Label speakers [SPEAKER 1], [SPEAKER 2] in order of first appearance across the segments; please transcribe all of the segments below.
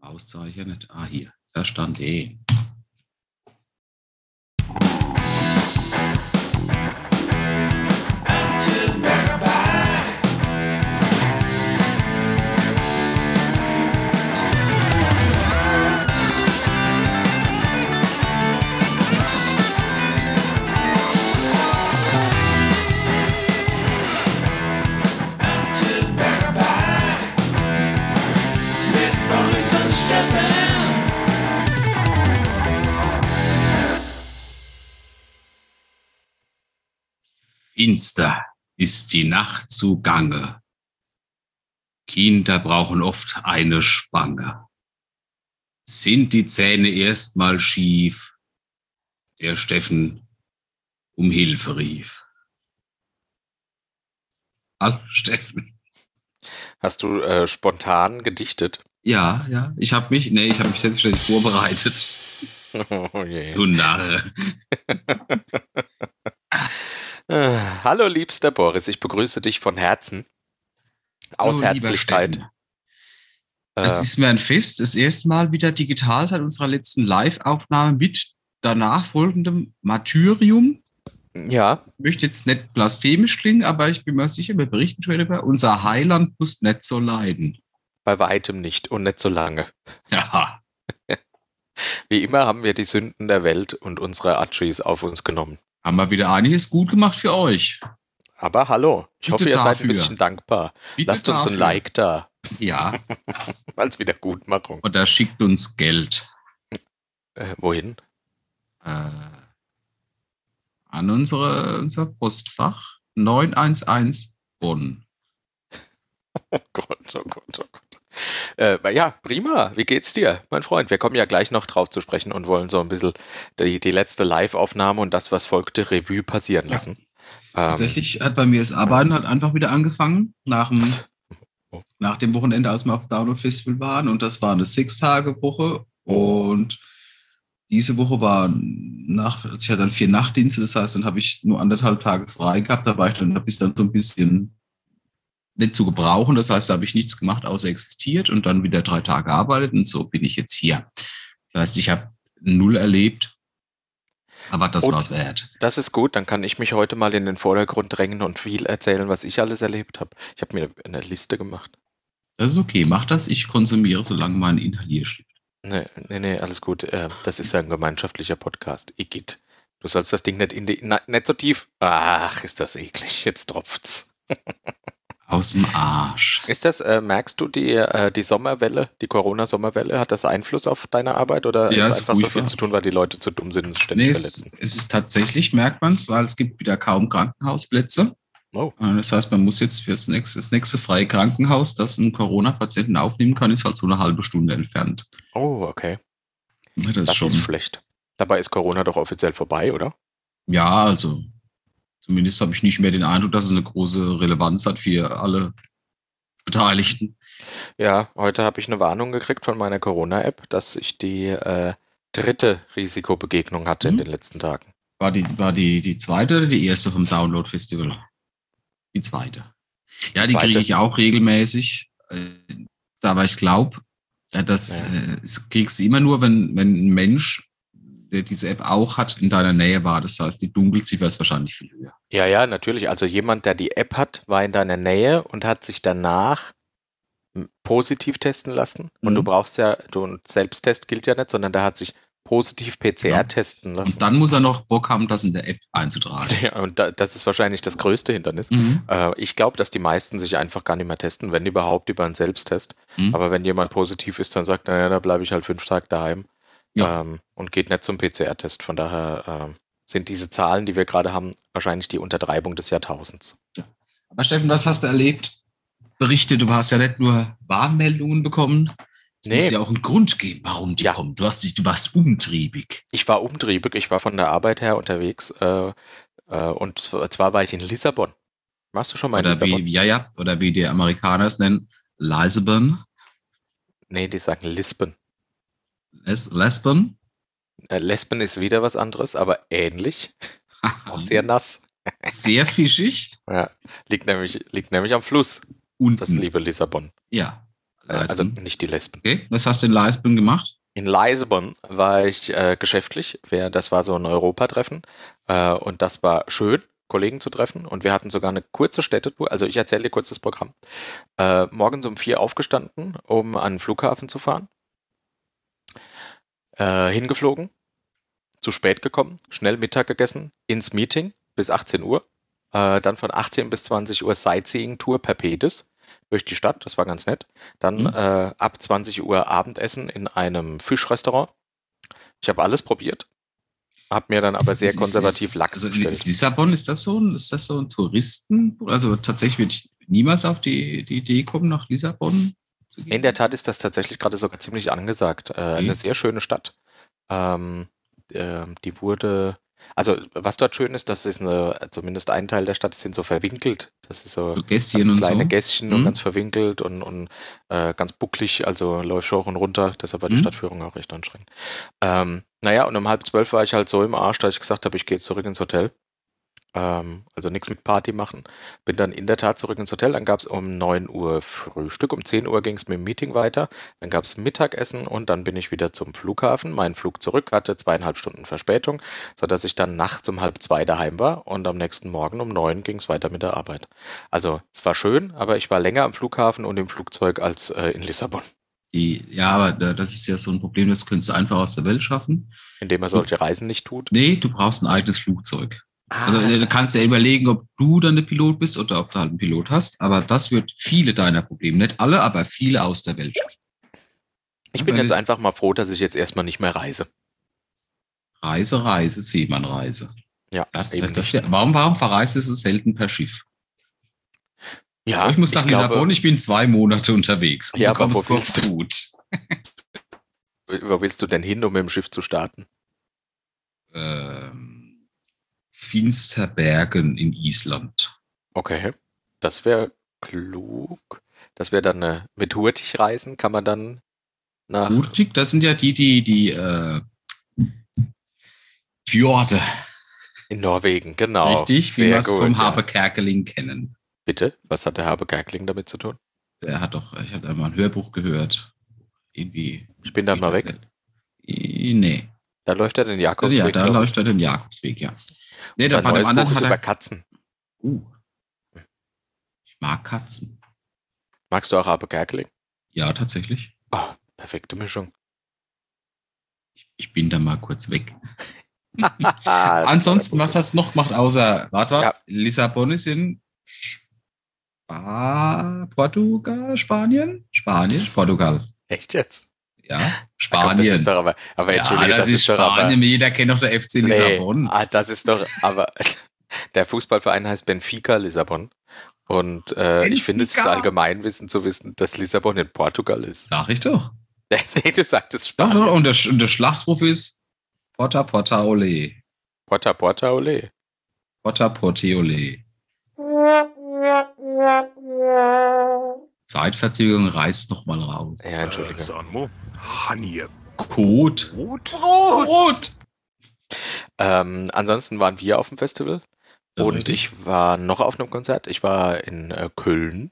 [SPEAKER 1] Auszeichnet. Ah, hier. Da stand E. Finster ist die Nacht zugange. Kinder brauchen oft eine Spange. Sind die Zähne erstmal schief, der Steffen um Hilfe rief. Hallo Steffen.
[SPEAKER 2] Hast du äh, spontan gedichtet?
[SPEAKER 1] Ja, ja. Ich habe mich, nee, ich habe mich selbstständig vorbereitet.
[SPEAKER 2] Oh je.
[SPEAKER 1] Du Narre.
[SPEAKER 2] Äh, Hallo, liebster Boris, ich begrüße dich von Herzen. Aus
[SPEAKER 1] Hallo, lieber
[SPEAKER 2] Herzlichkeit.
[SPEAKER 1] Steffen. Es
[SPEAKER 2] Äh,
[SPEAKER 1] ist mir ein Fest, das erste Mal wieder digital seit unserer letzten Live-Aufnahme mit danach folgendem Martyrium.
[SPEAKER 2] ja,
[SPEAKER 1] Ich möchte jetzt nicht blasphemisch klingen, aber ich bin mir sicher, wir berichten schon über unser Heiland muss nicht so leiden.
[SPEAKER 2] bei weitem nicht und nicht so lange.
[SPEAKER 1] Haha.
[SPEAKER 2] Wie immer haben wir die Sünden der Welt und unsere Atschis auf uns genommen.
[SPEAKER 1] Haben wir wieder einiges gut gemacht für euch.
[SPEAKER 2] Aber hallo, ich
[SPEAKER 1] Bitte
[SPEAKER 2] hoffe, ihr seid ein
[SPEAKER 1] dafür.
[SPEAKER 2] bisschen dankbar.
[SPEAKER 1] Bitte
[SPEAKER 2] Lasst uns
[SPEAKER 1] dafür.
[SPEAKER 2] ein Like da
[SPEAKER 1] Ja,
[SPEAKER 2] als Wiedergutmachung.
[SPEAKER 1] oder schickt uns Geld
[SPEAKER 2] Äh, wohin?
[SPEAKER 1] äh, an unsere, unser Postfach 911 Bonn.
[SPEAKER 2] Oh Gott, oh Gott, oh Gott. Äh, ja, prima. Wie geht's dir, mein Freund? Wir kommen ja gleich noch drauf zu sprechen und wollen so ein bisschen die, die letzte Live-Aufnahme und das, was folgte, Revue passieren
[SPEAKER 1] Ja.
[SPEAKER 2] lassen. Ähm,
[SPEAKER 1] Tatsächlich Mhm. hat bei mir das Arbeiten halt einfach wieder angefangen nach dem,
[SPEAKER 2] Was? Oh.
[SPEAKER 1] nach dem Wochenende, als wir auf dem Download Festival waren. Und das war eine Sechs-Tage-Woche.
[SPEAKER 2] Oh.
[SPEAKER 1] Und diese Woche war nach, also ich hatte dann vier Nachtdienste, das heißt, dann habe ich nur anderthalb Tage frei gehabt. Da war ich dann, da bist dann so ein bisschen nicht zu gebrauchen. Das heißt, da habe ich nichts gemacht, außer existiert und dann wieder drei Tage gearbeitet. Und so bin ich jetzt hier. Das heißt, ich habe null erlebt. Aber das
[SPEAKER 2] Und-
[SPEAKER 1] war's wert.
[SPEAKER 2] Das ist gut, dann kann ich mich heute mal in den Vordergrund drängen und viel erzählen, was ich alles erlebt habe. Ich habe mir eine Liste gemacht.
[SPEAKER 1] Das ist okay, mach das. Ich konsumiere, solange mein Inhalier steht.
[SPEAKER 2] Nee, nee, nee, Ne, alles gut. Äh, das ist ja ein gemeinschaftlicher Podcast. Igitt. Du sollst das Ding nicht in die. Na, nicht so tief. Ach, ist das eklig. Jetzt tropft's.
[SPEAKER 1] Aus dem Arsch.
[SPEAKER 2] Ist das, äh, merkst du die, äh, die Sommerwelle, die Corona-Sommerwelle, hat das Einfluss auf deine Arbeit oder
[SPEAKER 1] Ja,
[SPEAKER 2] ist,
[SPEAKER 1] ist
[SPEAKER 2] einfach so viel
[SPEAKER 1] furchtbar.
[SPEAKER 2] zu tun, weil die Leute zu dumm sind und sich ständig
[SPEAKER 1] Nee, es,
[SPEAKER 2] verletzen?
[SPEAKER 1] es ist tatsächlich, merkt man es, weil es gibt wieder kaum Krankenhausplätze.
[SPEAKER 2] Oh.
[SPEAKER 1] Äh, Das heißt, man muss jetzt fürs nächste, das nächste freie Krankenhaus, das einen Corona-Patienten aufnehmen kann, ist halt so eine halbe Stunde entfernt.
[SPEAKER 2] Oh, okay.
[SPEAKER 1] Ja, Das,
[SPEAKER 2] Das
[SPEAKER 1] ist schon.
[SPEAKER 2] ist schlecht. Dabei ist Corona doch offiziell vorbei, oder?
[SPEAKER 1] ja, also zumindest habe ich nicht mehr den Eindruck, dass es eine große Relevanz hat für alle Beteiligten.
[SPEAKER 2] Ja, heute habe ich eine Warnung gekriegt von meiner Corona-App, dass ich die äh, dritte Risikobegegnung hatte in
[SPEAKER 1] Mhm.
[SPEAKER 2] den letzten Tagen.
[SPEAKER 1] War die, war die, die zweite oder die erste vom Download Festival? Die zweite. Ja, die,
[SPEAKER 2] zweite.
[SPEAKER 1] kriege ich auch regelmäßig. Äh, Aber ich glaube, das,
[SPEAKER 2] Ja.
[SPEAKER 1] äh, das kriegst du immer nur, wenn, wenn ein Mensch, der diese App auch hat, in deiner Nähe war. Das heißt, die Dunkelziffer ist wahrscheinlich viel höher.
[SPEAKER 2] Ja, ja, natürlich. Also jemand, der die App hat, war in deiner Nähe und hat sich danach m, positiv testen lassen. Und
[SPEAKER 1] Mhm.
[SPEAKER 2] du brauchst ja, du ein Selbsttest gilt ja nicht, sondern der hat sich positiv PCR
[SPEAKER 1] Genau.
[SPEAKER 2] testen lassen.
[SPEAKER 1] Und dann muss er noch Bock haben, das in der App einzutragen.
[SPEAKER 2] ja, und da, das ist wahrscheinlich das größte Hindernis.
[SPEAKER 1] Mhm.
[SPEAKER 2] Äh, ich glaube, dass die meisten sich einfach gar nicht mehr testen, wenn überhaupt über einen Selbsttest.
[SPEAKER 1] Mhm.
[SPEAKER 2] Aber wenn jemand positiv ist, dann sagt, naja, da bleibe ich halt fünf Tage daheim
[SPEAKER 1] Ja.
[SPEAKER 2] ähm, und geht nicht zum PCR-Test. Von daher ähm, sind diese Zahlen, die wir gerade haben, wahrscheinlich die Untertreibung des Jahrtausends.
[SPEAKER 1] Aber Steffen, was hast du erlebt? Berichte, du hast ja nicht nur Warnmeldungen bekommen. Es
[SPEAKER 2] Nee.
[SPEAKER 1] muss ja auch einen Grund geben, warum die
[SPEAKER 2] Ja.
[SPEAKER 1] kommen. Du, hast, dich- du warst umtriebig.
[SPEAKER 2] Ich war umtriebig, ich war von der Arbeit her unterwegs äh, äh, und zwar war ich in Lissabon. Warst du schon mal in
[SPEAKER 1] Oder
[SPEAKER 2] Lissabon?
[SPEAKER 1] wie, ja, ja, oder wie die Amerikaner es nennen, Lisbon.
[SPEAKER 2] Nee, die sagen Lisbon.
[SPEAKER 1] Les Lesbon.
[SPEAKER 2] Äh, Lesben ist wieder was anderes, aber ähnlich.
[SPEAKER 1] Ah.
[SPEAKER 2] Auch sehr nass.
[SPEAKER 1] Sehr fischig.
[SPEAKER 2] Ja. Liegt, nämlich, liegt nämlich am Fluss,
[SPEAKER 1] Und
[SPEAKER 2] das liebe Lissabon.
[SPEAKER 1] ja,
[SPEAKER 2] Also nicht die Lesben.
[SPEAKER 1] Okay, was hast du in Leisben gemacht?
[SPEAKER 2] In Lissabon war ich äh, geschäftlich. Wir- Das war so ein Europatreffen. Äh, und das war schön, Kollegen zu treffen. Und wir hatten sogar eine kurze Städtetour. Also ich erzähle dir kurz das Programm. Äh, morgens um vier aufgestanden, um an den Flughafen zu fahren. Äh, hingeflogen, zu spät gekommen, schnell Mittag gegessen, ins Meeting bis 18 Uhr. Äh, dann von 18 bis 20 Uhr Sightseeing-Tour per Pedis durch die Stadt. Das war ganz nett. Dann
[SPEAKER 1] Mhm.
[SPEAKER 2] äh, ab 20 Uhr Abendessen in einem Fischrestaurant. Ich habe alles probiert, habe mir dann aber
[SPEAKER 1] Ist-
[SPEAKER 2] sehr
[SPEAKER 1] ist-
[SPEAKER 2] konservativ
[SPEAKER 1] ist,
[SPEAKER 2] Lachs
[SPEAKER 1] also
[SPEAKER 2] bestellt.
[SPEAKER 1] Ist Lissabon, ist das so ein, ist das so ein Touristen? Also tatsächlich würde ich niemals auf die, die Idee kommen, nach Lissabon zu gehen.
[SPEAKER 2] In der Tat ist das tatsächlich gerade sogar ziemlich angesagt. Äh, Eine
[SPEAKER 1] Mhm.
[SPEAKER 2] sehr schöne Stadt. Ähm, ähm, die wurde, also was dort schön ist, das ist eine, zumindest ein Teil der Stadt, die sind so verwinkelt. Das ist so
[SPEAKER 1] so
[SPEAKER 2] ganz
[SPEAKER 1] Gässchen und
[SPEAKER 2] Also kleine
[SPEAKER 1] so.
[SPEAKER 2] Gässchen und
[SPEAKER 1] Mhm.
[SPEAKER 2] ganz verwinkelt und, und äh, ganz bucklig, also läuft schon runter. Deshalb war die
[SPEAKER 1] Mhm.
[SPEAKER 2] Stadtführung auch recht anstrengend. Ähm, naja, und um halb zwölf war ich halt so im Arsch, dass ich gesagt habe, ich gehe jetzt zurück ins Hotel. Ähm, also nichts mit Party machen. Bin dann in der Tat zurück ins Hotel. Dann gab es um 9 Uhr Frühstück, um 10 Uhr ging es mit dem Meeting weiter. Dann gab es Mittagessen und dann bin ich wieder zum Flughafen. Mein Flug zurück hatte zweieinhalb Stunden Verspätung, sodass ich dann nachts um halb zwei daheim war und am nächsten Morgen um neun ging es weiter mit der Arbeit. Also es war schön, aber ich war länger am Flughafen und im Flugzeug als äh, in Lissabon,
[SPEAKER 1] Die, ja, aber da- das ist ja so ein Problem, das könntest du einfach aus der Welt schaffen.
[SPEAKER 2] indem man solche Reisen nicht tut.
[SPEAKER 1] Nee, du brauchst ein eigenes Flugzeug. Also
[SPEAKER 2] Ah,
[SPEAKER 1] äh, du
[SPEAKER 2] das-
[SPEAKER 1] kannst ja überlegen, ob du dann der Pilot bist oder ob du halt einen Pilot hast, aber das wird viele deiner Probleme, nicht alle, aber viele aus der Welt schaffen.
[SPEAKER 2] Ah, Ich bin
[SPEAKER 1] Weil-
[SPEAKER 2] jetzt einfach mal froh, dass ich jetzt erstmal nicht mehr reise.
[SPEAKER 1] Reise, Reise, Seemannreise.
[SPEAKER 2] Ja,
[SPEAKER 1] Das,
[SPEAKER 2] eben
[SPEAKER 1] das, das,
[SPEAKER 2] nicht.
[SPEAKER 1] warum, warum verreist du so selten per Schiff?
[SPEAKER 2] Ja,
[SPEAKER 1] ich muss nach
[SPEAKER 2] Ah, glaube,
[SPEAKER 1] Lissabon, ich bin zwei Monate unterwegs.
[SPEAKER 2] Ja, aber wo
[SPEAKER 1] kommst
[SPEAKER 2] willst du?
[SPEAKER 1] gut.
[SPEAKER 2] Wo willst du denn hin, um mit dem Schiff zu starten?
[SPEAKER 1] Ähm, Finsterbergen in Island.
[SPEAKER 2] Okay. Das wäre klug. Das wäre dann eine, mit Hurtig reisen, kann man dann nach.
[SPEAKER 1] Hurtig, das sind ja die, die, die äh, Fjorde,
[SPEAKER 2] In Norwegen, genau.
[SPEAKER 1] richtig, wie wir
[SPEAKER 2] Sehr
[SPEAKER 1] es
[SPEAKER 2] gut,
[SPEAKER 1] vom
[SPEAKER 2] ja.
[SPEAKER 1] Harpe Kerkeling kennen.
[SPEAKER 2] Bitte? Was hat der Habe Kerkling damit zu tun?
[SPEAKER 1] Der hat doch, ich habe einmal ein Hörbuch gehört. Irgendwie.
[SPEAKER 2] Ich bin dann mal weg.
[SPEAKER 1] Äh, Nee.
[SPEAKER 2] Da läuft er den Jakobsweg.
[SPEAKER 1] Ja, da
[SPEAKER 2] glaub ich.
[SPEAKER 1] läuft er den Jakobsweg, ja. Nee, da bei
[SPEAKER 2] Sein
[SPEAKER 1] dem
[SPEAKER 2] neues
[SPEAKER 1] anderen
[SPEAKER 2] Buch ist
[SPEAKER 1] hat
[SPEAKER 2] über
[SPEAKER 1] er,
[SPEAKER 2] Katzen.
[SPEAKER 1] uh, ich mag Katzen.
[SPEAKER 2] Magst du auch Habe Kerkling?
[SPEAKER 1] Ja, tatsächlich.
[SPEAKER 2] Oh, perfekte Mischung.
[SPEAKER 1] Ich bin da mal kurz weg. Ansonsten, Ah,
[SPEAKER 2] Ansonsten,
[SPEAKER 1] was hast du noch gemacht, außer, warte, warte,
[SPEAKER 2] Ja.
[SPEAKER 1] Lissabon ist in Spa Portugal, Spanien? Spanien, Portugal.
[SPEAKER 2] Echt jetzt?
[SPEAKER 1] Ja,
[SPEAKER 2] Ah, komm, das
[SPEAKER 1] Spanien.
[SPEAKER 2] ist doch aber, aber entschuldige, das, ist, doch aber.
[SPEAKER 1] Spanien, jeder kennt doch der FC Lissabon.
[SPEAKER 2] Ah, das ist doch, aber der Fußballverein heißt Benfica Lissabon. Und äh, ich finde, es ist
[SPEAKER 1] Benfica.
[SPEAKER 2] Allgemeinwissen zu wissen, dass Lissabon in Portugal ist.
[SPEAKER 1] Sag ich doch.
[SPEAKER 2] nee, du sagtest
[SPEAKER 1] Doch,
[SPEAKER 2] Spanien.
[SPEAKER 1] doch. Und der, Sch- und der Schlachtruf ist Porta Porta Ole.
[SPEAKER 2] Porta, Porta, ole.
[SPEAKER 1] Porta Porte Ole. Zeitverzögerung reißt nochmal raus.
[SPEAKER 2] Ja, entschuldige.
[SPEAKER 1] Also.
[SPEAKER 3] Sanmo, Hanje,
[SPEAKER 1] Kot.
[SPEAKER 3] Brot.
[SPEAKER 1] Rot.
[SPEAKER 2] Ähm, ansonsten waren wir auf dem Festival
[SPEAKER 1] Das ist
[SPEAKER 2] und
[SPEAKER 1] richtig.
[SPEAKER 2] ich war noch auf einem Konzert. Ich war in äh, Köln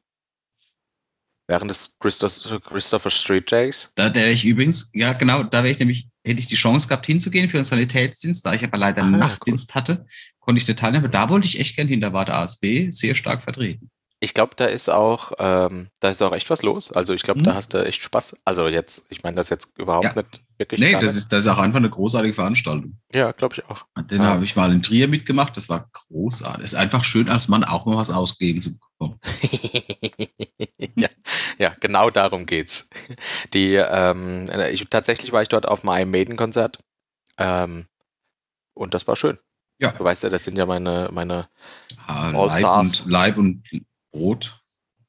[SPEAKER 2] während des Christos, Christopher Street Days.
[SPEAKER 1] Da, da wäre ich übrigens, ja genau, da wäre ich nämlich, hätte ich die Chance gehabt, hinzugehen für den Sanitätsdienst, da ich aber leider
[SPEAKER 2] Ah,
[SPEAKER 1] Nachtdienst hatte, konnte ich nicht teilnehmen. Aber da wollte ich echt gern hin, da war der ASB sehr stark vertreten.
[SPEAKER 2] Ich glaube, da ist auch, ähm, da ist auch echt was los. Also ich glaube,
[SPEAKER 1] Mhm.
[SPEAKER 2] da hast du echt Spaß. Also jetzt, ich meine das jetzt überhaupt
[SPEAKER 1] Ja.
[SPEAKER 2] nicht wirklich.
[SPEAKER 1] Nee,
[SPEAKER 2] gar
[SPEAKER 1] das
[SPEAKER 2] nicht.
[SPEAKER 1] ist, das ist auch einfach eine großartige Veranstaltung.
[SPEAKER 2] Ja, glaube ich auch.
[SPEAKER 1] Und Den
[SPEAKER 2] Ah.
[SPEAKER 1] habe ich mal in Trier mitgemacht, das war großartig. Ist einfach schön, als Mann auch mal was ausgegeben zu bekommen.
[SPEAKER 2] ja, ja, genau darum geht's. Die, ähm, ich, tatsächlich war ich dort auf meinem Maiden-Konzert. Ähm, und das war schön.
[SPEAKER 1] Ja.
[SPEAKER 2] Du weißt ja, das sind ja meine, meine,
[SPEAKER 1] Ah,
[SPEAKER 2] All
[SPEAKER 1] Leib
[SPEAKER 2] Stars.
[SPEAKER 1] und, Leib und Brot.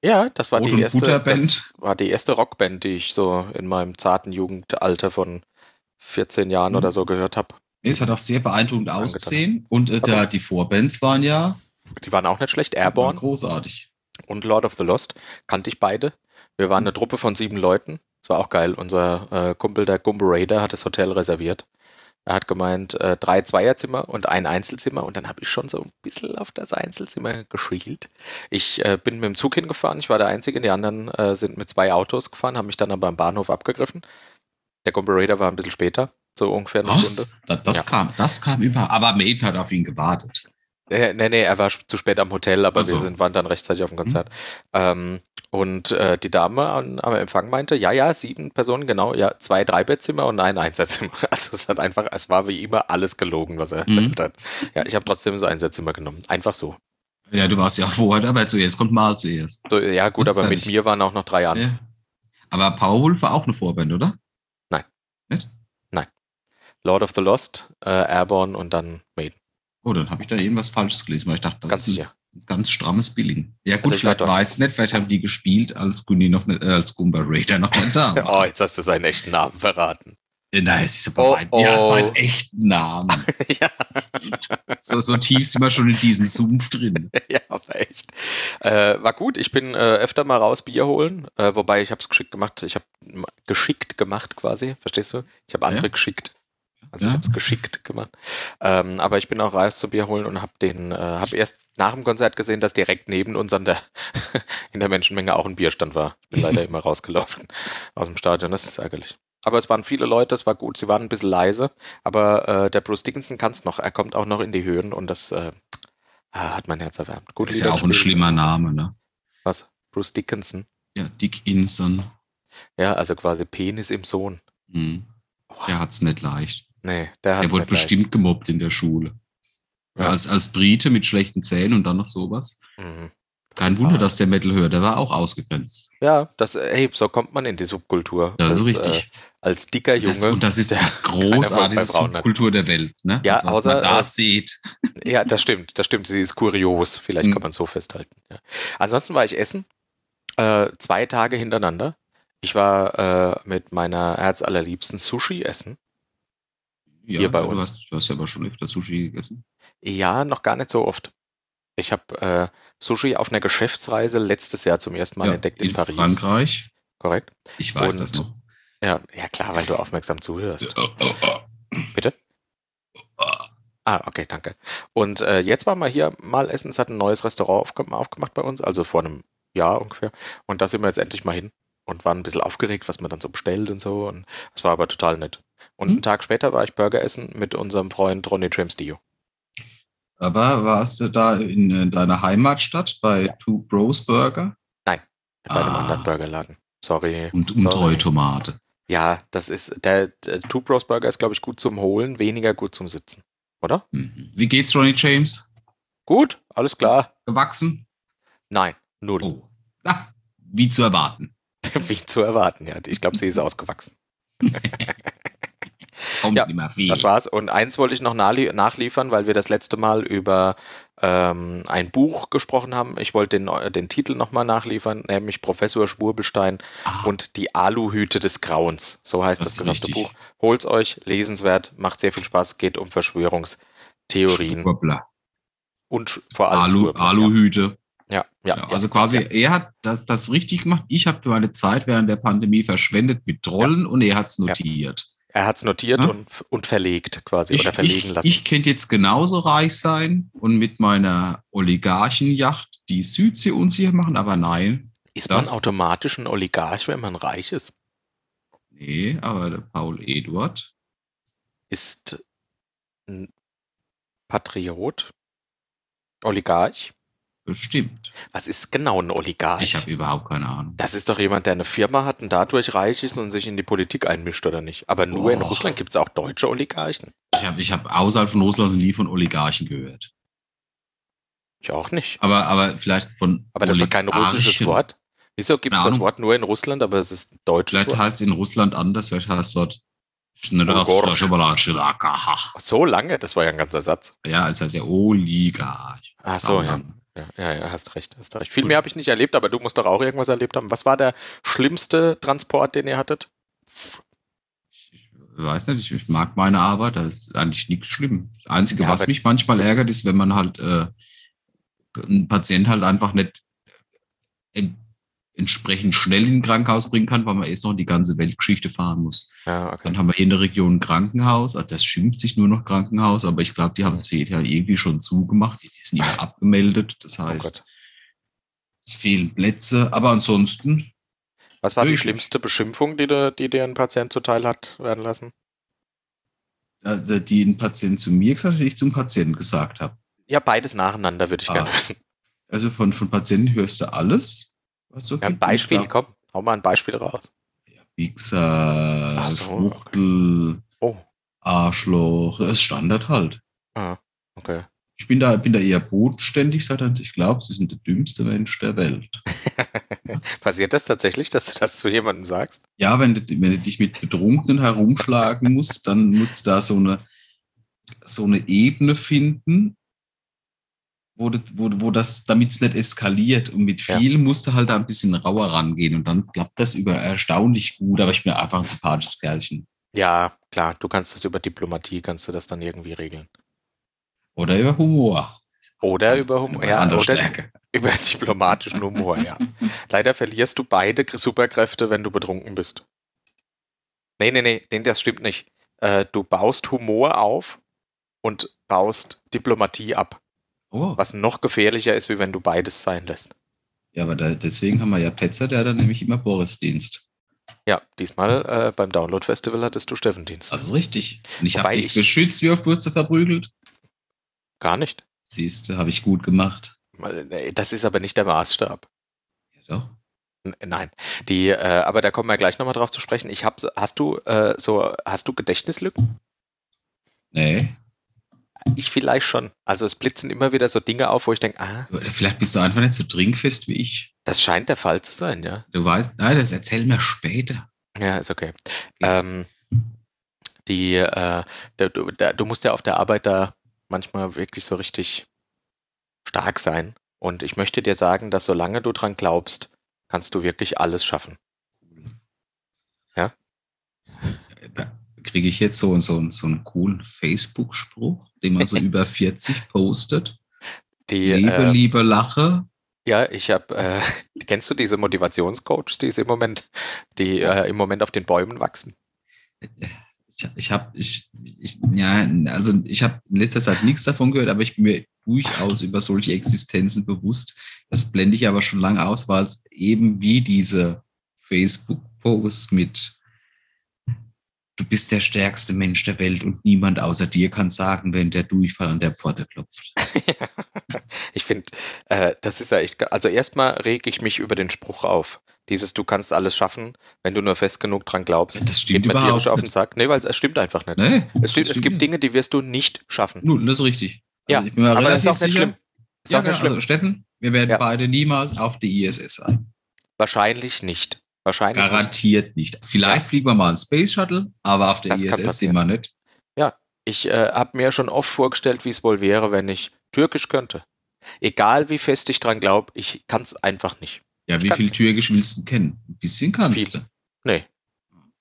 [SPEAKER 2] ja, das war
[SPEAKER 1] Brot
[SPEAKER 2] die
[SPEAKER 1] und
[SPEAKER 2] erste, das
[SPEAKER 1] Butterband.
[SPEAKER 2] war die erste Rockband, die ich so in meinem zarten Jugendalter von 14 Jahren
[SPEAKER 1] Mhm.
[SPEAKER 2] oder so gehört habe.
[SPEAKER 1] Nee, es hat auch sehr beeindruckend
[SPEAKER 2] Das ist angetan.
[SPEAKER 1] ausgesehen. Und äh, da,
[SPEAKER 2] Aber-
[SPEAKER 1] die Vorbands waren ja
[SPEAKER 2] Die waren auch nicht schlecht.
[SPEAKER 1] waren
[SPEAKER 2] Airborne
[SPEAKER 1] großartig.
[SPEAKER 2] und Lord of the Lost kannte ich beide. Wir waren eine Truppe von sieben Leuten. Das war auch geil. Unser äh, Kumpel, der Gumbo Raider, hat das Hotel reserviert. Er hat gemeint, äh, drei Zweierzimmer und ein Einzelzimmer. Und dann habe ich schon so ein bisschen auf das Einzelzimmer geschielt. Ich äh, bin mit dem Zug hingefahren. Ich war der Einzige. Die anderen äh, sind mit zwei Autos gefahren, haben mich dann aber am Bahnhof abgegriffen. Der Comparator war ein bisschen später, so ungefähr eine Stunde.
[SPEAKER 1] Was? Das, das
[SPEAKER 2] Ja.
[SPEAKER 1] kam, das kam über. Aber Mate hat auf ihn gewartet.
[SPEAKER 2] Nee, Äh, nee, nee, er war sch- zu spät am Hotel, aber
[SPEAKER 1] Ach so. Mhm.
[SPEAKER 2] wir sind, waren dann rechtzeitig auf dem Konzert. Ähm, und äh, die Dame an, am Empfang meinte, ja, ja, sieben Personen, genau, ja, zwei Dreibettzimmer und ein Einzelzimmer. Also es hat einfach, es war wie immer alles gelogen, was er
[SPEAKER 1] Mhm.
[SPEAKER 2] erzählt hat. Ja, ich habe trotzdem das Einzelzimmer genommen. Einfach so.
[SPEAKER 1] Ja, du warst ja vorher dabei zuerst, kommt mal zuerst.
[SPEAKER 2] so ja, gut,
[SPEAKER 1] Und
[SPEAKER 2] aber mit
[SPEAKER 1] fertig.
[SPEAKER 2] mir waren auch noch drei andere.
[SPEAKER 1] Ja. Aber Powerwolf war auch eine Vorband, oder?
[SPEAKER 2] Lord of the Lost, äh, Airborne und dann Maiden.
[SPEAKER 1] Oh, dann habe ich da irgendwas Falsches gelesen, weil ich dachte, das
[SPEAKER 2] Ganz
[SPEAKER 1] ist ein
[SPEAKER 2] sicher.
[SPEAKER 1] ganz strammes Billing. Ja, gut,
[SPEAKER 2] Also ich
[SPEAKER 1] vielleicht
[SPEAKER 2] glaub doch.
[SPEAKER 1] weiß nicht, vielleicht haben die gespielt, als Gunny noch nicht, äh, als Gumba Raider noch nicht da war. Äh,
[SPEAKER 2] Oh, jetzt hast du seinen echten Namen verraten.
[SPEAKER 1] Nein, es ist
[SPEAKER 2] Oh,
[SPEAKER 1] aber mein, ja,
[SPEAKER 2] oh.
[SPEAKER 1] seinen echten Namen.
[SPEAKER 2] ja.
[SPEAKER 1] So, so tief sind wir schon in diesem Sumpf drin.
[SPEAKER 2] Ja, aber echt. Äh, war gut. Ich bin äh, öfter mal raus Bier holen, äh, wobei ich habe es geschickt gemacht. Ich habe geschickt gemacht quasi, verstehst du? Ich habe andere
[SPEAKER 1] Ja.
[SPEAKER 2] geschickt. Also
[SPEAKER 1] Ja.
[SPEAKER 2] ich habe es geschickt gemacht. Ähm, aber ich bin auch raus zu Bier holen und habe den, äh, habe erst nach dem Konzert gesehen, dass direkt neben uns an der in der Menschenmenge auch ein Bierstand war. Ich bin leider immer rausgelaufen aus dem Stadion. Das ist ärgerlich. Aber es waren viele Leute, es war gut. Sie waren ein bisschen leise, aber äh, der Bruce Dickinson kann es noch. Er kommt auch noch in die Höhen und das äh, ah, hat mein Herz erwärmt. Gut,
[SPEAKER 1] ist ja auch ein schlimmer Name, ne?
[SPEAKER 2] Was? Bruce Dickinson.
[SPEAKER 1] Ja, Dick Inson.
[SPEAKER 2] Ja, also quasi Penis im Sohn.
[SPEAKER 1] Hm. Der hat's nicht leicht.
[SPEAKER 2] Nee, der hat
[SPEAKER 1] der wurde bestimmt gemobbt in der Schule. Ja.
[SPEAKER 2] Ja.
[SPEAKER 1] Als, als Brite mit schlechten Zähnen und dann noch sowas.
[SPEAKER 2] Mhm. Das
[SPEAKER 1] Kein
[SPEAKER 2] ist
[SPEAKER 1] Wunder,
[SPEAKER 2] hart.
[SPEAKER 1] dass der Metal hört. Der war auch ausgegrenzt.
[SPEAKER 2] Ja, das, äh, hey, so kommt man in die Subkultur.
[SPEAKER 1] Das ist
[SPEAKER 2] als, äh,
[SPEAKER 1] richtig.
[SPEAKER 2] als dicker
[SPEAKER 1] das,
[SPEAKER 2] Junge.
[SPEAKER 1] und das ist die
[SPEAKER 2] bei Braun
[SPEAKER 1] großartigste
[SPEAKER 2] nicht.
[SPEAKER 1] Kultur der Welt. Ne?
[SPEAKER 2] Ja,
[SPEAKER 1] das, was
[SPEAKER 2] außer,
[SPEAKER 1] man da
[SPEAKER 2] äh,
[SPEAKER 1] sieht.
[SPEAKER 2] Ja, das stimmt, das stimmt. Sie ist kurios, vielleicht
[SPEAKER 1] Mhm.
[SPEAKER 2] kann man es so festhalten. Ja. Ansonsten war ich essen, äh, zwei Tage hintereinander. Ich war äh, mit meiner Herzallerliebsten Sushi essen.
[SPEAKER 1] Ja,
[SPEAKER 2] hier bei
[SPEAKER 1] du,
[SPEAKER 2] uns.
[SPEAKER 1] Hast, du hast ja aber schon öfter Sushi gegessen.
[SPEAKER 2] Ja, noch gar nicht so oft. Ich habe äh, Sushi auf einer Geschäftsreise letztes Jahr zum ersten Mal
[SPEAKER 1] ja,
[SPEAKER 2] entdeckt in, Paris.
[SPEAKER 1] Frankreich.
[SPEAKER 2] Korrekt?
[SPEAKER 1] Ich weiß
[SPEAKER 2] Und-
[SPEAKER 1] das noch.
[SPEAKER 2] Ja, ja, klar, weil du aufmerksam zuhörst.
[SPEAKER 1] Oh, oh, oh.
[SPEAKER 2] Bitte? Ah, okay, danke. Und äh, jetzt waren wir hier mal essen. Es hat ein neues Restaurant aufge aufgemacht bei uns, also vor einem Jahr ungefähr. Und da sind wir jetzt endlich mal hin und waren ein bisschen aufgeregt, was man dann so bestellt und so. Und es war aber total nett. Und einen
[SPEAKER 1] Hm.
[SPEAKER 2] Tag später war ich Burger essen mit unserem Freund Ronny James Dio.
[SPEAKER 1] Aber warst du da in, äh, deiner Heimatstadt bei Two Bros Burger?
[SPEAKER 2] Bei einem
[SPEAKER 1] Ah. Hm.
[SPEAKER 2] anderen Burgerladen. Sorry.
[SPEAKER 1] Und
[SPEAKER 2] Sorry.
[SPEAKER 1] untreue Tomate.
[SPEAKER 2] Ja, das ist, der, der Two Bros Burger ist, glaube ich, gut zum Holen, weniger gut zum Sitzen. Oder?
[SPEAKER 1] Mhm. Wie geht's, Ronnie James?
[SPEAKER 2] Gut, alles klar.
[SPEAKER 1] Gewachsen?
[SPEAKER 2] Nein, null.
[SPEAKER 1] Oh. Ah, wie zu erwarten.
[SPEAKER 2] Wie zu erwarten, ja. Ich glaube, sie ist ausgewachsen.
[SPEAKER 1] Kommt
[SPEAKER 2] Ja,
[SPEAKER 1] immer viel.
[SPEAKER 2] Das war's. Und eins wollte ich noch nachlie- nachliefern, weil wir das letzte Mal über ähm, ein Buch gesprochen haben. Ich wollte den, neu- den Titel nochmal nachliefern, nämlich Professor Schwurbelstein
[SPEAKER 1] Ah,
[SPEAKER 2] und die Aluhüte des Grauens. So heißt
[SPEAKER 1] Das
[SPEAKER 2] das,
[SPEAKER 1] ist
[SPEAKER 2] gesamte
[SPEAKER 1] richtig.
[SPEAKER 2] Buch. Holt's euch, lesenswert, macht sehr viel Spaß, geht um Verschwörungstheorien
[SPEAKER 1] Schwurbler.
[SPEAKER 2] und sch- vor allem
[SPEAKER 1] Alu,
[SPEAKER 2] Schwurbler,
[SPEAKER 1] Aluhüte.
[SPEAKER 2] Ja, ja,
[SPEAKER 1] Ja,
[SPEAKER 2] ja,
[SPEAKER 1] also quasi, er hat das, das richtig gemacht. Ich habe meine Zeit während der Pandemie verschwendet mit Trollen und er hat's notiert.
[SPEAKER 2] Er hat's notiert
[SPEAKER 1] Ja.
[SPEAKER 2] und, und verlegt quasi
[SPEAKER 1] Ich,
[SPEAKER 2] oder verlegen
[SPEAKER 1] ich,
[SPEAKER 2] lassen.
[SPEAKER 1] ich könnte jetzt genauso reich sein und mit meiner Oligarchenjacht die Südsee unsicher machen, aber nein.
[SPEAKER 2] ist man
[SPEAKER 1] das-
[SPEAKER 2] automatisch ein Oligarch, wenn man reich ist?
[SPEAKER 1] Nee, aber der Paul Eduard.
[SPEAKER 2] ist ein Patriot, Oligarch.
[SPEAKER 1] Bestimmt.
[SPEAKER 2] Was ist genau ein Oligarch?
[SPEAKER 1] Ich habe überhaupt keine Ahnung.
[SPEAKER 2] das ist doch jemand, der eine Firma hat und dadurch reich ist und sich in die Politik einmischt, oder nicht? Aber nur in
[SPEAKER 1] Boah.
[SPEAKER 2] Russland gibt es auch deutsche Oligarchen.
[SPEAKER 1] Ich habe ich hab außerhalb von Russland nie von Oligarchen gehört.
[SPEAKER 2] Ich auch nicht.
[SPEAKER 1] Aber, aber vielleicht von.
[SPEAKER 2] Aber das ist doch kein
[SPEAKER 1] Oligarchen.
[SPEAKER 2] russisches Wort. Wieso gibt es
[SPEAKER 1] Keine
[SPEAKER 2] das
[SPEAKER 1] Ahnung.
[SPEAKER 2] Wort nur in Russland, aber es ist ein deutsches
[SPEAKER 1] Vielleicht
[SPEAKER 2] Wort?
[SPEAKER 1] heißt es in Russland anders, vielleicht heißt es dort.
[SPEAKER 2] Oligarch.
[SPEAKER 1] Ja,
[SPEAKER 2] Ach, So lange? Das war ja ein ganzer Satz.
[SPEAKER 1] es heißt ja oh, Oligarch.
[SPEAKER 2] Ach so, ja. Ja, ja, ja, hast recht, hast recht. Viel mehr habe ich nicht erlebt, aber du musst doch auch irgendwas erlebt haben. Was war der schlimmste Transport, den ihr hattet?
[SPEAKER 1] Ich weiß nicht, ich, ich mag meine Arbeit, da ist eigentlich nichts schlimm. Das Einzige,
[SPEAKER 2] Ja,
[SPEAKER 1] was
[SPEAKER 2] aber-
[SPEAKER 1] mich manchmal ärgert, ist, wenn man halt äh, ein Patient halt einfach nicht äh, entsprechend schnell in ein Krankenhaus bringen kann, weil man erst noch die ganze Weltgeschichte fahren muss.
[SPEAKER 2] Ja, okay.
[SPEAKER 1] Dann haben wir hier in der Region ein Krankenhaus. Also das schimpft sich nur noch Krankenhaus, aber ich glaube, die haben es hier ja irgendwie schon zugemacht. Die, die sind nicht mehr abgemeldet. Das heißt,
[SPEAKER 2] Oh Gott.
[SPEAKER 1] es fehlen Plätze. Aber ansonsten,
[SPEAKER 2] Was war die
[SPEAKER 1] Wirklich?
[SPEAKER 2] schlimmste Beschimpfung, die, du, die dir ein Patient zuteil hat werden lassen?
[SPEAKER 1] äh, die ein Patient zu mir gesagt hat, die ich zum Patienten gesagt habe.
[SPEAKER 2] Ja, beides nacheinander würde ich
[SPEAKER 1] Ah.
[SPEAKER 2] gerne wissen.
[SPEAKER 1] Also von, von Patienten hörst du alles. Was so
[SPEAKER 2] Ja,
[SPEAKER 1] gibt.
[SPEAKER 2] ein
[SPEAKER 1] Und ich
[SPEAKER 2] Beispiel,
[SPEAKER 1] glaub,
[SPEAKER 2] komm, hau mal ein Beispiel raus.
[SPEAKER 1] Wichser,
[SPEAKER 2] Ach so,
[SPEAKER 1] Schwuchtel,
[SPEAKER 2] Oh.
[SPEAKER 1] Arschloch, das ist Standard halt.
[SPEAKER 2] Okay.
[SPEAKER 1] Ich bin da, bin da eher bodenständig, sagt er. Ich glaube, sie sind der dümmste Mensch der Welt.
[SPEAKER 2] Passiert das tatsächlich, dass du das zu jemandem sagst?
[SPEAKER 1] Ja, wenn du, wenn du dich mit Betrunkenen herumschlagen musst, dann musst du da so eine, so eine Ebene finden, wo, du, wo, wo das, damit es nicht eskaliert. Und mit
[SPEAKER 2] Ja.
[SPEAKER 1] viel musst du halt da ein bisschen rauer rangehen. Und dann klappt das über erstaunlich gut, aber ich bin einfach ein sympathisches Kerlchen.
[SPEAKER 2] Ja, klar, du kannst das über Diplomatie, kannst du das dann irgendwie regeln.
[SPEAKER 1] Oder über Humor.
[SPEAKER 2] Oder über Humor,
[SPEAKER 1] Eine
[SPEAKER 2] ja,
[SPEAKER 1] andere
[SPEAKER 2] oder
[SPEAKER 1] Stärke.
[SPEAKER 2] über diplomatischen Humor, ja. Leider verlierst du beide K- Superkräfte, wenn du betrunken bist. Nee, nee, nee, nee das stimmt nicht. Äh, du baust Humor auf und baust Diplomatie ab.
[SPEAKER 1] Oh.
[SPEAKER 2] Was noch gefährlicher ist, wie wenn du beides sein lässt.
[SPEAKER 1] Ja, aber da, deswegen haben wir ja Petzer, der hat dann nämlich immer Boris-Dienst.
[SPEAKER 2] Ja, diesmal äh, beim Download-Festival hattest du Steffendienst.
[SPEAKER 1] Das ist richtig. Und ich
[SPEAKER 2] Wobei
[SPEAKER 1] habe dich
[SPEAKER 2] ich-
[SPEAKER 1] beschützt, wie oft wurdest du verprügelt?
[SPEAKER 2] Gar nicht.
[SPEAKER 1] Siehst du, habe ich gut gemacht.
[SPEAKER 2] Mal, nee, Das ist aber nicht der Maßstab.
[SPEAKER 1] Ja, doch.
[SPEAKER 2] N- Nein, die, äh, aber da kommen wir gleich nochmal drauf zu sprechen. Ich hab, hast du äh, so, hast du Gedächtnislücken?
[SPEAKER 1] Nee.
[SPEAKER 2] Ich vielleicht schon. Also es blitzen immer wieder so Dinge auf, wo ich denke, ah,
[SPEAKER 1] Vielleicht bist du einfach nicht so trinkfest wie ich.
[SPEAKER 2] das scheint der Fall zu sein, ja.
[SPEAKER 1] Du weißt, nein, das erzähl mir später.
[SPEAKER 2] Ja, ist okay. Ähm, die, äh, da, du, da, du musst ja auf der Arbeit da manchmal wirklich so richtig stark sein. Und ich möchte dir sagen, dass solange du dran glaubst, kannst du wirklich alles schaffen.
[SPEAKER 1] Kriege ich jetzt so, so, so einen coolen Facebook-Spruch, den man so über 40 postet?
[SPEAKER 2] Die,
[SPEAKER 1] liebe,
[SPEAKER 2] äh,
[SPEAKER 1] liebe Lache.
[SPEAKER 2] ja, ich habe, äh, kennst du diese Motivationscoaches, die es im Moment, die äh, im Moment auf den Bäumen wachsen?
[SPEAKER 1] Ich, ich habe, ich, ich, ja, also ich habe in letzter Zeit nichts davon gehört, aber ich bin mir durchaus über solche Existenzen bewusst. Das blende ich aber schon lange aus, weil es eben wie diese Facebook-Posts mit Du bist der stärkste Mensch der Welt und niemand außer dir kann sagen, wenn der Durchfall an der Pforte klopft.
[SPEAKER 2] Ich finde, äh, das ist ja echt, ge- also erstmal reg ich mich über den Spruch auf. Dieses, du kannst alles schaffen, wenn du nur fest genug dran glaubst.
[SPEAKER 1] Also Das
[SPEAKER 2] geht
[SPEAKER 1] stimmt
[SPEAKER 2] mir tierisch
[SPEAKER 1] überhaupt ne?
[SPEAKER 2] auf den
[SPEAKER 1] nicht.
[SPEAKER 2] Sack. Nee, weil es- es stimmt einfach nicht.
[SPEAKER 1] Nee,
[SPEAKER 2] Es, stimmt, es gibt
[SPEAKER 1] nicht.
[SPEAKER 2] Dinge, die wirst du nicht schaffen.
[SPEAKER 1] Nun, das ist richtig. Also
[SPEAKER 2] Ja,
[SPEAKER 1] ich bin mir
[SPEAKER 2] Aber das ist
[SPEAKER 1] relativ
[SPEAKER 2] auch nicht
[SPEAKER 1] sicher-
[SPEAKER 2] schlimm. Ist
[SPEAKER 1] Ja,
[SPEAKER 2] auch nicht
[SPEAKER 1] genau.
[SPEAKER 2] schlimm.
[SPEAKER 1] Also Steffen, wir werden
[SPEAKER 2] Ja.
[SPEAKER 1] beide niemals auf die ISS ein. also
[SPEAKER 2] Wahrscheinlich nicht. Wahrscheinlich nicht.
[SPEAKER 1] Garantiert nicht. Vielleicht fliegen wir mal einen Space Shuttle, aber auf der E
[SPEAKER 2] Das kann
[SPEAKER 1] ISS sind wir nicht.
[SPEAKER 2] Ich äh, habe mir schon oft vorgestellt, wie es wohl wäre, wenn ich Türkisch könnte. Egal wie fest ich dran glaube, ich kann es einfach nicht.
[SPEAKER 1] Ja, wie
[SPEAKER 2] Kannst
[SPEAKER 1] viel
[SPEAKER 2] du.
[SPEAKER 1] Türkisch willst du denn kennen? Ein bisschen kannst
[SPEAKER 2] Viel.
[SPEAKER 1] du.
[SPEAKER 2] Nee.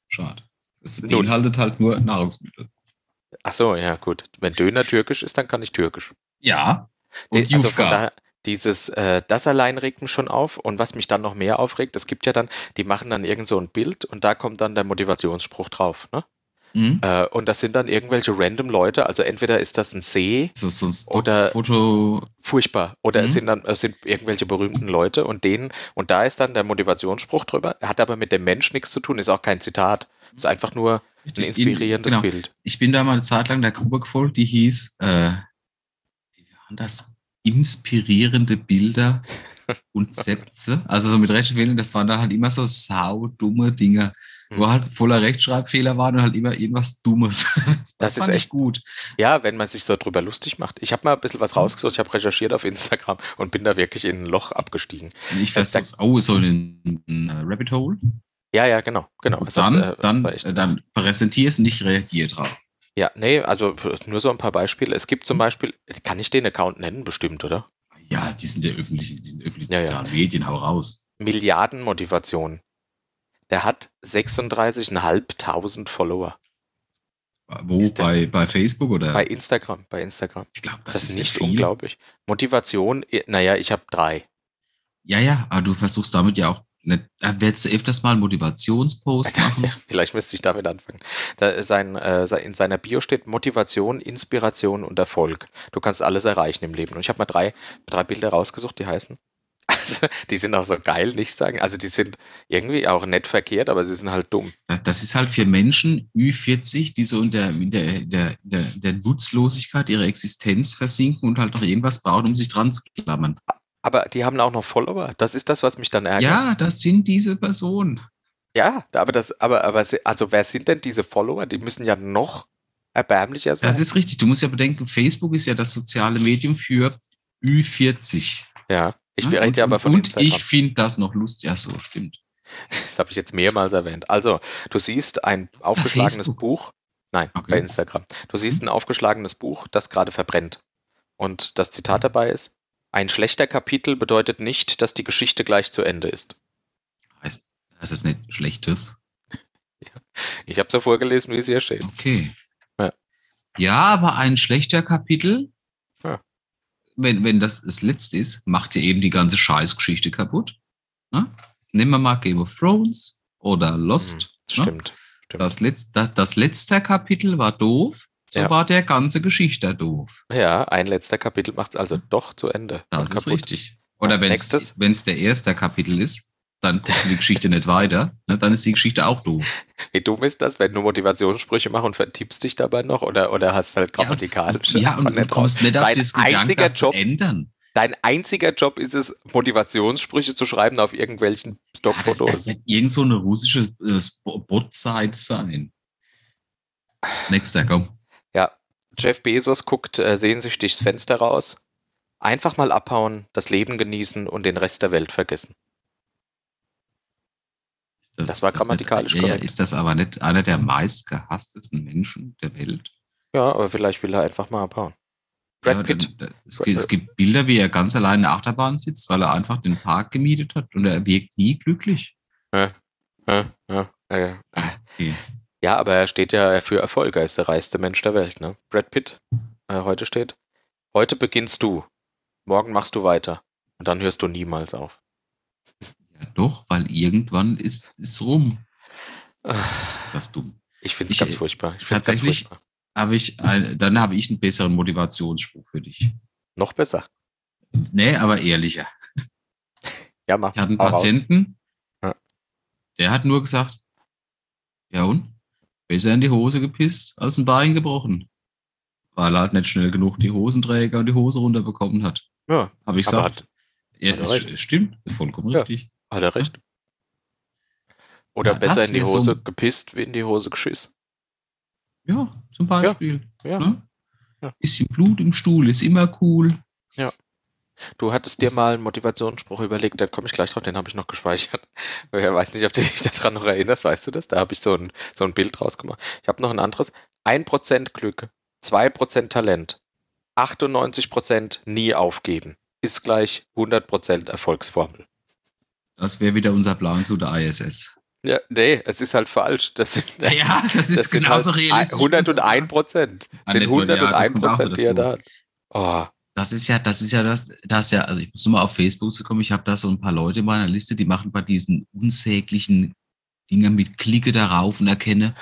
[SPEAKER 1] Schade. Es
[SPEAKER 2] Null.
[SPEAKER 1] beinhaltet halt nur Nahrungsmittel.
[SPEAKER 2] Ach so, ja gut. Wenn Döner türkisch ist, dann kann ich türkisch.
[SPEAKER 1] Ja. Und
[SPEAKER 2] also von
[SPEAKER 1] Jufka.
[SPEAKER 2] daher, dieses, äh, das allein regt mich schon auf. Und was mich dann noch mehr aufregt, es gibt ja dann, die machen dann irgend so ein Bild und da kommt dann der Motivationsspruch drauf. Ne?
[SPEAKER 1] Hm?
[SPEAKER 2] Äh, und das sind dann irgendwelche random Leute. Also entweder ist das ein See,
[SPEAKER 1] So, so ein
[SPEAKER 2] Oder-
[SPEAKER 1] Stockfoto.
[SPEAKER 2] furchtbar, oder es
[SPEAKER 1] Mhm.
[SPEAKER 2] sind dann es sind irgendwelche berühmten Leute und denen und da ist dann der Motivationsspruch drüber. Hat aber mit dem Mensch nichts zu tun. Ist auch kein Zitat. Ist einfach nur ein inspirierendes
[SPEAKER 1] Genau.
[SPEAKER 2] Bild.
[SPEAKER 1] Ich bin da mal eine Zeit lang der Gruppe gefolgt, die hieß, äh, wie waren das? Inspirierende Bilder und Sätze. Also so mit Rechtschreibfehlern, das waren dann halt immer so saudumme Dinge, wo
[SPEAKER 2] Hm.
[SPEAKER 1] halt voller Rechtschreibfehler waren und halt immer irgendwas Dummes. Das,
[SPEAKER 2] ist echt-
[SPEAKER 1] gut.
[SPEAKER 2] Ja, wenn man sich so drüber lustig macht. Ich habe mal ein bisschen
[SPEAKER 1] Mhm.
[SPEAKER 2] was rausgesucht. Ich habe recherchiert auf Instagram und bin da wirklich in ein Loch abgestiegen.
[SPEAKER 1] Ich versuch's. Oh, so ein, ein äh, Rabbit Hole.
[SPEAKER 2] Ja, ja, genau, genau. Es hat,
[SPEAKER 1] dann,
[SPEAKER 2] äh,
[SPEAKER 1] dann,
[SPEAKER 2] war echt-
[SPEAKER 1] äh, dann präsentier's nicht, reagier drauf.
[SPEAKER 2] ja, nee, also p- nur so ein paar Beispiele. Es
[SPEAKER 1] Mhm.
[SPEAKER 2] gibt zum Beispiel, kann ich den Account nennen, bestimmt, oder?
[SPEAKER 1] Ja, die sind ja öffentlich, die sind öffentlich
[SPEAKER 2] Ja, ja.
[SPEAKER 1] sozialen Medien, hau raus.
[SPEAKER 2] Milliardenmotivation. Der hat 36.500 Follower.
[SPEAKER 1] Wo?
[SPEAKER 2] Ist das-
[SPEAKER 1] Bei, bei Facebook oder?
[SPEAKER 2] Bei Instagram, bei Instagram.
[SPEAKER 1] ich glaube,
[SPEAKER 2] Das ist das nicht
[SPEAKER 1] viel.
[SPEAKER 2] unglaublich? Motivation, eh, naja, ich habe drei.
[SPEAKER 1] Ja, ja, aber du versuchst damit ja auch Nicht- äh, Willst du öfters mal einen Motivationspost
[SPEAKER 2] Ja,
[SPEAKER 1] machen?
[SPEAKER 2] vielleicht müsste ich damit anfangen. Da sein, äh, se- in seiner Bio steht Motivation, Inspiration und Erfolg. Du kannst alles erreichen im Leben. Und ich habe mal drei, drei Bilder rausgesucht, die heißen. Also, die sind auch so geil, nicht sagen. Also die sind irgendwie auch nett verkehrt, aber sie sind halt dumm.
[SPEAKER 1] Das, das ist halt für Menschen Ü40, die so in der, in der, in der, in der, in der Nutzlosigkeit ihrer Existenz versinken und halt noch irgendwas brauchen, um sich dran zu klammern.
[SPEAKER 2] Aber die haben auch noch Follower. Das ist das, was mich dann ärgert.
[SPEAKER 1] Ja, das sind diese Personen.
[SPEAKER 2] Ah, genau. Ja, aber das, aber, aber se- also wer sind denn diese Follower? Die müssen ja noch erbärmlicher sein.
[SPEAKER 1] Das ist richtig. Du musst ja bedenken, Facebook ist ja das soziale Medium für Ü40.
[SPEAKER 2] ja. Ich
[SPEAKER 1] ne?
[SPEAKER 2] rede ja
[SPEAKER 1] Und-
[SPEAKER 2] aber von
[SPEAKER 1] Und
[SPEAKER 2] Instagram.
[SPEAKER 1] ich finde das noch lustig. Ja, so, stimmt.
[SPEAKER 2] Das habe ich jetzt mehrmals erwähnt. Also, du siehst ein aufgeschlagenes
[SPEAKER 1] Facebook.
[SPEAKER 2] Buch. Nein,
[SPEAKER 1] Okay. Mhm.
[SPEAKER 2] bei Instagram. Du siehst ein aufgeschlagenes Buch, das gerade verbrennt. Und das
[SPEAKER 1] Mhm.
[SPEAKER 2] Zitat dabei ist: Ein schlechter Kapitel bedeutet nicht, dass die Geschichte gleich zu Ende ist.
[SPEAKER 1] Heißt, das ist nicht Schlechtes.
[SPEAKER 2] Ich habe so vorgelesen, wie es hier steht.
[SPEAKER 1] Okay.
[SPEAKER 2] Ja.
[SPEAKER 1] Ja, aber ein schlechter Kapitel,
[SPEAKER 2] Ja.
[SPEAKER 1] wenn, wenn das das letzte ist, macht dir eben die ganze Scheißgeschichte kaputt. Ne? Nehmen wir mal Game of Thrones oder Lost.
[SPEAKER 2] Mhm, Genau.
[SPEAKER 1] ne?
[SPEAKER 2] Stimmt. stimmt.
[SPEAKER 1] Das, Letz, das, das letzte Kapitel war doof, so
[SPEAKER 2] Ja.
[SPEAKER 1] war der ganze Geschichte doof.
[SPEAKER 2] Ja, ein letzter Kapitel macht es also doch zu Ende.
[SPEAKER 1] Mhm. Das
[SPEAKER 2] Und
[SPEAKER 1] ist
[SPEAKER 2] kaputt.
[SPEAKER 1] richtig. Oder
[SPEAKER 2] Ja,
[SPEAKER 1] wenn
[SPEAKER 2] nächstes.
[SPEAKER 1] es der erste Kapitel ist, dann guckst du die Geschichte nicht weiter, ne? dann ist die Geschichte auch doof.
[SPEAKER 2] Wie dumm ist das, wenn du Motivationssprüche machst und vertippst dich dabei noch oder, oder hast halt grammatikalische
[SPEAKER 1] Ja, und
[SPEAKER 2] von
[SPEAKER 1] du
[SPEAKER 2] der draus.
[SPEAKER 1] kommst nicht auf
[SPEAKER 2] Dein
[SPEAKER 1] das Gedanke,
[SPEAKER 2] einziger
[SPEAKER 1] das zu
[SPEAKER 2] Job-
[SPEAKER 1] ändern.
[SPEAKER 2] Dein einziger Job ist es, Motivationssprüche zu schreiben auf irgendwelchen
[SPEAKER 1] Ja, das, das
[SPEAKER 2] Stockfotos.
[SPEAKER 1] wird irgend so eine russische äh, Sp- Bot-Site sein. Nächster, komm.
[SPEAKER 2] Jeff Bezos guckt äh, sehnsüchtig das Fenster raus. Einfach mal abhauen, das Leben genießen und den Rest der Welt vergessen.
[SPEAKER 1] Ist
[SPEAKER 2] Das war
[SPEAKER 1] ist
[SPEAKER 2] grammatikalisch
[SPEAKER 1] nicht, ja, ja,
[SPEAKER 2] korrekt.
[SPEAKER 1] Ist das aber nicht einer der meistgehasstesten Menschen der Welt?
[SPEAKER 2] Ja, aber vielleicht will er einfach mal abhauen. Brad
[SPEAKER 1] Ja,
[SPEAKER 2] Pitt.
[SPEAKER 1] dann- da- es, gibt- es gibt Bilder, wie er ganz allein in der Achterbahn sitzt, weil er einfach den Park gemietet hat und er wirkt nie glücklich.
[SPEAKER 2] Ja, ja, ja.
[SPEAKER 1] Okay.
[SPEAKER 2] ja, aber er steht ja für Erfolg. Er ist der reichste Mensch der Welt. Ne? Brad Pitt äh, heute steht. Heute beginnst du. Morgen machst du weiter. Und dann hörst du niemals auf.
[SPEAKER 1] Ja, doch, weil irgendwann ist es rum.
[SPEAKER 2] Ah,
[SPEAKER 1] Ist das dumm.
[SPEAKER 2] Ich finde es
[SPEAKER 1] Ich,
[SPEAKER 2] ganz
[SPEAKER 1] äh,
[SPEAKER 2] furchtbar. Ich find's
[SPEAKER 1] tatsächlich-
[SPEAKER 2] ganz furchtbar.
[SPEAKER 1] Habe ich ein, dann habe ich einen besseren Motivationsspruch für dich.
[SPEAKER 2] Noch besser.
[SPEAKER 1] Nee, aber ehrlicher.
[SPEAKER 2] Ja, mach.
[SPEAKER 1] Ich hatte einen
[SPEAKER 2] hau raus.
[SPEAKER 1] Patienten,
[SPEAKER 2] Ja.
[SPEAKER 1] der hat nur gesagt, ja und? Besser in die Hose gepisst, als ein Bein gebrochen. Weil er halt nicht schnell genug die Hosenträger und die Hose runterbekommen hat.
[SPEAKER 2] Ja,
[SPEAKER 1] Habe ich
[SPEAKER 2] aber
[SPEAKER 1] gesagt,
[SPEAKER 2] hat,
[SPEAKER 1] ja,
[SPEAKER 2] hat er
[SPEAKER 1] das
[SPEAKER 2] recht.
[SPEAKER 1] stimmt, vollkommen
[SPEAKER 2] Ja.
[SPEAKER 1] richtig.
[SPEAKER 2] hat er recht. Oder
[SPEAKER 1] Ja,
[SPEAKER 2] besser
[SPEAKER 1] das
[SPEAKER 2] in die
[SPEAKER 1] wär so-
[SPEAKER 2] Hose gepisst, wie in die Hose geschissen.
[SPEAKER 1] Ja, zum Beispiel.
[SPEAKER 2] Ja.
[SPEAKER 1] Ne?
[SPEAKER 2] Ja.
[SPEAKER 1] Bisschen Blut im Stuhl ist immer cool.
[SPEAKER 2] Du hattest dir mal einen Motivationsspruch überlegt, da komme ich gleich drauf, den habe ich noch gespeichert. Ich weiß nicht, ob du dich daran noch erinnerst, weißt du das? Da habe ich so ein, so ein Bild draus gemacht. Ich habe noch ein anderes. 1% Glück, 2% Talent, 98% nie aufgeben ist gleich 100% Erfolgsformel.
[SPEAKER 1] Das wäre wieder unser Plan zu der ISS.
[SPEAKER 2] Ja, nee, es ist halt falsch. Das sind,
[SPEAKER 1] Ja, das ist
[SPEAKER 2] sind
[SPEAKER 1] genauso
[SPEAKER 2] halt
[SPEAKER 1] realistisch.
[SPEAKER 2] 101 Prozent.
[SPEAKER 1] Ah,
[SPEAKER 2] Sind
[SPEAKER 1] nicht nur, ja, das
[SPEAKER 2] 101
[SPEAKER 1] kommt auch
[SPEAKER 2] Prozent, die er da
[SPEAKER 1] dazu.
[SPEAKER 2] hat. Oh,
[SPEAKER 1] Das ist ja, das ist ja das, das ja, also ich muss nur mal auf Facebook zu kommen, ich habe da so ein paar Leute in meiner Liste, die machen bei diesen unsäglichen Dingern mit Klicke darauf und erkenne,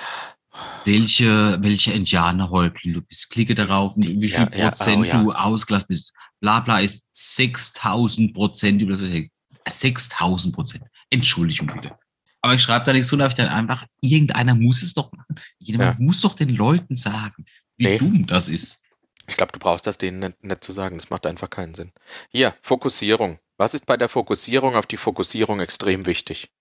[SPEAKER 1] welche, welche Indianerhäuptling du bist. Klicke darauf, und wie viel
[SPEAKER 2] ja, ja, oh,
[SPEAKER 1] Prozent
[SPEAKER 2] ja.
[SPEAKER 1] du ausgelassen bist. Blabla ist 6000 Prozent über das, was ich denke. 6000 Prozent. Entschuldigung bitte. Aber ich schreibe da nichts drunter, ich dann einfach, irgendeiner muss es doch machen. Jemand muss doch den Leuten sagen, wie
[SPEAKER 2] Nee.
[SPEAKER 1] dumm das ist.
[SPEAKER 2] ich glaube, du brauchst das denen nicht, nicht zu sagen. Das macht einfach keinen Sinn. Hier, Fokussierung. Was ist bei der Fokussierung auf die Fokussierung extrem wichtig?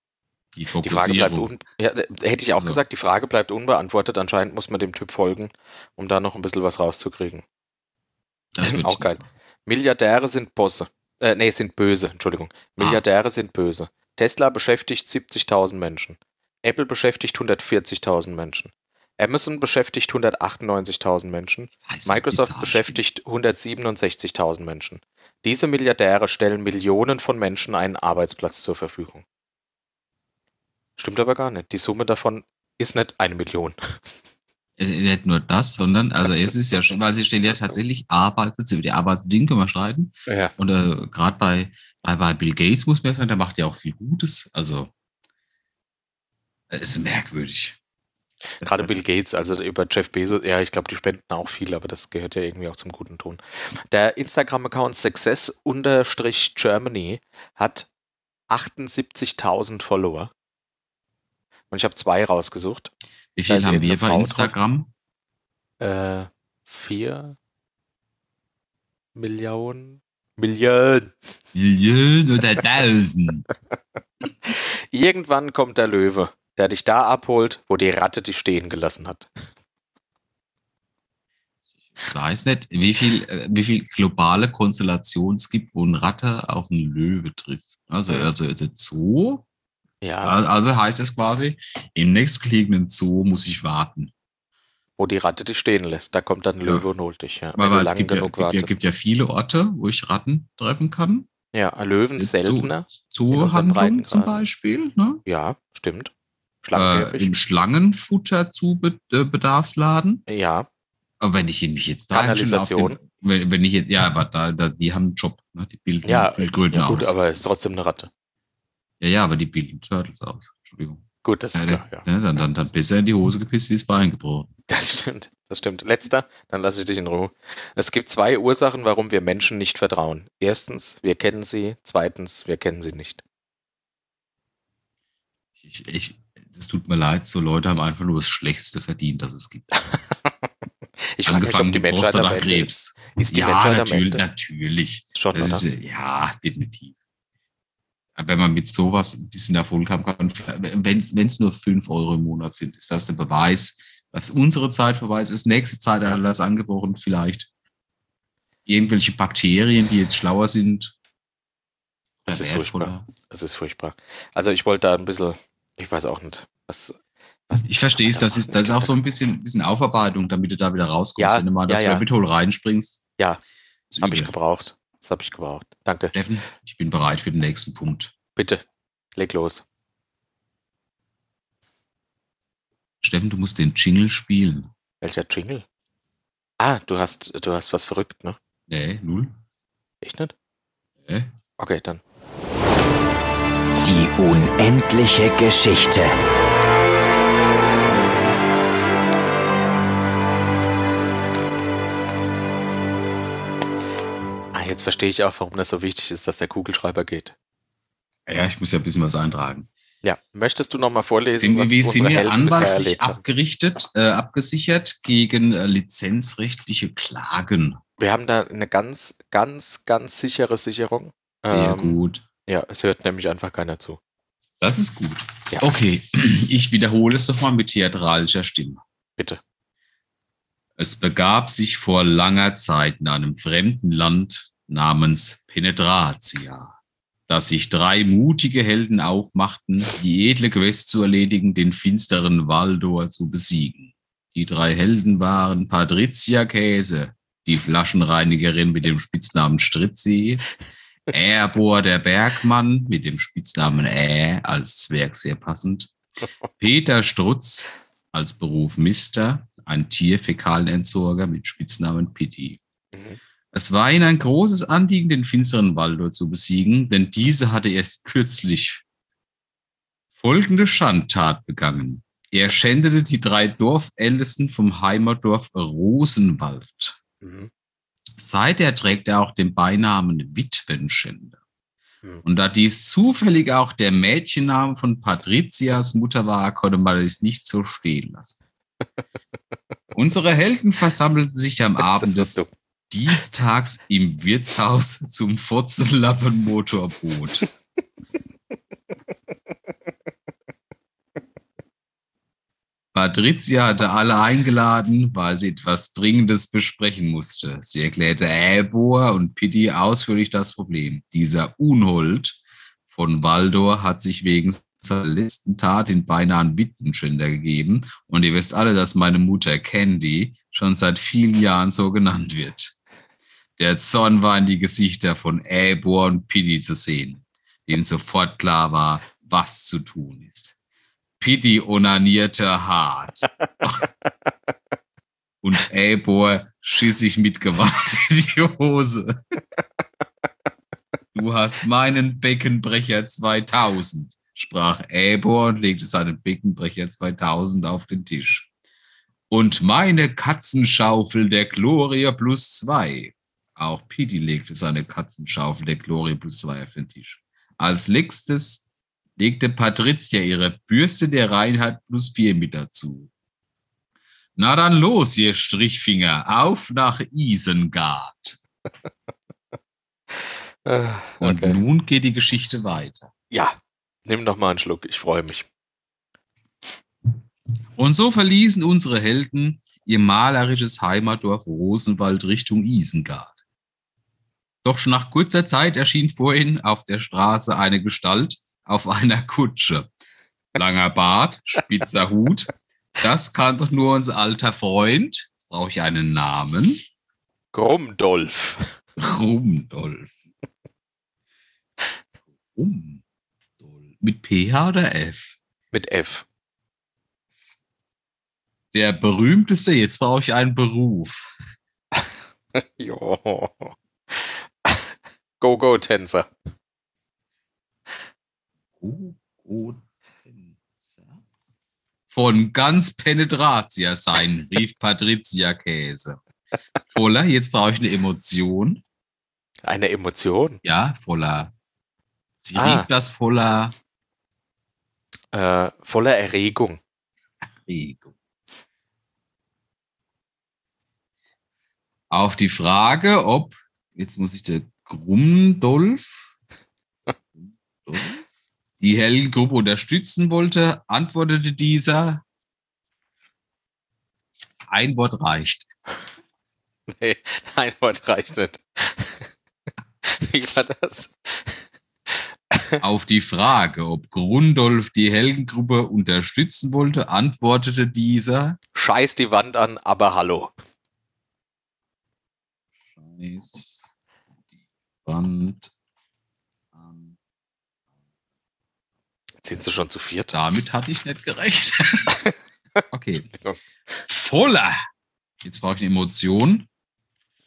[SPEAKER 2] Die Frage bleibt un ja, äh, hätte ich auch
[SPEAKER 1] Also.
[SPEAKER 2] gesagt, die Frage bleibt unbeantwortet. Anscheinend muss man dem Typ folgen, um da noch ein bisschen was rauszukriegen.
[SPEAKER 1] Das wird
[SPEAKER 2] Ähm, Auch geil. Milliardäre sind Bosse. Äh, nee, sind böse, Entschuldigung. Milliardäre sind böse. Tesla beschäftigt 70.000 Menschen. Apple beschäftigt 140.000 Menschen. Amazon beschäftigt 198.000 Menschen.
[SPEAKER 1] Weiß nicht, die
[SPEAKER 2] Microsoft
[SPEAKER 1] Zahl
[SPEAKER 2] beschäftigt 167.000 Menschen. Diese Milliardäre stellen Millionen von Menschen einen Arbeitsplatz zur Verfügung. Stimmt aber gar nicht. Die Summe davon ist nicht eine Million.
[SPEAKER 1] stimmt. Es ist nicht nur das, sondern, also es ist ja schon, weil sie stehen ja tatsächlich arbeitet, über die Arbeitsbedingungen können wir streiten.
[SPEAKER 2] Ja.
[SPEAKER 1] Und äh, gerade bei Bei, bei Bill Gates muss man ja sagen, der macht ja auch viel Gutes. Also, das ist merkwürdig.
[SPEAKER 2] Gerade
[SPEAKER 1] Das-
[SPEAKER 2] Bill Gates, also über Jeff Bezos, ja, ich glaube, die spenden auch viel, aber das gehört ja irgendwie auch zum guten Ton. Der Instagram-Account Success-Germany hat 78.000 Follower. Und ich habe zwei rausgesucht.
[SPEAKER 1] Wie
[SPEAKER 2] Da
[SPEAKER 1] viel
[SPEAKER 2] ist
[SPEAKER 1] haben
[SPEAKER 2] irgendeine
[SPEAKER 1] wir bei
[SPEAKER 2] Frau drauf.
[SPEAKER 1] Instagram?
[SPEAKER 2] Äh, vier Millionen. Millionen.
[SPEAKER 1] Millionen oder Tausend.
[SPEAKER 2] Irgendwann kommt der Löwe, der dich da abholt, wo die Ratte dich stehen gelassen hat.
[SPEAKER 1] Ich weiß nicht, wie viel, äh, wie viel globale Konstellation es gibt, wo ein Ratte auf einen Löwe trifft. Also,
[SPEAKER 2] Mhm.
[SPEAKER 1] also der Zoo,
[SPEAKER 2] Ja,
[SPEAKER 1] al- also heißt es quasi, im nächstgelegenen Zoo muss ich warten.
[SPEAKER 2] wo die Ratte dich stehen lässt. Da kommt dann ein
[SPEAKER 1] Ja.
[SPEAKER 2] Löwe und holt dich. Ja.
[SPEAKER 1] Weil,
[SPEAKER 2] Wenn du
[SPEAKER 1] weil es
[SPEAKER 2] lang
[SPEAKER 1] gibt ja,
[SPEAKER 2] genug
[SPEAKER 1] gibt, ja,
[SPEAKER 2] wartest.
[SPEAKER 1] gibt ja viele Orte, wo ich Ratten treffen kann.
[SPEAKER 2] Ja, Löwen
[SPEAKER 1] Jetzt
[SPEAKER 2] Hm, seltener.
[SPEAKER 1] Zoo,
[SPEAKER 2] in unserem
[SPEAKER 1] Zoohandlung zum
[SPEAKER 2] Breitengraden.
[SPEAKER 1] Beispiel. Ne?
[SPEAKER 2] Ja, stimmt.
[SPEAKER 1] Äh,
[SPEAKER 2] Schlangenkäfig.
[SPEAKER 1] Im Schlangenfutter-Bedarfsladen.
[SPEAKER 2] ja,
[SPEAKER 1] äh, Aber wenn ich mich jetzt da schon auf
[SPEAKER 2] Kanalisation.
[SPEAKER 1] dem, wenn, wenn ich jetzt, ja, aber da, da, die haben einen Job, ne? die bilden
[SPEAKER 2] Ja,
[SPEAKER 1] die Schildkröten
[SPEAKER 2] ja gut,
[SPEAKER 1] aus.
[SPEAKER 2] aber ist trotzdem eine Ratte.
[SPEAKER 1] ja, ja, aber die bilden Turtles aus. Entschuldigung.
[SPEAKER 2] Gut, das ist
[SPEAKER 1] Ja,
[SPEAKER 2] klar. Ja.
[SPEAKER 1] ne, dann, dann, dann besser in die Hose gepisst, wie das Bein gebrochen.
[SPEAKER 2] Das stimmt, das stimmt. Letzter, dann lasse ich dich in Ruhe. Es gibt zwei Ursachen, warum wir Menschen nicht vertrauen. Erstens, wir kennen sie. Zweitens, wir kennen sie nicht.
[SPEAKER 1] Ich, ich, das tut mir leid, so Leute haben einfach nur das Schlechteste verdient, das es gibt.
[SPEAKER 2] Ich frage mich, ob die
[SPEAKER 1] mit
[SPEAKER 2] Menschheit am Ende
[SPEAKER 1] Prostatakrebs.
[SPEAKER 2] ist. Ist die
[SPEAKER 1] ja,
[SPEAKER 2] Menschheit am
[SPEAKER 1] natürlich,
[SPEAKER 2] Ende?
[SPEAKER 1] natürlich.
[SPEAKER 2] Schon,
[SPEAKER 1] Das ist,
[SPEAKER 2] oder?
[SPEAKER 1] äh, ja, definitiv. Aber Wenn man mit sowas ein bisschen Erfolg haben kann, wenn es nur 5 Euro im Monat sind, ist das der Beweis, dass unsere Zeit vorbei ist. Ist nächste Zeit alles angebrochen, vielleicht irgendwelche Bakterien, die jetzt schlauer sind.
[SPEAKER 2] Das
[SPEAKER 1] oder
[SPEAKER 2] ist furchtbar.
[SPEAKER 1] wertvoller.
[SPEAKER 2] Das ist furchtbar. Also ich wollte da ein bisschen, ich weiß auch nicht, was... was
[SPEAKER 1] Ich verstehe es, das ist, das ist auch so ein bisschen, bisschen Aufarbeitung, damit du da wieder rauskommst,
[SPEAKER 2] Ja,
[SPEAKER 1] wenn du mal in das
[SPEAKER 2] ja, ja.
[SPEAKER 1] Rabbit Hole reinspringst.
[SPEAKER 2] Ja,
[SPEAKER 1] Das ist
[SPEAKER 2] Habe ich
[SPEAKER 1] übel.
[SPEAKER 2] gebraucht. Das habe ich gebraucht. Danke.
[SPEAKER 1] Steffen, ich bin bereit für den nächsten Punkt.
[SPEAKER 2] Bitte, leg los.
[SPEAKER 1] Steffen, du musst den Jingle spielen.
[SPEAKER 2] Welcher Jingle? Ah, du hast, du hast was verrückt, ne?
[SPEAKER 1] Nee, null.
[SPEAKER 2] Echt nicht?
[SPEAKER 1] Nee.
[SPEAKER 2] Okay, dann.
[SPEAKER 4] Die unendliche Geschichte.
[SPEAKER 2] Ah, jetzt verstehe ich auch, warum das so wichtig ist, dass der Kugelschreiber geht.
[SPEAKER 1] Ja, ich muss ja ein bisschen was eintragen.
[SPEAKER 2] Ja, möchtest du nochmal vorlesen,
[SPEAKER 1] Sind,
[SPEAKER 2] was
[SPEAKER 1] wie
[SPEAKER 2] unsere
[SPEAKER 1] sind wir
[SPEAKER 2] Helden bisher
[SPEAKER 1] anwaltlich
[SPEAKER 2] erlebt ne? haben?
[SPEAKER 1] abgerichtet, äh, abgesichert gegen äh, lizenzrechtliche Klagen?
[SPEAKER 2] Wir haben da eine ganz, ganz, ganz sichere Sicherung.
[SPEAKER 1] Sehr
[SPEAKER 2] Ähm,
[SPEAKER 1] gut.
[SPEAKER 2] Ja, es hört nämlich einfach keiner zu.
[SPEAKER 1] Das ist gut.
[SPEAKER 2] Ja.
[SPEAKER 1] Okay, ich wiederhole es nochmal mit theatralischer Stimme.
[SPEAKER 2] Bitte.
[SPEAKER 1] Es begab sich vor langer Zeit in einem fremden Land namens Penetratia, dass sich drei mutige Helden aufmachten, die edle Quest zu erledigen, den finsteren Waldor zu besiegen. Die drei Helden waren Patricia Käse, die Flaschenreinigerin mit dem Spitznamen Stritzi, Erbor Äh, der Bergmann mit dem Spitznamen Ä als Zwerg sehr passend, Peter Strutz als Beruf Mister, ein Tierfäkalenentsorger mit Spitznamen Pitti.
[SPEAKER 2] Mhm.
[SPEAKER 1] Es war ihnen ein großes Anliegen, den finsteren Waldor zu besiegen, denn diese hatte erst kürzlich folgende Schandtat begangen. Er schändete die drei Dorfältesten vom Heimatdorf Rosenwald.
[SPEAKER 2] Mhm.
[SPEAKER 1] Seither trägt er auch den Beinamen Witwenschänder.
[SPEAKER 2] Mhm.
[SPEAKER 1] Und da dies zufällig auch der Mädchenname von Patrizias Mutter war, konnte man es nicht so stehen lassen. Unsere Helden versammelten sich am Abend
[SPEAKER 2] Das ist
[SPEAKER 1] des
[SPEAKER 2] so dumm.
[SPEAKER 1] Dienstags im Wirtshaus zum Furzenlappen-Motorboot. Patricia hatte alle eingeladen, weil sie etwas Dringendes besprechen musste. Sie erklärte Äbor und Pitti ausführlich das Problem. Dieser Unhold von Waldor hat sich wegen seiner letzten Tat den beinahen Wittenschänder gegeben und ihr wisst alle, dass meine Mutter Candy schon seit vielen Jahren so genannt wird. Der Zorn war in die Gesichter von Äbor und Pitti zu sehen, denen sofort klar war, was zu tun ist. Pitti onanierte hart. Und Äbor schiss sich mit Gewalt in die Hose. Du hast meinen Beckenbrecher 2000, sprach Äbor und legte seinen Beckenbrecher 2000 auf den Tisch. Und meine Katzenschaufel der Gloria plus zwei. Auch Pidi legte seine Katzenschaufel der Gloria plus zwei auf den Tisch. Als letztes legte Patrizia ihre Bürste der Reinheit plus vier mit dazu. Na dann los, ihr Strichfinger, auf nach Isengard.
[SPEAKER 2] Äh,
[SPEAKER 1] Und
[SPEAKER 2] okay.
[SPEAKER 1] nun geht die Geschichte weiter.
[SPEAKER 2] Ja, nimm noch mal einen Schluck, ich freue mich.
[SPEAKER 1] Und so verließen unsere Helden ihr malerisches Heimatdorf Rosenwald Richtung Isengard. Doch schon nach kurzer Zeit erschien vorhin auf der Straße eine Gestalt auf einer Kutsche. Langer Bart, spitzer Hut. Das kann doch nur unser alter Freund. Jetzt brauche ich einen Namen.
[SPEAKER 2] Grumdolf.
[SPEAKER 1] Rumdolf. Rumdolf. Mit PH oder F?
[SPEAKER 2] Mit F.
[SPEAKER 1] Der berühmteste, jetzt brauche ich einen Beruf.
[SPEAKER 2] Jo. Go-Go-Tänzer.
[SPEAKER 1] Go-Go-Tänzer? Von ganz Penetratia sein, rief Patricia Käse. Voller, jetzt brauche ich eine Emotion.
[SPEAKER 2] Eine Emotion.
[SPEAKER 1] Ja, voller. Sie
[SPEAKER 2] Ah.
[SPEAKER 1] rief das voller
[SPEAKER 2] Äh, voller Erregung.
[SPEAKER 1] Regung. Auf die Frage, ob, jetzt muss ich der Grumdolf, Grumdolf, die Hellengruppe unterstützen wollte, antwortete dieser, ein Wort reicht.
[SPEAKER 2] Nee, ein Wort reicht nicht. Wie war das?
[SPEAKER 1] Auf die Frage, ob Grundolf die Helgengruppe unterstützen wollte, antwortete dieser,
[SPEAKER 2] Scheiß die Wand an, aber hallo.
[SPEAKER 1] Scheiß die Wand an.
[SPEAKER 2] Jetzt sind sie schon zu viert.
[SPEAKER 1] Damit hatte ich nicht gerechnet. okay.
[SPEAKER 2] Entschuldigung.
[SPEAKER 1] Voller. Jetzt brauche ich eine Emotion,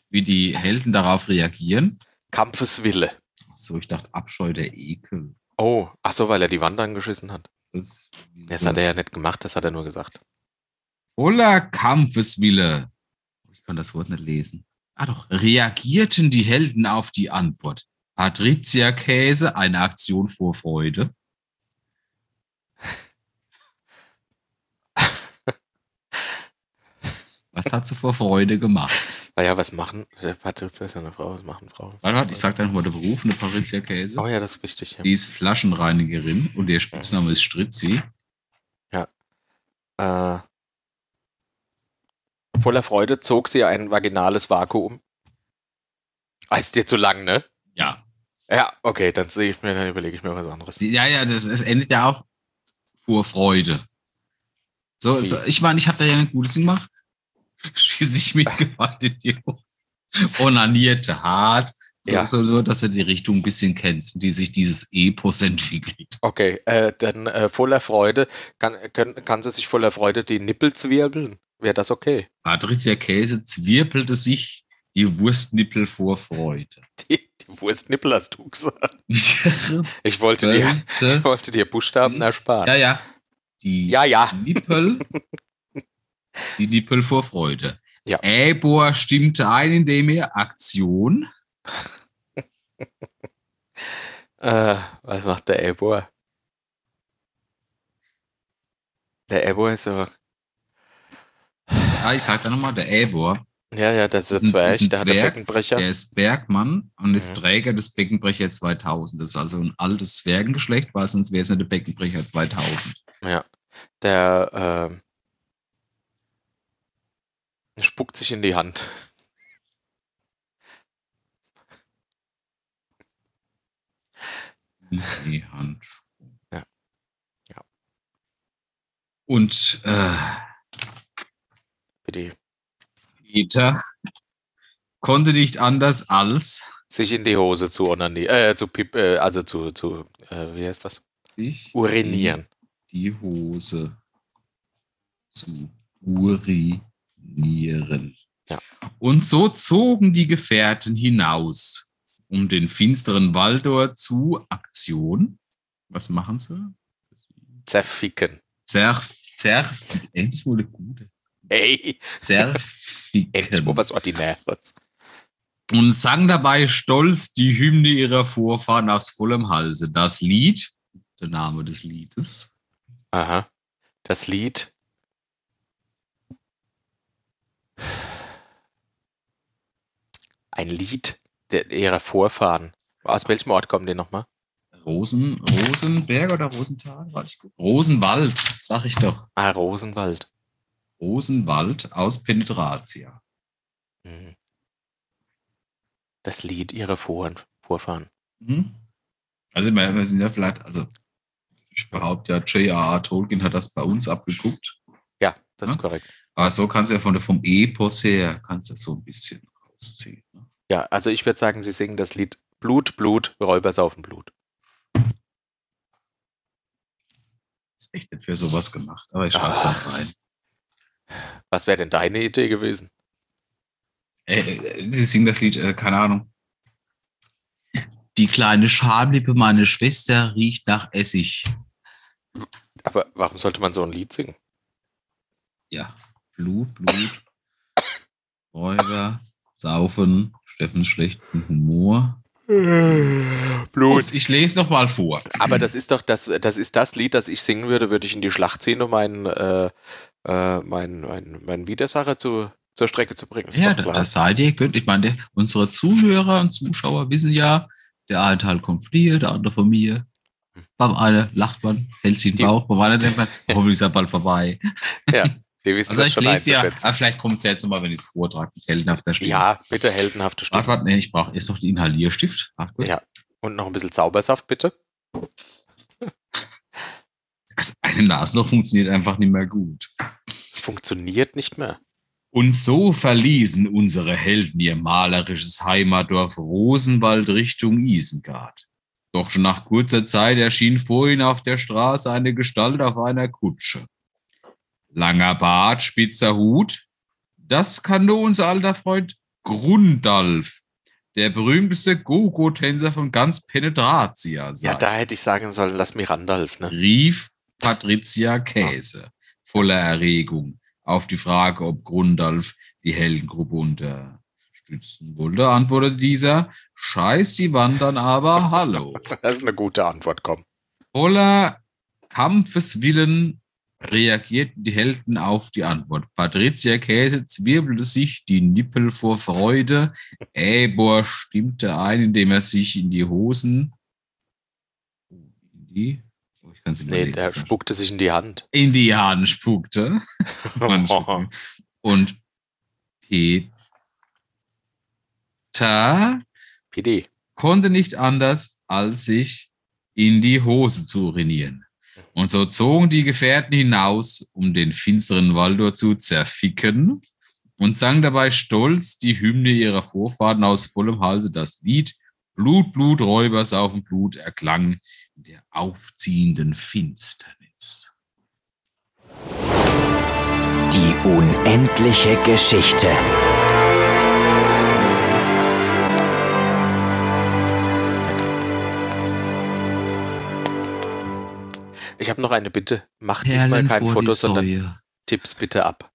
[SPEAKER 1] wie die Helden darauf reagieren.
[SPEAKER 2] Kampfeswille.
[SPEAKER 1] Ach So, ich dachte, Abscheu der Ekel.
[SPEAKER 2] Oh, ach so, weil er die Wand angeschissen hat.
[SPEAKER 1] Das,
[SPEAKER 2] Das hat er ja nicht gemacht, das hat er nur gesagt.
[SPEAKER 1] Voller Kampfeswille. Ich kann das Wort nicht lesen. Ah doch, reagierten die Helden auf die Antwort. Patricia Käse, eine Aktion vor Freude. Was hat sie vor Freude gemacht?
[SPEAKER 2] Naja, Ah was machen? Der Patricia ist ja eine Frau, was machen Frauen?
[SPEAKER 1] Warte, warte, ich sag dann mal den Beruf, eine Patricia Käse.
[SPEAKER 2] Oh ja, das ist wichtig. Ja.
[SPEAKER 1] Die ist Flaschenreinigerin und ihr Spitzname ist Stritzi.
[SPEAKER 2] Äh, voller Freude zog sie ein vaginales Vakuum. Ah, ist dir zu lang, ne?
[SPEAKER 1] Ja.
[SPEAKER 2] Ja, okay, dann sehe ich mir, dann überlege ich mir was anderes.
[SPEAKER 1] Die- Ja, ja, das, es endet ja auf vor Freude. So, so ich meine, ich habe da ja ein Gutes gemacht. Schließlich mitgemacht, Idiot. Onanierte hart. So,
[SPEAKER 2] Ja.
[SPEAKER 1] so, so, dass du die Richtung ein bisschen kennst, in die sich dieses Epos entwickelt.
[SPEAKER 2] Okay, äh, dann äh, voller Freude, kann, können, kann sie sich voller Freude die Nippel zwirbeln? Wäre das okay?
[SPEAKER 1] Patricia Käse zwirbelte sich die Wurstnippel vor Freude.
[SPEAKER 2] Die, die Wurstnippel hast du gesagt.
[SPEAKER 1] ja,
[SPEAKER 2] Ich wollte dir, ich wollte dir Buchstaben
[SPEAKER 1] Hm? Sie-
[SPEAKER 2] ersparen.
[SPEAKER 1] ja. Die
[SPEAKER 2] Ja, ja.
[SPEAKER 1] Nippel. Die Nippel vor Freude.
[SPEAKER 2] Ja.
[SPEAKER 1] Äbor stimmte ein, indem er Aktion.
[SPEAKER 2] Äh, was macht der Ebor? Der Ebor ist so.
[SPEAKER 1] Ja, ich sag da nochmal, der Äbor,
[SPEAKER 2] Ja, ja, das
[SPEAKER 1] Ist
[SPEAKER 2] ist
[SPEAKER 1] ein-
[SPEAKER 2] ein
[SPEAKER 1] ist
[SPEAKER 2] Zwerg,
[SPEAKER 1] ein
[SPEAKER 2] der hat einen
[SPEAKER 1] Zwerg,
[SPEAKER 2] Beckenbrecher.
[SPEAKER 1] der ist Bergmann und ist
[SPEAKER 2] Mhm.
[SPEAKER 1] Träger des Beckenbrecher 2000. Das ist also ein altes Zwergengeschlecht, weil sonst wäre es nicht der Beckenbrecher 2000.
[SPEAKER 2] Ja. Der ähm, spuckt sich in die Hand.
[SPEAKER 1] Die Handschuhe.
[SPEAKER 2] Mhm. Ja. Ja.
[SPEAKER 1] Und äh,
[SPEAKER 2] Wie die
[SPEAKER 1] Peter konnte nicht anders als
[SPEAKER 2] sich in die Hose zu onani äh, zu pip, äh, also zu, zu äh, wie heißt das?
[SPEAKER 1] sich
[SPEAKER 2] Urinieren.
[SPEAKER 1] die Hose zu urinieren.
[SPEAKER 2] Ja.
[SPEAKER 1] Und so zogen die Gefährten hinaus. um den finsteren Waldor zu Aktion. Was machen sie? Mhm.
[SPEAKER 2] Zerficken.
[SPEAKER 1] Zerf, zerf, endlich wurde gute.
[SPEAKER 2] Ey, endlich mal
[SPEAKER 1] Zerficken.
[SPEAKER 2] was Ordinäres.
[SPEAKER 1] Und sang dabei stolz die Hymne ihrer Vorfahren aus vollem Halse. Das Lied, der Name des Liedes,
[SPEAKER 2] Aha. Das Lied. Ein Lied der, ihrer Vorfahren. Aus welchem Ort kommen die nochmal?
[SPEAKER 1] Rosen, Rosenberg oder Rosenthal? Warte, ich guck. Rosenwald, sag ich doch.
[SPEAKER 2] Ah, Rosenwald.
[SPEAKER 1] Rosenwald aus Penetratia.
[SPEAKER 2] Mhm. Das Lied ihrer Vor Vorfahren.
[SPEAKER 1] Mhm. Also wir, wir sind ja vielleicht, also ich behaupte ja, J.R.R. Tolkien hat das bei uns abgeguckt.
[SPEAKER 2] Ja, das
[SPEAKER 1] Ja.
[SPEAKER 2] ist korrekt.
[SPEAKER 1] Aber so kannst du ja von der, vom Epos her, kannst du so ein bisschen rausziehen. Ne?
[SPEAKER 2] Ja, also ich würde sagen, sie singen das Lied Blut, Blut, Räuber saufen Blut.
[SPEAKER 1] Ist echt nicht für sowas gemacht, aber ich schreibe es halt
[SPEAKER 2] Ach.
[SPEAKER 1] rein.
[SPEAKER 2] Was wäre denn deine Idee gewesen?
[SPEAKER 1] Äh, äh, sie singen das Lied, äh, keine Ahnung. Die kleine Schamlippe meiner Schwester riecht nach Essig.
[SPEAKER 2] Aber warum sollte man so ein Lied singen?
[SPEAKER 1] ja, Blut, Blut, Räuber, Saufen, Steffens schlechten Humor.
[SPEAKER 2] Blut.
[SPEAKER 1] Und ich lese nochmal vor.
[SPEAKER 2] Aber das ist doch das, das ist das Lied, das ich singen würde, würde ich in die Schlacht ziehen, um meinen, äh, äh, meinen, meinen, meinen Widersacher zu, zur Strecke zu bringen. Ist
[SPEAKER 1] Ja,
[SPEAKER 2] doch
[SPEAKER 1] das,
[SPEAKER 2] klar.
[SPEAKER 1] das seid ihr, könnt. Ich meine, der- unsere Zuhörer und Zuschauer wissen ja, der eine Teil kommt von dir, der andere von mir. Beim einen lacht man, hält sich den
[SPEAKER 2] Die-
[SPEAKER 1] Bauch, beim anderen denkt man, hoffentlich ist er bald vorbei.
[SPEAKER 2] Die wissen
[SPEAKER 1] Also
[SPEAKER 2] das
[SPEAKER 1] ich
[SPEAKER 2] schon
[SPEAKER 1] lese ja,
[SPEAKER 2] einzuschätzen.
[SPEAKER 1] ah, vielleicht kommt es ja jetzt nochmal, wenn ich es vortrage, mit heldenhafter Stimme.
[SPEAKER 2] Ja, bitte heldenhafte
[SPEAKER 1] Warte,
[SPEAKER 2] Stimme.
[SPEAKER 1] warte, nee, ich brauche erst noch den Inhalierstift. Warte kurz.
[SPEAKER 2] Ja. Und noch ein bisschen Zaubersaft, bitte.
[SPEAKER 1] Das eine Nasenloch funktioniert einfach nicht mehr gut.
[SPEAKER 2] Es funktioniert nicht mehr.
[SPEAKER 1] Und so verließen unsere Helden ihr malerisches Heimatdorf Rosenwald Richtung Isengard. Doch schon nach kurzer Zeit erschien vor ihnen auf der Straße eine Gestalt auf einer Kutsche. Langer Bart, spitzer Hut, das kann nur unser alter Freund Grundalf, der berühmteste Gogo-Tänzer von ganz Penetratia sein
[SPEAKER 2] Ja, da hätte ich sagen sollen, lass mir Randalf, ne?
[SPEAKER 1] rief Patricia Käse voller Erregung auf die Frage, ob Grundalf die Heldengruppe unterstützen wollte, antwortete dieser, scheiß die wandern aber, hallo.
[SPEAKER 2] Das ist eine gute Antwort, komm.
[SPEAKER 1] Voller Kampfeswillen reagierten die Helden auf die Antwort. Patricia Käse zwirbelte sich die Nippel vor Freude. Ebor stimmte ein, indem er sich in die Hosen... In die... Oh, ich kann's nicht mehr
[SPEAKER 2] Nee,
[SPEAKER 1] lesen.
[SPEAKER 2] der spuckte sich in die Hand.
[SPEAKER 1] in die Haaren spuckte. Mann, spuckte. Und Peter
[SPEAKER 2] PD.
[SPEAKER 1] konnte nicht anders, als sich in die Hose zu urinieren. Und so zogen die Gefährten hinaus, um den finsteren Waldor zu zerficken und sang dabei stolz die Hymne ihrer Vorfahren aus vollem Halse. Das Lied Blut, Blut, Räuber saufen Blut erklang in der aufziehenden Finsternis.
[SPEAKER 4] Die unendliche Geschichte.
[SPEAKER 2] Ich habe noch eine Bitte. Mach diesmal kein Foto, sondern Tipps bitte ab.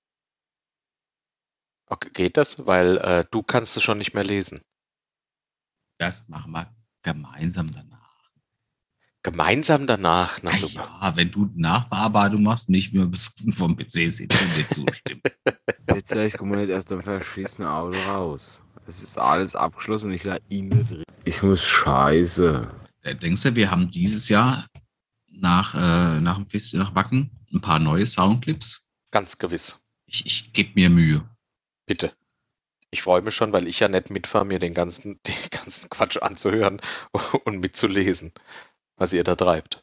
[SPEAKER 2] Okay, geht das? Weil äh, du kannst es schon nicht mehr lesen.
[SPEAKER 1] Das machen wir gemeinsam danach.
[SPEAKER 2] Gemeinsam danach. Na
[SPEAKER 1] Ah
[SPEAKER 2] super.
[SPEAKER 1] ja, wenn du Nachbearbeitung machst, nicht mehr besoffen vom PC sitzen, dir zustimmen.
[SPEAKER 5] Jetzt ich komme nicht aus dem verschissenen Auto raus. Es ist alles abgeschlossen und ich la ihn nicht drin. Ich muss scheiße.
[SPEAKER 1] Da denkst du, wir haben dieses Jahr nach, äh, nach dem Fest, nach Wacken ein paar neue Soundclips?
[SPEAKER 2] Ganz gewiss.
[SPEAKER 1] Ich, ich gebe mir Mühe.
[SPEAKER 2] Bitte. Ich freue mich schon, weil ich ja nicht mitfahre, mir den ganzen, den ganzen Quatsch anzuhören und mitzulesen, was ihr da treibt.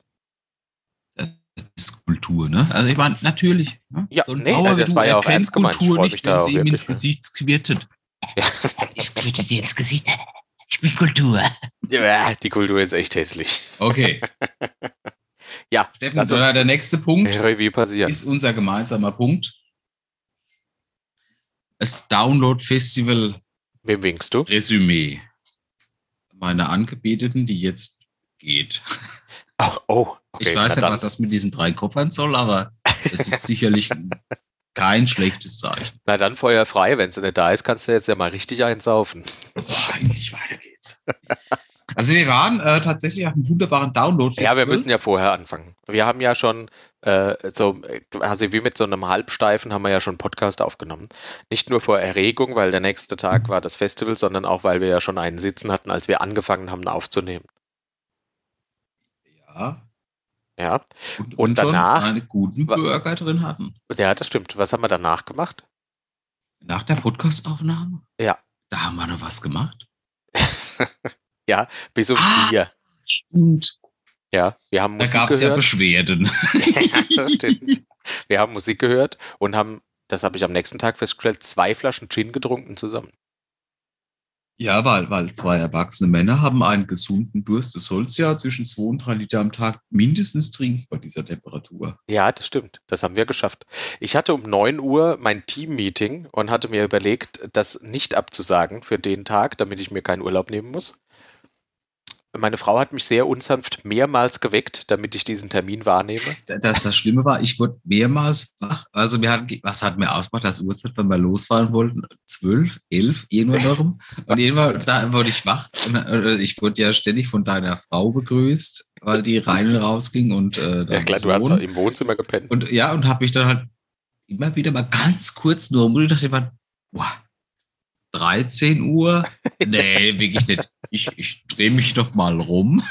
[SPEAKER 1] Das ist Kultur, ne? Also ich meine, natürlich. Ne?
[SPEAKER 2] Ja,
[SPEAKER 1] ein
[SPEAKER 2] nee, also
[SPEAKER 1] Bauer
[SPEAKER 2] das
[SPEAKER 1] wie du
[SPEAKER 2] war ja auch
[SPEAKER 1] erkennt
[SPEAKER 2] ernst gemeint. Ich
[SPEAKER 1] Kultur
[SPEAKER 2] freu mich
[SPEAKER 1] nicht,
[SPEAKER 2] da
[SPEAKER 1] wenn
[SPEAKER 2] auch
[SPEAKER 1] sie ihm ins
[SPEAKER 2] wirklich, ne?
[SPEAKER 1] Gesicht squirtet.
[SPEAKER 2] Ja.
[SPEAKER 1] Ich squirte dir ins Gesicht. Ich bin Kultur.
[SPEAKER 2] Ja, Äh, Die Kultur ist echt hässlich.
[SPEAKER 1] Okay.
[SPEAKER 2] Ja,
[SPEAKER 1] Steffen,
[SPEAKER 2] lass
[SPEAKER 1] so,
[SPEAKER 2] uns-
[SPEAKER 1] der nächste Punkt.
[SPEAKER 2] Revue passieren.
[SPEAKER 1] ist unser gemeinsamer Punkt. Das Download Festival
[SPEAKER 2] Wem winkst du?
[SPEAKER 1] Resümee. meiner Angebeteten, die jetzt geht.
[SPEAKER 2] Ach, oh, okay.
[SPEAKER 1] ich weiß
[SPEAKER 2] na
[SPEAKER 1] nicht, was das mit diesen drei Koffern soll, aber es ist sicherlich kein schlechtes Zeichen.
[SPEAKER 2] Na dann Feuer frei, wenn sie nicht da ist, kannst du jetzt ja mal richtig einsaufen.
[SPEAKER 1] Boah, eigentlich weiter geht's. Also wir waren äh, tatsächlich auf einem wunderbaren download
[SPEAKER 2] Ja, wir müssen ja vorher anfangen. Wir haben ja schon äh, so äh, quasi wie mit so einem Halbsteifen haben wir ja schon einen Podcast aufgenommen. Nicht nur vor Erregung, weil der nächste Tag war das Festival, sondern auch, weil wir ja schon einen Sitzen hatten, als wir angefangen haben aufzunehmen.
[SPEAKER 1] Ja,
[SPEAKER 2] Ja,
[SPEAKER 1] und,
[SPEAKER 2] Und danach-
[SPEAKER 1] schon einen guten
[SPEAKER 2] Wa-
[SPEAKER 1] Burger drin hatten.
[SPEAKER 2] ja das stimmt. Was haben wir danach gemacht?
[SPEAKER 1] Nach der Podcastaufnahme?
[SPEAKER 2] Ja.
[SPEAKER 1] Da haben wir noch was gemacht.
[SPEAKER 2] Bis um
[SPEAKER 1] Ah.
[SPEAKER 2] vier.
[SPEAKER 1] Stimmt.
[SPEAKER 2] Ja, wir haben
[SPEAKER 1] Da
[SPEAKER 2] Musik
[SPEAKER 1] gab es ja
[SPEAKER 2] gehört.
[SPEAKER 1] Beschwerden.
[SPEAKER 2] das stimmt. Wir haben Musik gehört und haben, das habe ich am nächsten Tag festgestellt, zwei Flaschen Gin getrunken zusammen.
[SPEAKER 1] Ja, weil, weil zwei erwachsene Männer haben einen gesunden Durst. Du sollst ja zwischen zwei und drei Liter am Tag mindestens trinken bei dieser Temperatur.
[SPEAKER 2] Ja, das stimmt. Das haben wir geschafft. Ich hatte um 9 Uhr mein Team-Meeting und hatte mir überlegt, das nicht abzusagen für den Tag, damit ich mir keinen Urlaub nehmen muss. Meine Frau hat mich sehr unsanft mehrmals geweckt, damit ich diesen Termin wahrnehme.
[SPEAKER 1] Das, das Schlimme war, ich wurde mehrmals wach. Also wir hatten, was hat mir ausgemacht, das Uhrzeit, wenn wir losfahren wollten, zwölf, elf, irgendwann darum. Und
[SPEAKER 2] Was?
[SPEAKER 1] irgendwann da wurde ich wach. Und, äh, ich wurde ja ständig von deiner Frau begrüßt, weil die rein und rausging und äh,
[SPEAKER 2] Ja,
[SPEAKER 1] deinem
[SPEAKER 2] klar, du hast
[SPEAKER 1] Sohn.
[SPEAKER 2] da im Wohnzimmer gepennt.
[SPEAKER 1] Und ja, und habe mich dann halt immer wieder mal ganz kurz nur umgedreht, dachte immer, boah, 13 Uhr? Nee, wirklich nicht. Ich, ich drehe mich doch mal rum.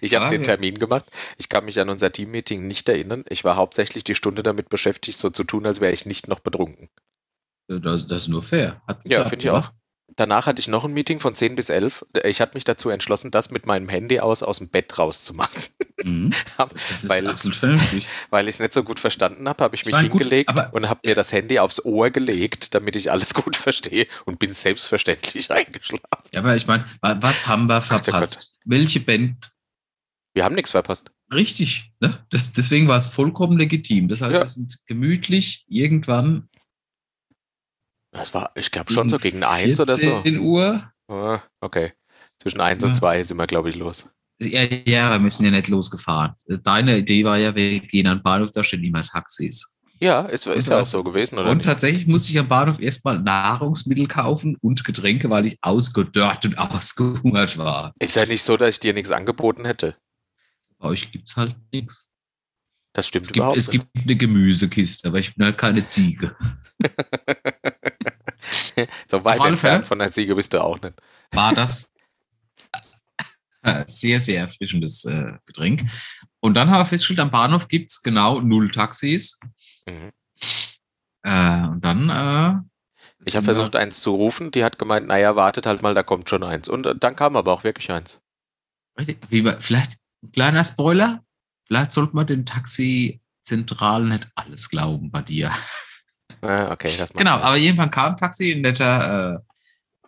[SPEAKER 2] Ich habe
[SPEAKER 1] Ah,
[SPEAKER 2] den
[SPEAKER 1] ja.
[SPEAKER 2] Termin gemacht. Ich kann mich an unser Team-Meeting nicht erinnern. Ich war hauptsächlich die Stunde damit beschäftigt, so zu tun, als wäre ich nicht noch betrunken.
[SPEAKER 1] Das, das ist nur fair. Hat
[SPEAKER 2] Ja,
[SPEAKER 1] geklappt,
[SPEAKER 2] finde ich
[SPEAKER 1] oder?
[SPEAKER 2] auch. Danach hatte ich noch ein Meeting von 10 bis 11. Ich hatte mich dazu entschlossen, das mit meinem Handy aus aus dem Bett rauszumachen,
[SPEAKER 1] Mhm.
[SPEAKER 2] Hab-
[SPEAKER 1] Das ist
[SPEAKER 2] weil-
[SPEAKER 1] absolut vernünftig.
[SPEAKER 2] weil ich es nicht so gut verstanden habe. Habe ich mich
[SPEAKER 1] Nein, gut,
[SPEAKER 2] hingelegt
[SPEAKER 1] aber-
[SPEAKER 2] und habe mir das Handy aufs Ohr gelegt, damit ich alles gut verstehe und bin selbstverständlich eingeschlafen.
[SPEAKER 1] Ja, aber ich meine, wa- was haben wir
[SPEAKER 2] Gott.
[SPEAKER 1] verpasst? Welche Band?
[SPEAKER 2] Wir haben nichts verpasst.
[SPEAKER 1] Richtig. Ne? Das, deswegen war es vollkommen legitim. Das heißt,
[SPEAKER 2] Ja.
[SPEAKER 1] wir sind gemütlich irgendwann
[SPEAKER 2] Das war, ich glaube, schon so gegen 1 oder so.
[SPEAKER 1] 14 Uhr
[SPEAKER 2] Ah, Okay. Zwischen 1
[SPEAKER 1] Ja.
[SPEAKER 2] und 2 sind wir, glaube ich, los.
[SPEAKER 1] Ja, ja, wir müssen ja nicht losgefahren. Also Deine Idee war ja, wir gehen an den Bahnhof, da stehen immer Taxis.
[SPEAKER 2] Ja, ist,
[SPEAKER 1] Und
[SPEAKER 2] ist ja auch
[SPEAKER 1] was-
[SPEAKER 2] so gewesen, oder?
[SPEAKER 1] und
[SPEAKER 2] nicht?
[SPEAKER 1] tatsächlich musste ich am Bahnhof erstmal Nahrungsmittel kaufen und Getränke, weil ich ausgedörrt und ausgehungert war.
[SPEAKER 2] Ist ja nicht so, dass ich dir nichts angeboten hätte.
[SPEAKER 1] Bei euch gibt's halt nichts.
[SPEAKER 2] Das stimmt
[SPEAKER 1] Es gibt,
[SPEAKER 2] überhaupt
[SPEAKER 1] es
[SPEAKER 2] nicht.
[SPEAKER 1] gibt eine Gemüsekiste, aber ich bin halt keine Ziege.
[SPEAKER 2] So weit
[SPEAKER 1] Auf alle
[SPEAKER 2] entfernt
[SPEAKER 1] Fälle.
[SPEAKER 2] von der Ziege bist du auch nicht.
[SPEAKER 1] War das ein sehr, sehr erfrischendes äh, Getränk. Und dann haben wir festgestellt, am Bahnhof gibt's genau null Taxis.
[SPEAKER 2] Mhm.
[SPEAKER 1] Äh, und dann äh,
[SPEAKER 2] Ich
[SPEAKER 1] sind
[SPEAKER 2] habe
[SPEAKER 1] wir-
[SPEAKER 2] versucht, eins zu rufen. Die hat gemeint, naja, wartet halt mal, da kommt schon eins. Und äh, dann kam aber auch wirklich eins.
[SPEAKER 1] Richtig. Wie man, vielleicht ein kleiner Spoiler, vielleicht sollte man dem Taxizentral nicht alles glauben bei dir.
[SPEAKER 2] Ah, okay, das macht
[SPEAKER 1] Genau,
[SPEAKER 2] Sinn.
[SPEAKER 1] aber irgendwann kam ein Taxi, ein netter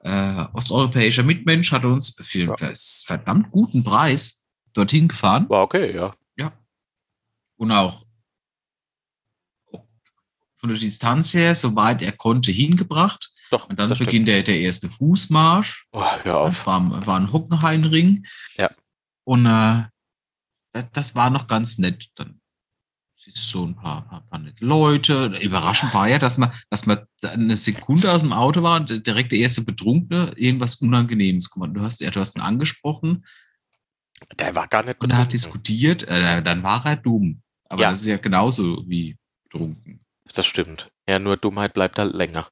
[SPEAKER 1] äh, äh, osteuropäischer Mitmensch, hat uns für
[SPEAKER 2] Ja.
[SPEAKER 1] einen verdammt guten Preis dorthin gefahren.
[SPEAKER 2] War okay, ja.
[SPEAKER 1] Und auch von der Distanz her, soweit er konnte, hingebracht.
[SPEAKER 2] Doch,
[SPEAKER 1] Und dann
[SPEAKER 2] das stimmt.
[SPEAKER 1] beginnt der, der erste Fußmarsch.
[SPEAKER 2] Oh, hör auf.
[SPEAKER 1] Das war, am- war ein Hockenheimring.
[SPEAKER 2] Ja.
[SPEAKER 1] Und äh, das, das war noch ganz nett. Dann siehst du so ein paar, paar, paar nette Leute. Überraschend war ja, dass man, dass man eine Sekunde aus dem Auto war und direkt der erste Betrunkene irgendwas Unangenehmes gemacht. Du hast, ja, du hast ihn angesprochen
[SPEAKER 2] Der war gar nicht ne?
[SPEAKER 1] und er hat
[SPEAKER 2] betrunken.
[SPEAKER 1] diskutiert. Äh, dann war er dumm. Aber
[SPEAKER 2] Ja.
[SPEAKER 1] das ist ja genauso wie betrunken.
[SPEAKER 2] Das stimmt. Ja, nur Dummheit bleibt halt länger.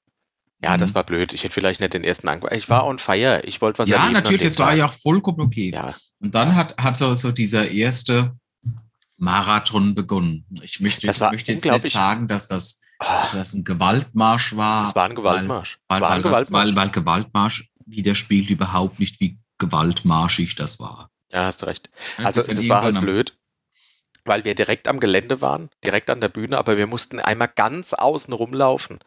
[SPEAKER 2] Ja,
[SPEAKER 1] Mhm.
[SPEAKER 2] das war blöd. Ich hätte vielleicht nicht den ersten Angriff. Ich war on fire. Ich wollte was
[SPEAKER 1] ja,
[SPEAKER 2] erleben. an
[SPEAKER 1] natürlich,
[SPEAKER 2] dem
[SPEAKER 1] das war
[SPEAKER 2] Tag.
[SPEAKER 1] ja auch vollkommen okay.
[SPEAKER 2] Ja,
[SPEAKER 1] Und dann hat, hat so, so dieser erste Marathon begonnen. Ich möchte,
[SPEAKER 2] Das
[SPEAKER 1] ich
[SPEAKER 2] war
[SPEAKER 1] möchte jetzt
[SPEAKER 2] unglaublich.
[SPEAKER 1] nicht sagen, dass das,
[SPEAKER 2] Ah,
[SPEAKER 1] dass das ein Gewaltmarsch war.
[SPEAKER 2] es war ein Gewaltmarsch. Es
[SPEAKER 1] Weil,
[SPEAKER 2] war ein
[SPEAKER 1] weil, weil, das-
[SPEAKER 2] Gewaltmarsch.
[SPEAKER 1] Weil, weil Gewaltmarsch widerspiegelt überhaupt nicht, wie gewaltmarschig das war.
[SPEAKER 2] Ja, hast recht.
[SPEAKER 1] Ja,
[SPEAKER 2] Also
[SPEAKER 1] ist dann
[SPEAKER 2] das war halt
[SPEAKER 1] irgendwann am-
[SPEAKER 2] blöd, weil wir direkt am Gelände waren, direkt an der Bühne, aber wir mussten einmal ganz außen rumlaufen,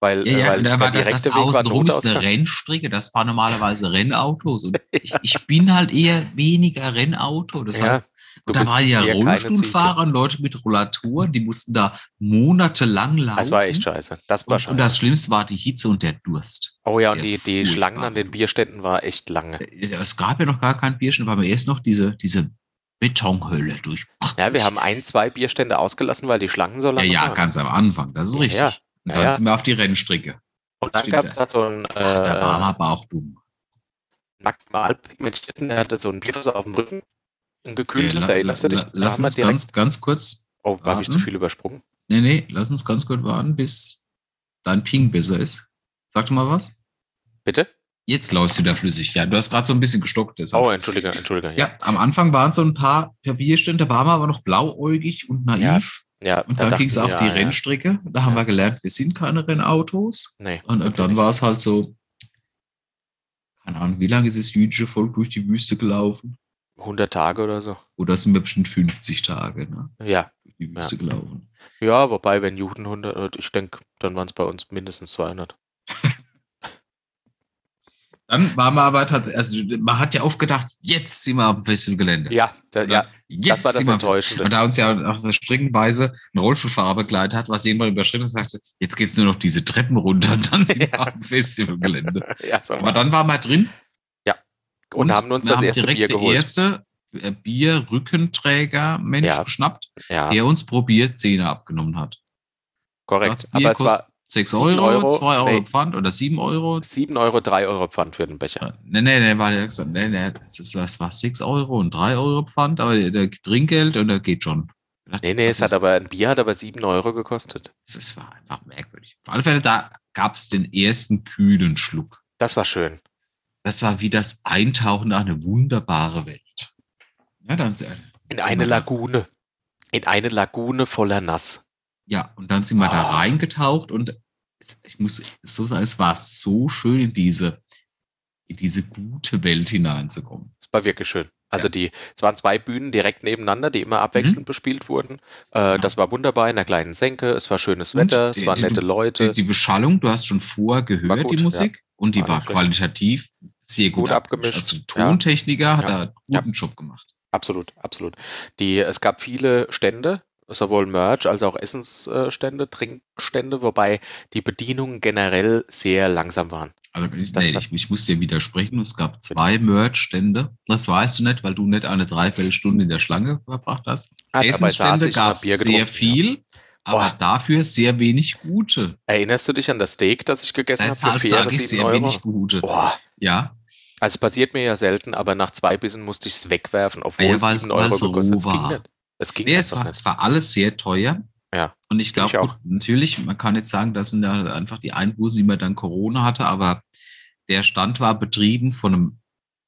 [SPEAKER 2] weil,
[SPEAKER 1] Ja,
[SPEAKER 2] äh,
[SPEAKER 1] ja,
[SPEAKER 2] weil
[SPEAKER 1] und da
[SPEAKER 2] der
[SPEAKER 1] war das,
[SPEAKER 2] direkte
[SPEAKER 1] das
[SPEAKER 2] Weg war
[SPEAKER 1] außenrum ist eine
[SPEAKER 2] Notausgang.
[SPEAKER 1] Rennstrecke, das war normalerweise Rennautos. Und ich, ich bin halt eher weniger Rennauto. Das
[SPEAKER 2] Ja.
[SPEAKER 1] heißt,
[SPEAKER 2] Du
[SPEAKER 1] da
[SPEAKER 2] bist
[SPEAKER 1] waren ja
[SPEAKER 2] mir keine Ziege.
[SPEAKER 1] Rollstuhlfahrer, und Leute mit Rollatoren, die mussten da monatelang laufen.
[SPEAKER 2] Das war echt scheiße. Das war
[SPEAKER 1] und,
[SPEAKER 2] scheiße.
[SPEAKER 1] und das Schlimmste war die Hitze und der Durst.
[SPEAKER 2] oh ja, und
[SPEAKER 1] Ja,
[SPEAKER 2] die, die
[SPEAKER 1] furchtbar.
[SPEAKER 2] Schlangen an den Bierständen war echt lange.
[SPEAKER 1] Es gab ja noch gar kein Bierchen, weil wir erst noch diese, diese Betonhöhle durch.
[SPEAKER 2] Ja, wir haben ein, zwei Bierstände ausgelassen, weil die Schlangen so
[SPEAKER 1] ja,
[SPEAKER 2] lange
[SPEAKER 1] ja,
[SPEAKER 2] waren.
[SPEAKER 1] ganz am Anfang, das ist
[SPEAKER 2] Ja,
[SPEAKER 1] richtig.
[SPEAKER 2] ja.
[SPEAKER 1] Und
[SPEAKER 2] Ja,
[SPEAKER 1] dann
[SPEAKER 2] ja.
[SPEAKER 1] sind wir auf die Rennstrecke.
[SPEAKER 2] Und
[SPEAKER 1] das
[SPEAKER 2] dann
[SPEAKER 1] stimmt,
[SPEAKER 2] gab es
[SPEAKER 1] ja.
[SPEAKER 2] da so einen
[SPEAKER 1] Ach, da war
[SPEAKER 2] äh,
[SPEAKER 1] man aber auch dumm.
[SPEAKER 2] maximal pigmentierten, der hatte so ein Bierwasser auf dem Rücken. Ein gekühltes,
[SPEAKER 1] Äh, la-
[SPEAKER 2] erinnerst du dich?
[SPEAKER 1] la-
[SPEAKER 2] Da
[SPEAKER 1] Lass
[SPEAKER 2] haben wir
[SPEAKER 1] uns
[SPEAKER 2] direkt,
[SPEAKER 1] ganz, ganz kurz,
[SPEAKER 2] oh, da habe ich zu
[SPEAKER 1] warten.
[SPEAKER 2] viel übersprungen.
[SPEAKER 1] nee, nee, lass uns ganz kurz warten, bis dein Ping besser ist. Sag doch mal was.
[SPEAKER 2] Bitte?
[SPEAKER 1] Jetzt läuft es wieder flüssig. Ja, du hast gerade so ein bisschen gestockt. Deshalb.
[SPEAKER 2] Oh, entschuldige, entschuldige. Ja,
[SPEAKER 1] Ja, am Anfang waren so ein paar Papierstände, da waren wir aber noch blauäugig und naiv.
[SPEAKER 2] Ja, ja.
[SPEAKER 1] und
[SPEAKER 2] da
[SPEAKER 1] dann
[SPEAKER 2] dachten
[SPEAKER 1] ging es auf
[SPEAKER 2] wir,
[SPEAKER 1] die
[SPEAKER 2] ja, ja.
[SPEAKER 1] Rennstrecke. Da haben
[SPEAKER 2] Ja.
[SPEAKER 1] wir gelernt, wir sind keine Rennautos.
[SPEAKER 2] Nee,
[SPEAKER 1] Und, und dann
[SPEAKER 2] natürlich.
[SPEAKER 1] war es halt so, keine Ahnung, wie lange ist das jüdische Volk durch die Wüste gelaufen?
[SPEAKER 2] 100 Tage oder so.
[SPEAKER 1] Oder sind wir bestimmt 50 Tage ne,
[SPEAKER 2] Ja.
[SPEAKER 1] durch die Wüste gelaufen?
[SPEAKER 2] Ja, wobei, wenn Juden 100, ich denke, dann waren es bei uns mindestens 200.
[SPEAKER 1] Dann waren wir aber tatsächlich, also man hat ja oft gedacht, jetzt sind wir am Festivalgelände.
[SPEAKER 2] Ja, da, ja,
[SPEAKER 1] jetzt
[SPEAKER 2] das war das
[SPEAKER 1] sind wir am
[SPEAKER 2] Enttäuschende.
[SPEAKER 1] Und da uns ja auf der Streckenweise ein Rollstuhlfahrer begleitet hat, was irgendwann überschritten ist, sagte, jetzt geht's nur noch diese Treppen runter und dann sind wir am Festivalgelände.
[SPEAKER 2] ja, so
[SPEAKER 1] Aber dann waren wir drin
[SPEAKER 2] und, haben uns das erste
[SPEAKER 1] direkt
[SPEAKER 2] Bier geholt.
[SPEAKER 1] Der erste äh, Bier-Rückenträger Mensch
[SPEAKER 2] Ja.
[SPEAKER 1] geschnappt,
[SPEAKER 2] ja,
[SPEAKER 1] der uns pro Bier Zähne abgenommen hat.
[SPEAKER 2] korrekt.
[SPEAKER 1] Das Bier
[SPEAKER 2] Aber es war
[SPEAKER 1] 6
[SPEAKER 2] sieben
[SPEAKER 1] Euro,
[SPEAKER 2] Euro,
[SPEAKER 1] 2 Euro
[SPEAKER 2] nee.
[SPEAKER 1] Pfand oder 7 Euro.
[SPEAKER 2] 7 Euro, 3 Euro Pfand für den Becher.
[SPEAKER 1] Nee, nee, nee, war der gesagt, nee, nee, das, ist, das war 6 Euro und 3 Euro Pfand, aber der, der Trinkgeld und der geht schon.
[SPEAKER 2] Nee, nee,
[SPEAKER 1] Das
[SPEAKER 2] es hat
[SPEAKER 1] ist-
[SPEAKER 2] aber, ein Bier hat aber 7 Euro gekostet.
[SPEAKER 1] Es war einfach merkwürdig. Auf alle Fälle, da gab es den ersten kühlen Schluck.
[SPEAKER 2] Das war schön.
[SPEAKER 1] Das war wie das Eintauchen in eine wunderbare Welt. Ja, dann,
[SPEAKER 2] In
[SPEAKER 1] Sind
[SPEAKER 2] eine
[SPEAKER 1] wir da.
[SPEAKER 2] Lagune. In eine Lagune voller Nass.
[SPEAKER 1] ja, und dann sind wir da
[SPEAKER 2] Ah.
[SPEAKER 1] reingetaucht und es, ich muss so sagen, es war so schön, in diese, in diese gute Welt hineinzukommen.
[SPEAKER 2] Das war wirklich schön. Also die, es waren zwei Bühnen direkt nebeneinander, die
[SPEAKER 1] Mhm.
[SPEAKER 2] immer abwechselnd bespielt wurden. Äh, das war wunderbar in einer kleinen Senke. Es war schönes
[SPEAKER 1] Genau. Und
[SPEAKER 2] Wetter, es
[SPEAKER 1] die-
[SPEAKER 2] waren
[SPEAKER 1] die-
[SPEAKER 2] nette Leute.
[SPEAKER 1] Die, die Beschallung, du hast schon vorher
[SPEAKER 2] Äh, War
[SPEAKER 1] gehört,
[SPEAKER 2] gut,
[SPEAKER 1] die Musik, und die
[SPEAKER 2] War
[SPEAKER 1] war,
[SPEAKER 2] nicht schlecht.
[SPEAKER 1] qualitativ sehr gut,
[SPEAKER 2] Gut abgemischt,
[SPEAKER 1] Also, der
[SPEAKER 2] ja.
[SPEAKER 1] Tontechniker hat
[SPEAKER 2] Ja.
[SPEAKER 1] da einen
[SPEAKER 2] Ja.
[SPEAKER 1] guten Job gemacht.
[SPEAKER 2] Absolut, absolut. Die, es gab viele Stände, sowohl Merch als auch Essensstände, Trinkstände, wobei die Bedienungen generell sehr langsam waren.
[SPEAKER 1] Also ich,
[SPEAKER 2] Das
[SPEAKER 1] nee,
[SPEAKER 2] hat-
[SPEAKER 1] ich, ich muss dir widersprechen. Es gab zwei Merch-Stände. Das weißt du nicht, weil du nicht eine Dreiviertelstunde in der Schlange verbracht hast.
[SPEAKER 2] Ah, dabei saß
[SPEAKER 1] Essensstände
[SPEAKER 2] ich und hab
[SPEAKER 1] gab es
[SPEAKER 2] Bier
[SPEAKER 1] sehr
[SPEAKER 2] getrunken, ja.
[SPEAKER 1] viel, aber
[SPEAKER 2] Boah.
[SPEAKER 1] dafür sehr wenig gute.
[SPEAKER 2] Erinnerst du dich an das Steak, das ich gegessen habe?
[SPEAKER 1] Deshalb sage ich sehr wenig gute.
[SPEAKER 2] Boah,
[SPEAKER 1] Ja,
[SPEAKER 2] also es passiert mir ja selten, aber nach zwei Bissen musste ich es wegwerfen, obwohl
[SPEAKER 1] Ah Ja,
[SPEAKER 2] es
[SPEAKER 1] weil's-
[SPEAKER 2] 7 Euro
[SPEAKER 1] weil's
[SPEAKER 2] gekostet
[SPEAKER 1] roh
[SPEAKER 2] hat. Es ging
[SPEAKER 1] war.
[SPEAKER 2] nicht. Es ging
[SPEAKER 1] nee, es war,
[SPEAKER 2] einfach nicht.
[SPEAKER 1] es war alles sehr teuer.
[SPEAKER 2] Ja.
[SPEAKER 1] Und ich
[SPEAKER 2] Find ich auch.
[SPEAKER 1] glaube, natürlich, man kann jetzt sagen, das sind ja einfach die Einbußen, die man dann Corona hatte, aber der Stand war betrieben von einem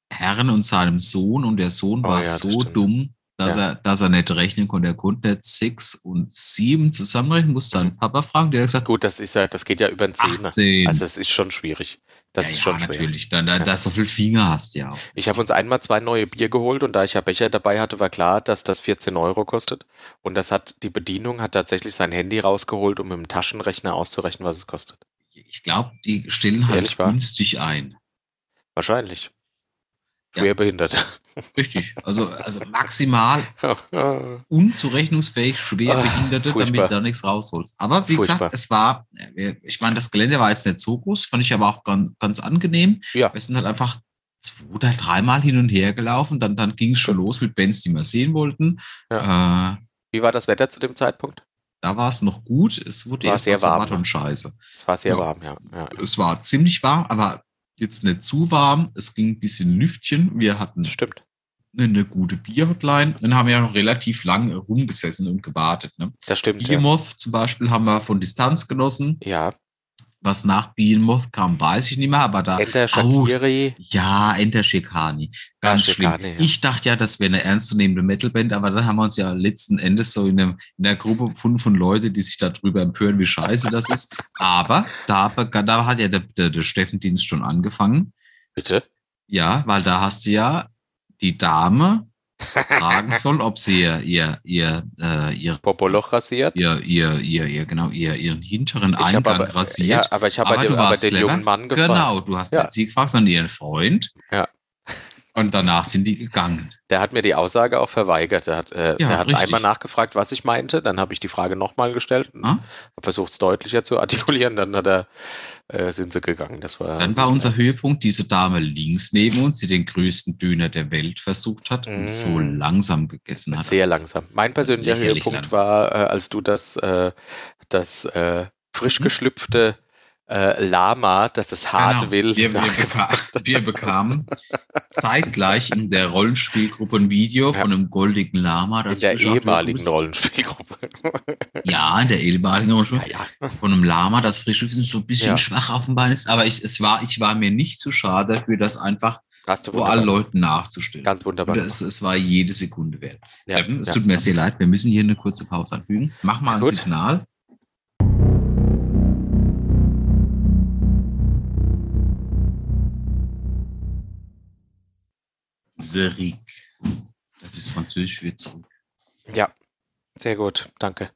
[SPEAKER 1] Herrn und seinem Sohn und der Sohn
[SPEAKER 2] Oh
[SPEAKER 1] war
[SPEAKER 2] ja, das
[SPEAKER 1] so
[SPEAKER 2] stimmt.
[SPEAKER 1] dumm, dass,
[SPEAKER 2] Ja.
[SPEAKER 1] er, dass er nicht rechnen konnte. Er konnte nicht sechs und sieben zusammenrechnen, musste
[SPEAKER 2] Mhm.
[SPEAKER 1] seinen Papa fragen, der hat gesagt,
[SPEAKER 2] Gut, das ist ja, das geht ja über den Zehner.
[SPEAKER 1] 18.
[SPEAKER 2] Also es ist schon schwierig. Das
[SPEAKER 1] ja,
[SPEAKER 2] ist schon
[SPEAKER 1] ja,
[SPEAKER 2] schwierig.
[SPEAKER 1] natürlich. Dann, da, da so viel Finger hast, ja.
[SPEAKER 2] Ich habe uns einmal zwei neue Bier geholt und da ich ja Becher dabei hatte, war klar, dass das 14 Euro kostet. Und das hat die Bedienung hat tatsächlich sein Handy rausgeholt, um mit dem Taschenrechner auszurechnen, was es kostet.
[SPEAKER 1] Ich glaube, die stellen
[SPEAKER 2] Ist
[SPEAKER 1] halt
[SPEAKER 2] ehrlich wahr?
[SPEAKER 1] günstig ein.
[SPEAKER 2] Wahrscheinlich.
[SPEAKER 1] Ja.
[SPEAKER 2] Schwerbehindert.
[SPEAKER 1] Richtig. Also, also maximal
[SPEAKER 2] ja,
[SPEAKER 1] unzurechnungsfähig schwer
[SPEAKER 2] Ah,
[SPEAKER 1] Behinderte, damit
[SPEAKER 2] furchtbar.
[SPEAKER 1] du da nichts rausholst. Aber wie
[SPEAKER 2] Furchtbar.
[SPEAKER 1] gesagt, es war, äh, ich meine, das Gelände war jetzt nicht so groß, fand ich aber auch ganz, ganz angenehm. Wir sind halt einfach zwei oder dreimal hin und her gelaufen, dann, dann ging es schon los mit Bands, die wir sehen wollten. Äh,
[SPEAKER 2] wie war das Wetter zu dem Zeitpunkt?
[SPEAKER 1] da war es noch gut, es wurde
[SPEAKER 2] War
[SPEAKER 1] erst
[SPEAKER 2] sehr
[SPEAKER 1] was, da
[SPEAKER 2] warm,
[SPEAKER 1] war
[SPEAKER 2] ne?
[SPEAKER 1] dann scheiße.
[SPEAKER 2] Es war sehr
[SPEAKER 1] Ja.
[SPEAKER 2] warm, ja. ja.
[SPEAKER 1] Es war ziemlich warm, aber jetzt nicht zu warm, es ging ein bisschen Lüftchen, wir hatten
[SPEAKER 2] Das stimmt.
[SPEAKER 1] eine gute Bierhotline und haben ja noch relativ lang rumgesessen und gewartet. Ne?
[SPEAKER 2] Das stimmt. Ja.
[SPEAKER 1] Behemoth zum Beispiel haben wir von Distanz genossen.
[SPEAKER 2] ja.
[SPEAKER 1] Was nach Behemoth kam, weiß ich nicht mehr, aber da.
[SPEAKER 2] Enter
[SPEAKER 1] Oh,
[SPEAKER 2] Shakiri.
[SPEAKER 1] ja, Enter Shikani. Ganz
[SPEAKER 2] Ah,
[SPEAKER 1] schlimm.
[SPEAKER 2] Shikani, ja.
[SPEAKER 1] Ich dachte ja, das wäre eine ernstzunehmende Metalband, aber dann haben wir uns ja letzten Endes so in, einem, in einer Gruppe gefunden von Leuten, die sich darüber empören, wie scheiße das ist. Aber da, begann- da hat ja der, der, der Steffendienst schon angefangen.
[SPEAKER 2] Bitte?
[SPEAKER 1] Ja, weil da hast du ja die Dame fragen sollen, ob sie ihr, ihr, ihr, äh, ihre
[SPEAKER 2] Popoloch rasiert.
[SPEAKER 1] ihr, ihr, ihr, ihr, genau, ihr, ihren hinteren
[SPEAKER 2] Ich habe
[SPEAKER 1] Eingang
[SPEAKER 2] aber, äh, ja,
[SPEAKER 1] rasiert.
[SPEAKER 2] aber ich habe
[SPEAKER 1] Aber
[SPEAKER 2] aber den,
[SPEAKER 1] du
[SPEAKER 2] aber
[SPEAKER 1] warst
[SPEAKER 2] den
[SPEAKER 1] clever.
[SPEAKER 2] jungen Mann gefragt.
[SPEAKER 1] genau, du hast
[SPEAKER 2] Ja.
[SPEAKER 1] nicht sie gefragt, sondern ihren Freund.
[SPEAKER 2] Ja.
[SPEAKER 1] Und danach sind die gegangen.
[SPEAKER 2] Der hat mir die Aussage auch verweigert. Der hat, äh, der hat
[SPEAKER 1] richtig.
[SPEAKER 2] einmal nachgefragt, was ich meinte. Dann habe ich die Frage nochmal gestellt und
[SPEAKER 1] Ah.
[SPEAKER 2] hab versucht, es deutlicher zu artikulieren. Dann hat er, äh, sind sie gegangen. Das war
[SPEAKER 1] Dann war unser Höhepunkt diese Dame links neben uns, die den größten Döner der Welt versucht hat
[SPEAKER 2] Mm.
[SPEAKER 1] und so langsam gegessen hat.
[SPEAKER 2] sehr langsam. Mein persönlicher
[SPEAKER 1] Lächerlich lang.
[SPEAKER 2] Höhepunkt war, äh, als du das, äh, das äh, frisch
[SPEAKER 1] Mhm.
[SPEAKER 2] geschlüpfte äh, Lama, das es hart
[SPEAKER 1] Genau.
[SPEAKER 2] will,
[SPEAKER 1] Wir, wir,
[SPEAKER 2] nachgemacht
[SPEAKER 1] beka wir bekamen zeitgleich in der Rollenspielgruppe ein Video
[SPEAKER 2] Ja.
[SPEAKER 1] von einem goldigen Lama.
[SPEAKER 2] in
[SPEAKER 1] das
[SPEAKER 2] der
[SPEAKER 1] geschaut
[SPEAKER 2] ehemaligen
[SPEAKER 1] wurde.
[SPEAKER 2] Rollenspielgruppe.
[SPEAKER 1] Ja, in der ehemaligen Rollenspielgruppe.
[SPEAKER 2] naja,
[SPEAKER 1] Von einem Lama, das frische Wissen so ein bisschen
[SPEAKER 2] Ja.
[SPEAKER 1] schwach auf dem Bein ist. Aber ich, es war, ich war mir nicht zu schade dafür, das einfach
[SPEAKER 2] hast du
[SPEAKER 1] vor allen
[SPEAKER 2] wunderbar.
[SPEAKER 1] Leuten nachzustellen.
[SPEAKER 2] Ganz wunderbar.
[SPEAKER 1] es, es war jede Sekunde wert.
[SPEAKER 2] Ja,
[SPEAKER 1] Steffen, es
[SPEAKER 2] ja.
[SPEAKER 1] tut mir sehr leid, wir müssen hier eine kurze Pause anfügen. Mach mal ein
[SPEAKER 2] Gut.
[SPEAKER 1] Signal. Serik. Das ist französisch für zurück.
[SPEAKER 2] Ja, sehr gut, danke.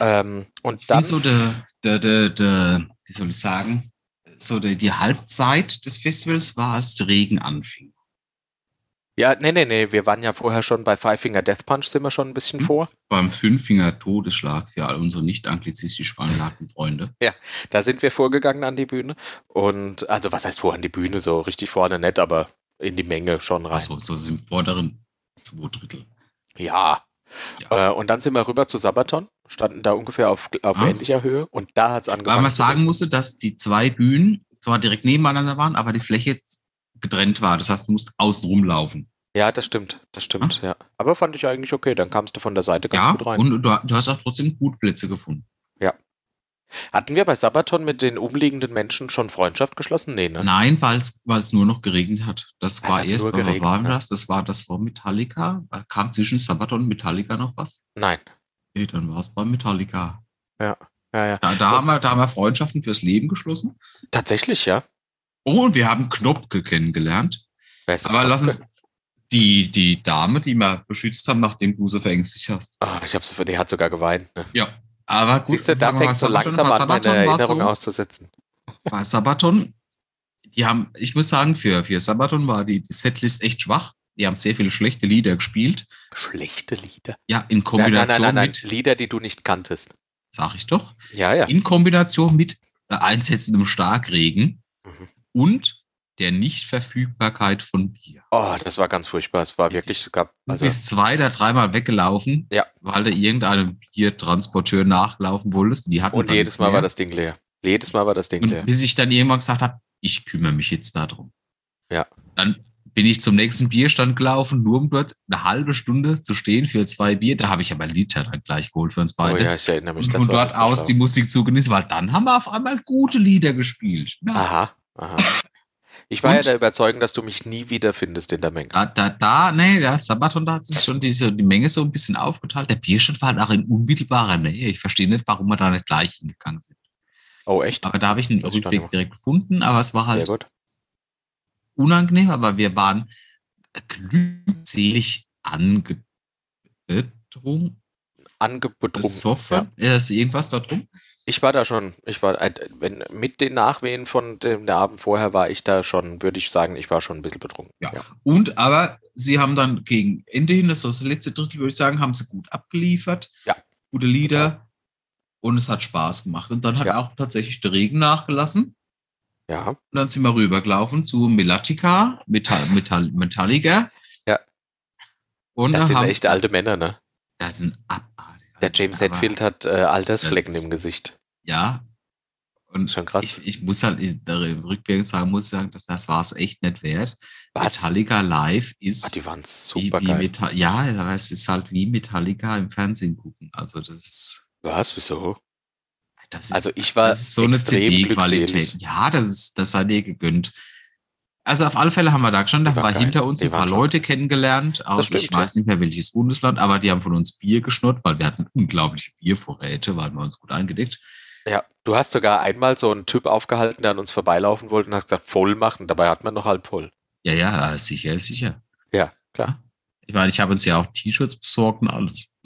[SPEAKER 2] Ähm, und
[SPEAKER 1] Dann
[SPEAKER 2] dann,
[SPEAKER 1] so der, der, der, der, wie soll ich sagen, so der, die Halbzeit des Festivals war, als der Regen anfing.
[SPEAKER 2] ja, nee, nee, nee, wir waren ja vorher schon bei Five Finger Death Punch, sind wir schon ein bisschen
[SPEAKER 1] Mhm.
[SPEAKER 2] vor.
[SPEAKER 1] Beim Fünffinger Todesschlag für all unsere nicht anglizistisch veranlagten Freunde.
[SPEAKER 2] Da sind wir vorgegangen an die Bühne. Und, also, was heißt vor an die Bühne? So richtig vorne nett, aber in die Menge schon rein.
[SPEAKER 1] Also so sind vorderen zwei Drittel.
[SPEAKER 2] Ja.
[SPEAKER 1] Ja.
[SPEAKER 2] Äh, und dann sind wir rüber zu Sabaton, standen da ungefähr auf, auf
[SPEAKER 1] Ah.
[SPEAKER 2] ähnlicher Höhe und da hat es angefangen.
[SPEAKER 1] Weil man
[SPEAKER 2] zu
[SPEAKER 1] sagen
[SPEAKER 2] regnen.
[SPEAKER 1] musste, dass die zwei Bühnen zwar direkt nebeneinander waren, aber die Fläche getrennt war. Das heißt, du musst außen rumlaufen.
[SPEAKER 2] Ja, das stimmt, das stimmt, ja. Aber fand ich eigentlich okay, dann kamst du von der Seite ganz
[SPEAKER 1] Ah. Ja,
[SPEAKER 2] gut rein.
[SPEAKER 1] und du, du hast auch trotzdem gut Plätze gefunden.
[SPEAKER 2] Hatten wir bei Sabaton mit den umliegenden Menschen schon Freundschaft geschlossen? Nee, ne?
[SPEAKER 1] Nein, weil es weil es nur noch geregnet hat. Das
[SPEAKER 2] Es
[SPEAKER 1] war
[SPEAKER 2] hat
[SPEAKER 1] erst,
[SPEAKER 2] nur
[SPEAKER 1] wann
[SPEAKER 2] geregnet,
[SPEAKER 1] war
[SPEAKER 2] ne?
[SPEAKER 1] das? Das war das vor Metallica. Da Kam zwischen Sabaton und Metallica noch was?
[SPEAKER 2] Nein.
[SPEAKER 1] Nee, dann war es bei Metallica.
[SPEAKER 2] Ja, ja.
[SPEAKER 1] Da, da, haben wir, da haben wir Freundschaften fürs Leben geschlossen.
[SPEAKER 2] Tatsächlich, ja.
[SPEAKER 1] Oh, und wir haben Knopke kennengelernt.
[SPEAKER 2] Wer ist
[SPEAKER 1] Aber
[SPEAKER 2] denn-
[SPEAKER 1] lass uns die, die Dame, die wir beschützt haben, nachdem du sie verängstigt hast.
[SPEAKER 2] Ah, ich hab's, die hat sogar geweint. Ne?
[SPEAKER 1] Ja. Aber gut,
[SPEAKER 2] Siehst du, da
[SPEAKER 1] sagen wir mal,
[SPEAKER 2] fängt so
[SPEAKER 1] Sabaton-
[SPEAKER 2] langsam
[SPEAKER 1] bei
[SPEAKER 2] an, meine
[SPEAKER 1] Sabaton war's
[SPEAKER 2] Erinnerung
[SPEAKER 1] so,
[SPEAKER 2] auszusetzen.
[SPEAKER 1] Bei Sabaton, die haben, ich muss sagen, für, für Sabaton war die, die Setlist echt schwach. Die haben sehr viele schlechte Lieder gespielt.
[SPEAKER 2] Schlechte Lieder.
[SPEAKER 1] Ja, in
[SPEAKER 2] Nein, nein,
[SPEAKER 1] Kombination
[SPEAKER 2] nein, nein, nein.
[SPEAKER 1] mit,
[SPEAKER 2] Lieder, die du nicht kanntest.
[SPEAKER 1] sag ich doch,
[SPEAKER 2] Ja, ja.
[SPEAKER 1] in Kombination mit einsetzendem Starkregen
[SPEAKER 2] Mhm.
[SPEAKER 1] und der Nichtverfügbarkeit von Bier.
[SPEAKER 2] Oh, das war ganz furchtbar. Es war wirklich, es gab,
[SPEAKER 1] Du
[SPEAKER 2] also,
[SPEAKER 1] bist zwei oder dreimal weggelaufen,
[SPEAKER 2] Ja.
[SPEAKER 1] weil du irgendeinem Biertransporteur nachlaufen wolltest. Die hatten
[SPEAKER 2] und
[SPEAKER 1] dann
[SPEAKER 2] jedes
[SPEAKER 1] nichts
[SPEAKER 2] Mal war
[SPEAKER 1] mehr.
[SPEAKER 2] das Ding leer. Jedes Mal war das Ding leer.
[SPEAKER 1] Und bis ich dann irgendwann gesagt habe, ich kümmere mich jetzt darum.
[SPEAKER 2] Ja.
[SPEAKER 1] Dann bin ich zum nächsten Bierstand gelaufen, nur um dort eine halbe Stunde zu stehen für zwei Bier. Da habe ich aber Liter dann gleich geholt für uns
[SPEAKER 2] Oh
[SPEAKER 1] beide.
[SPEAKER 2] ja, ich erinnere mich.
[SPEAKER 1] und von
[SPEAKER 2] war
[SPEAKER 1] dort
[SPEAKER 2] nicht so
[SPEAKER 1] aus
[SPEAKER 2] schlau.
[SPEAKER 1] die Musik zu genießen, weil dann haben wir auf einmal gute Lieder gespielt. Ja,
[SPEAKER 2] Aha, aha. Ich war
[SPEAKER 1] Und-
[SPEAKER 2] ja der Überzeugung, dass du mich nie wiederfindest in der Menge.
[SPEAKER 1] Da, da, da, nee, da, Sabaton, da hat sich schon diese, die Menge so ein bisschen aufgeteilt. Der Bierstand war halt auch in unmittelbarer Nähe. Ich verstehe nicht, warum wir da nicht gleich hingegangen sind.
[SPEAKER 2] Oh, echt?
[SPEAKER 1] Aber da habe ich einen
[SPEAKER 2] Das ist gar
[SPEAKER 1] Rückweg
[SPEAKER 2] nicht
[SPEAKER 1] direkt gefunden, aber es war
[SPEAKER 2] Sehr
[SPEAKER 1] Ah, halt
[SPEAKER 2] gut.
[SPEAKER 1] unangenehm, aber wir waren glückselig angetrunken,
[SPEAKER 2] Angebetrunken. Ja.
[SPEAKER 1] besoffen. Ja. Ist irgendwas da drum?
[SPEAKER 2] Ich war da schon, ich war, äh, wenn, mit den Nachwehen von dem der Abend vorher war ich da schon, würde ich sagen, ich war schon ein bisschen betrunken.
[SPEAKER 1] Ja. Und aber sie haben dann gegen Ende hin, das ist so das letzte Drittel, würde ich sagen, haben sie gut abgeliefert.
[SPEAKER 2] Ja.
[SPEAKER 1] Gute Lieder. Und es hat Spaß gemacht. Und dann hat
[SPEAKER 2] Ja.
[SPEAKER 1] auch tatsächlich der Regen nachgelassen.
[SPEAKER 2] Ja.
[SPEAKER 1] Und dann sind wir rübergelaufen zu Melattica, Metall, Metall, Metallica.
[SPEAKER 2] Ja.
[SPEAKER 1] Und
[SPEAKER 2] Das
[SPEAKER 1] da
[SPEAKER 2] sind
[SPEAKER 1] haben,
[SPEAKER 2] echt alte Männer, ne?
[SPEAKER 1] Das sind abartig.
[SPEAKER 2] Der James
[SPEAKER 1] Aber-
[SPEAKER 2] Hetfield hat äh, Altersflecken
[SPEAKER 1] Das-
[SPEAKER 2] im Gesicht.
[SPEAKER 1] Ja. Und
[SPEAKER 2] Schon krass.
[SPEAKER 1] Ich, ich muss halt in der Rückblick sagen, muss ich sagen, dass das war es echt nicht wert.
[SPEAKER 2] Was?
[SPEAKER 1] Metallica live
[SPEAKER 2] Ah,
[SPEAKER 1] ist
[SPEAKER 2] die waren
[SPEAKER 1] wie,
[SPEAKER 2] super
[SPEAKER 1] wie
[SPEAKER 2] geil.
[SPEAKER 1] Meta ja, aber es ist halt wie Metallica im Fernsehen gucken. Also das ist,
[SPEAKER 2] Was? Wieso?
[SPEAKER 1] das ist
[SPEAKER 2] Also ich war
[SPEAKER 1] das ist so eine
[SPEAKER 2] extrem glückselig.
[SPEAKER 1] CD-Qualität. Ja, das ist, das sei dir gegönnt. Also auf alle Fälle haben wir da gestanden,
[SPEAKER 2] Die
[SPEAKER 1] da haben
[SPEAKER 2] waren
[SPEAKER 1] wir
[SPEAKER 2] geil.
[SPEAKER 1] hinter uns
[SPEAKER 2] Die
[SPEAKER 1] ein paar
[SPEAKER 2] waren schon
[SPEAKER 1] Leute kennengelernt aus,
[SPEAKER 2] stimmt,
[SPEAKER 1] ich
[SPEAKER 2] ja.
[SPEAKER 1] weiß nicht mehr welches Bundesland, aber die haben von uns Bier geschnurrt, weil wir hatten unglaubliche Biervorräte, weil wir uns gut eingedeckt.
[SPEAKER 2] Ja, du hast sogar einmal so einen Typ aufgehalten, der an uns vorbeilaufen wollte und hast gesagt, voll machen. Dabei hat man noch halb voll.
[SPEAKER 1] Ja, ja, sicher, sicher.
[SPEAKER 2] Ja, klar.
[SPEAKER 1] Ich meine, ich habe uns ja auch T-Shirts besorgt und alles.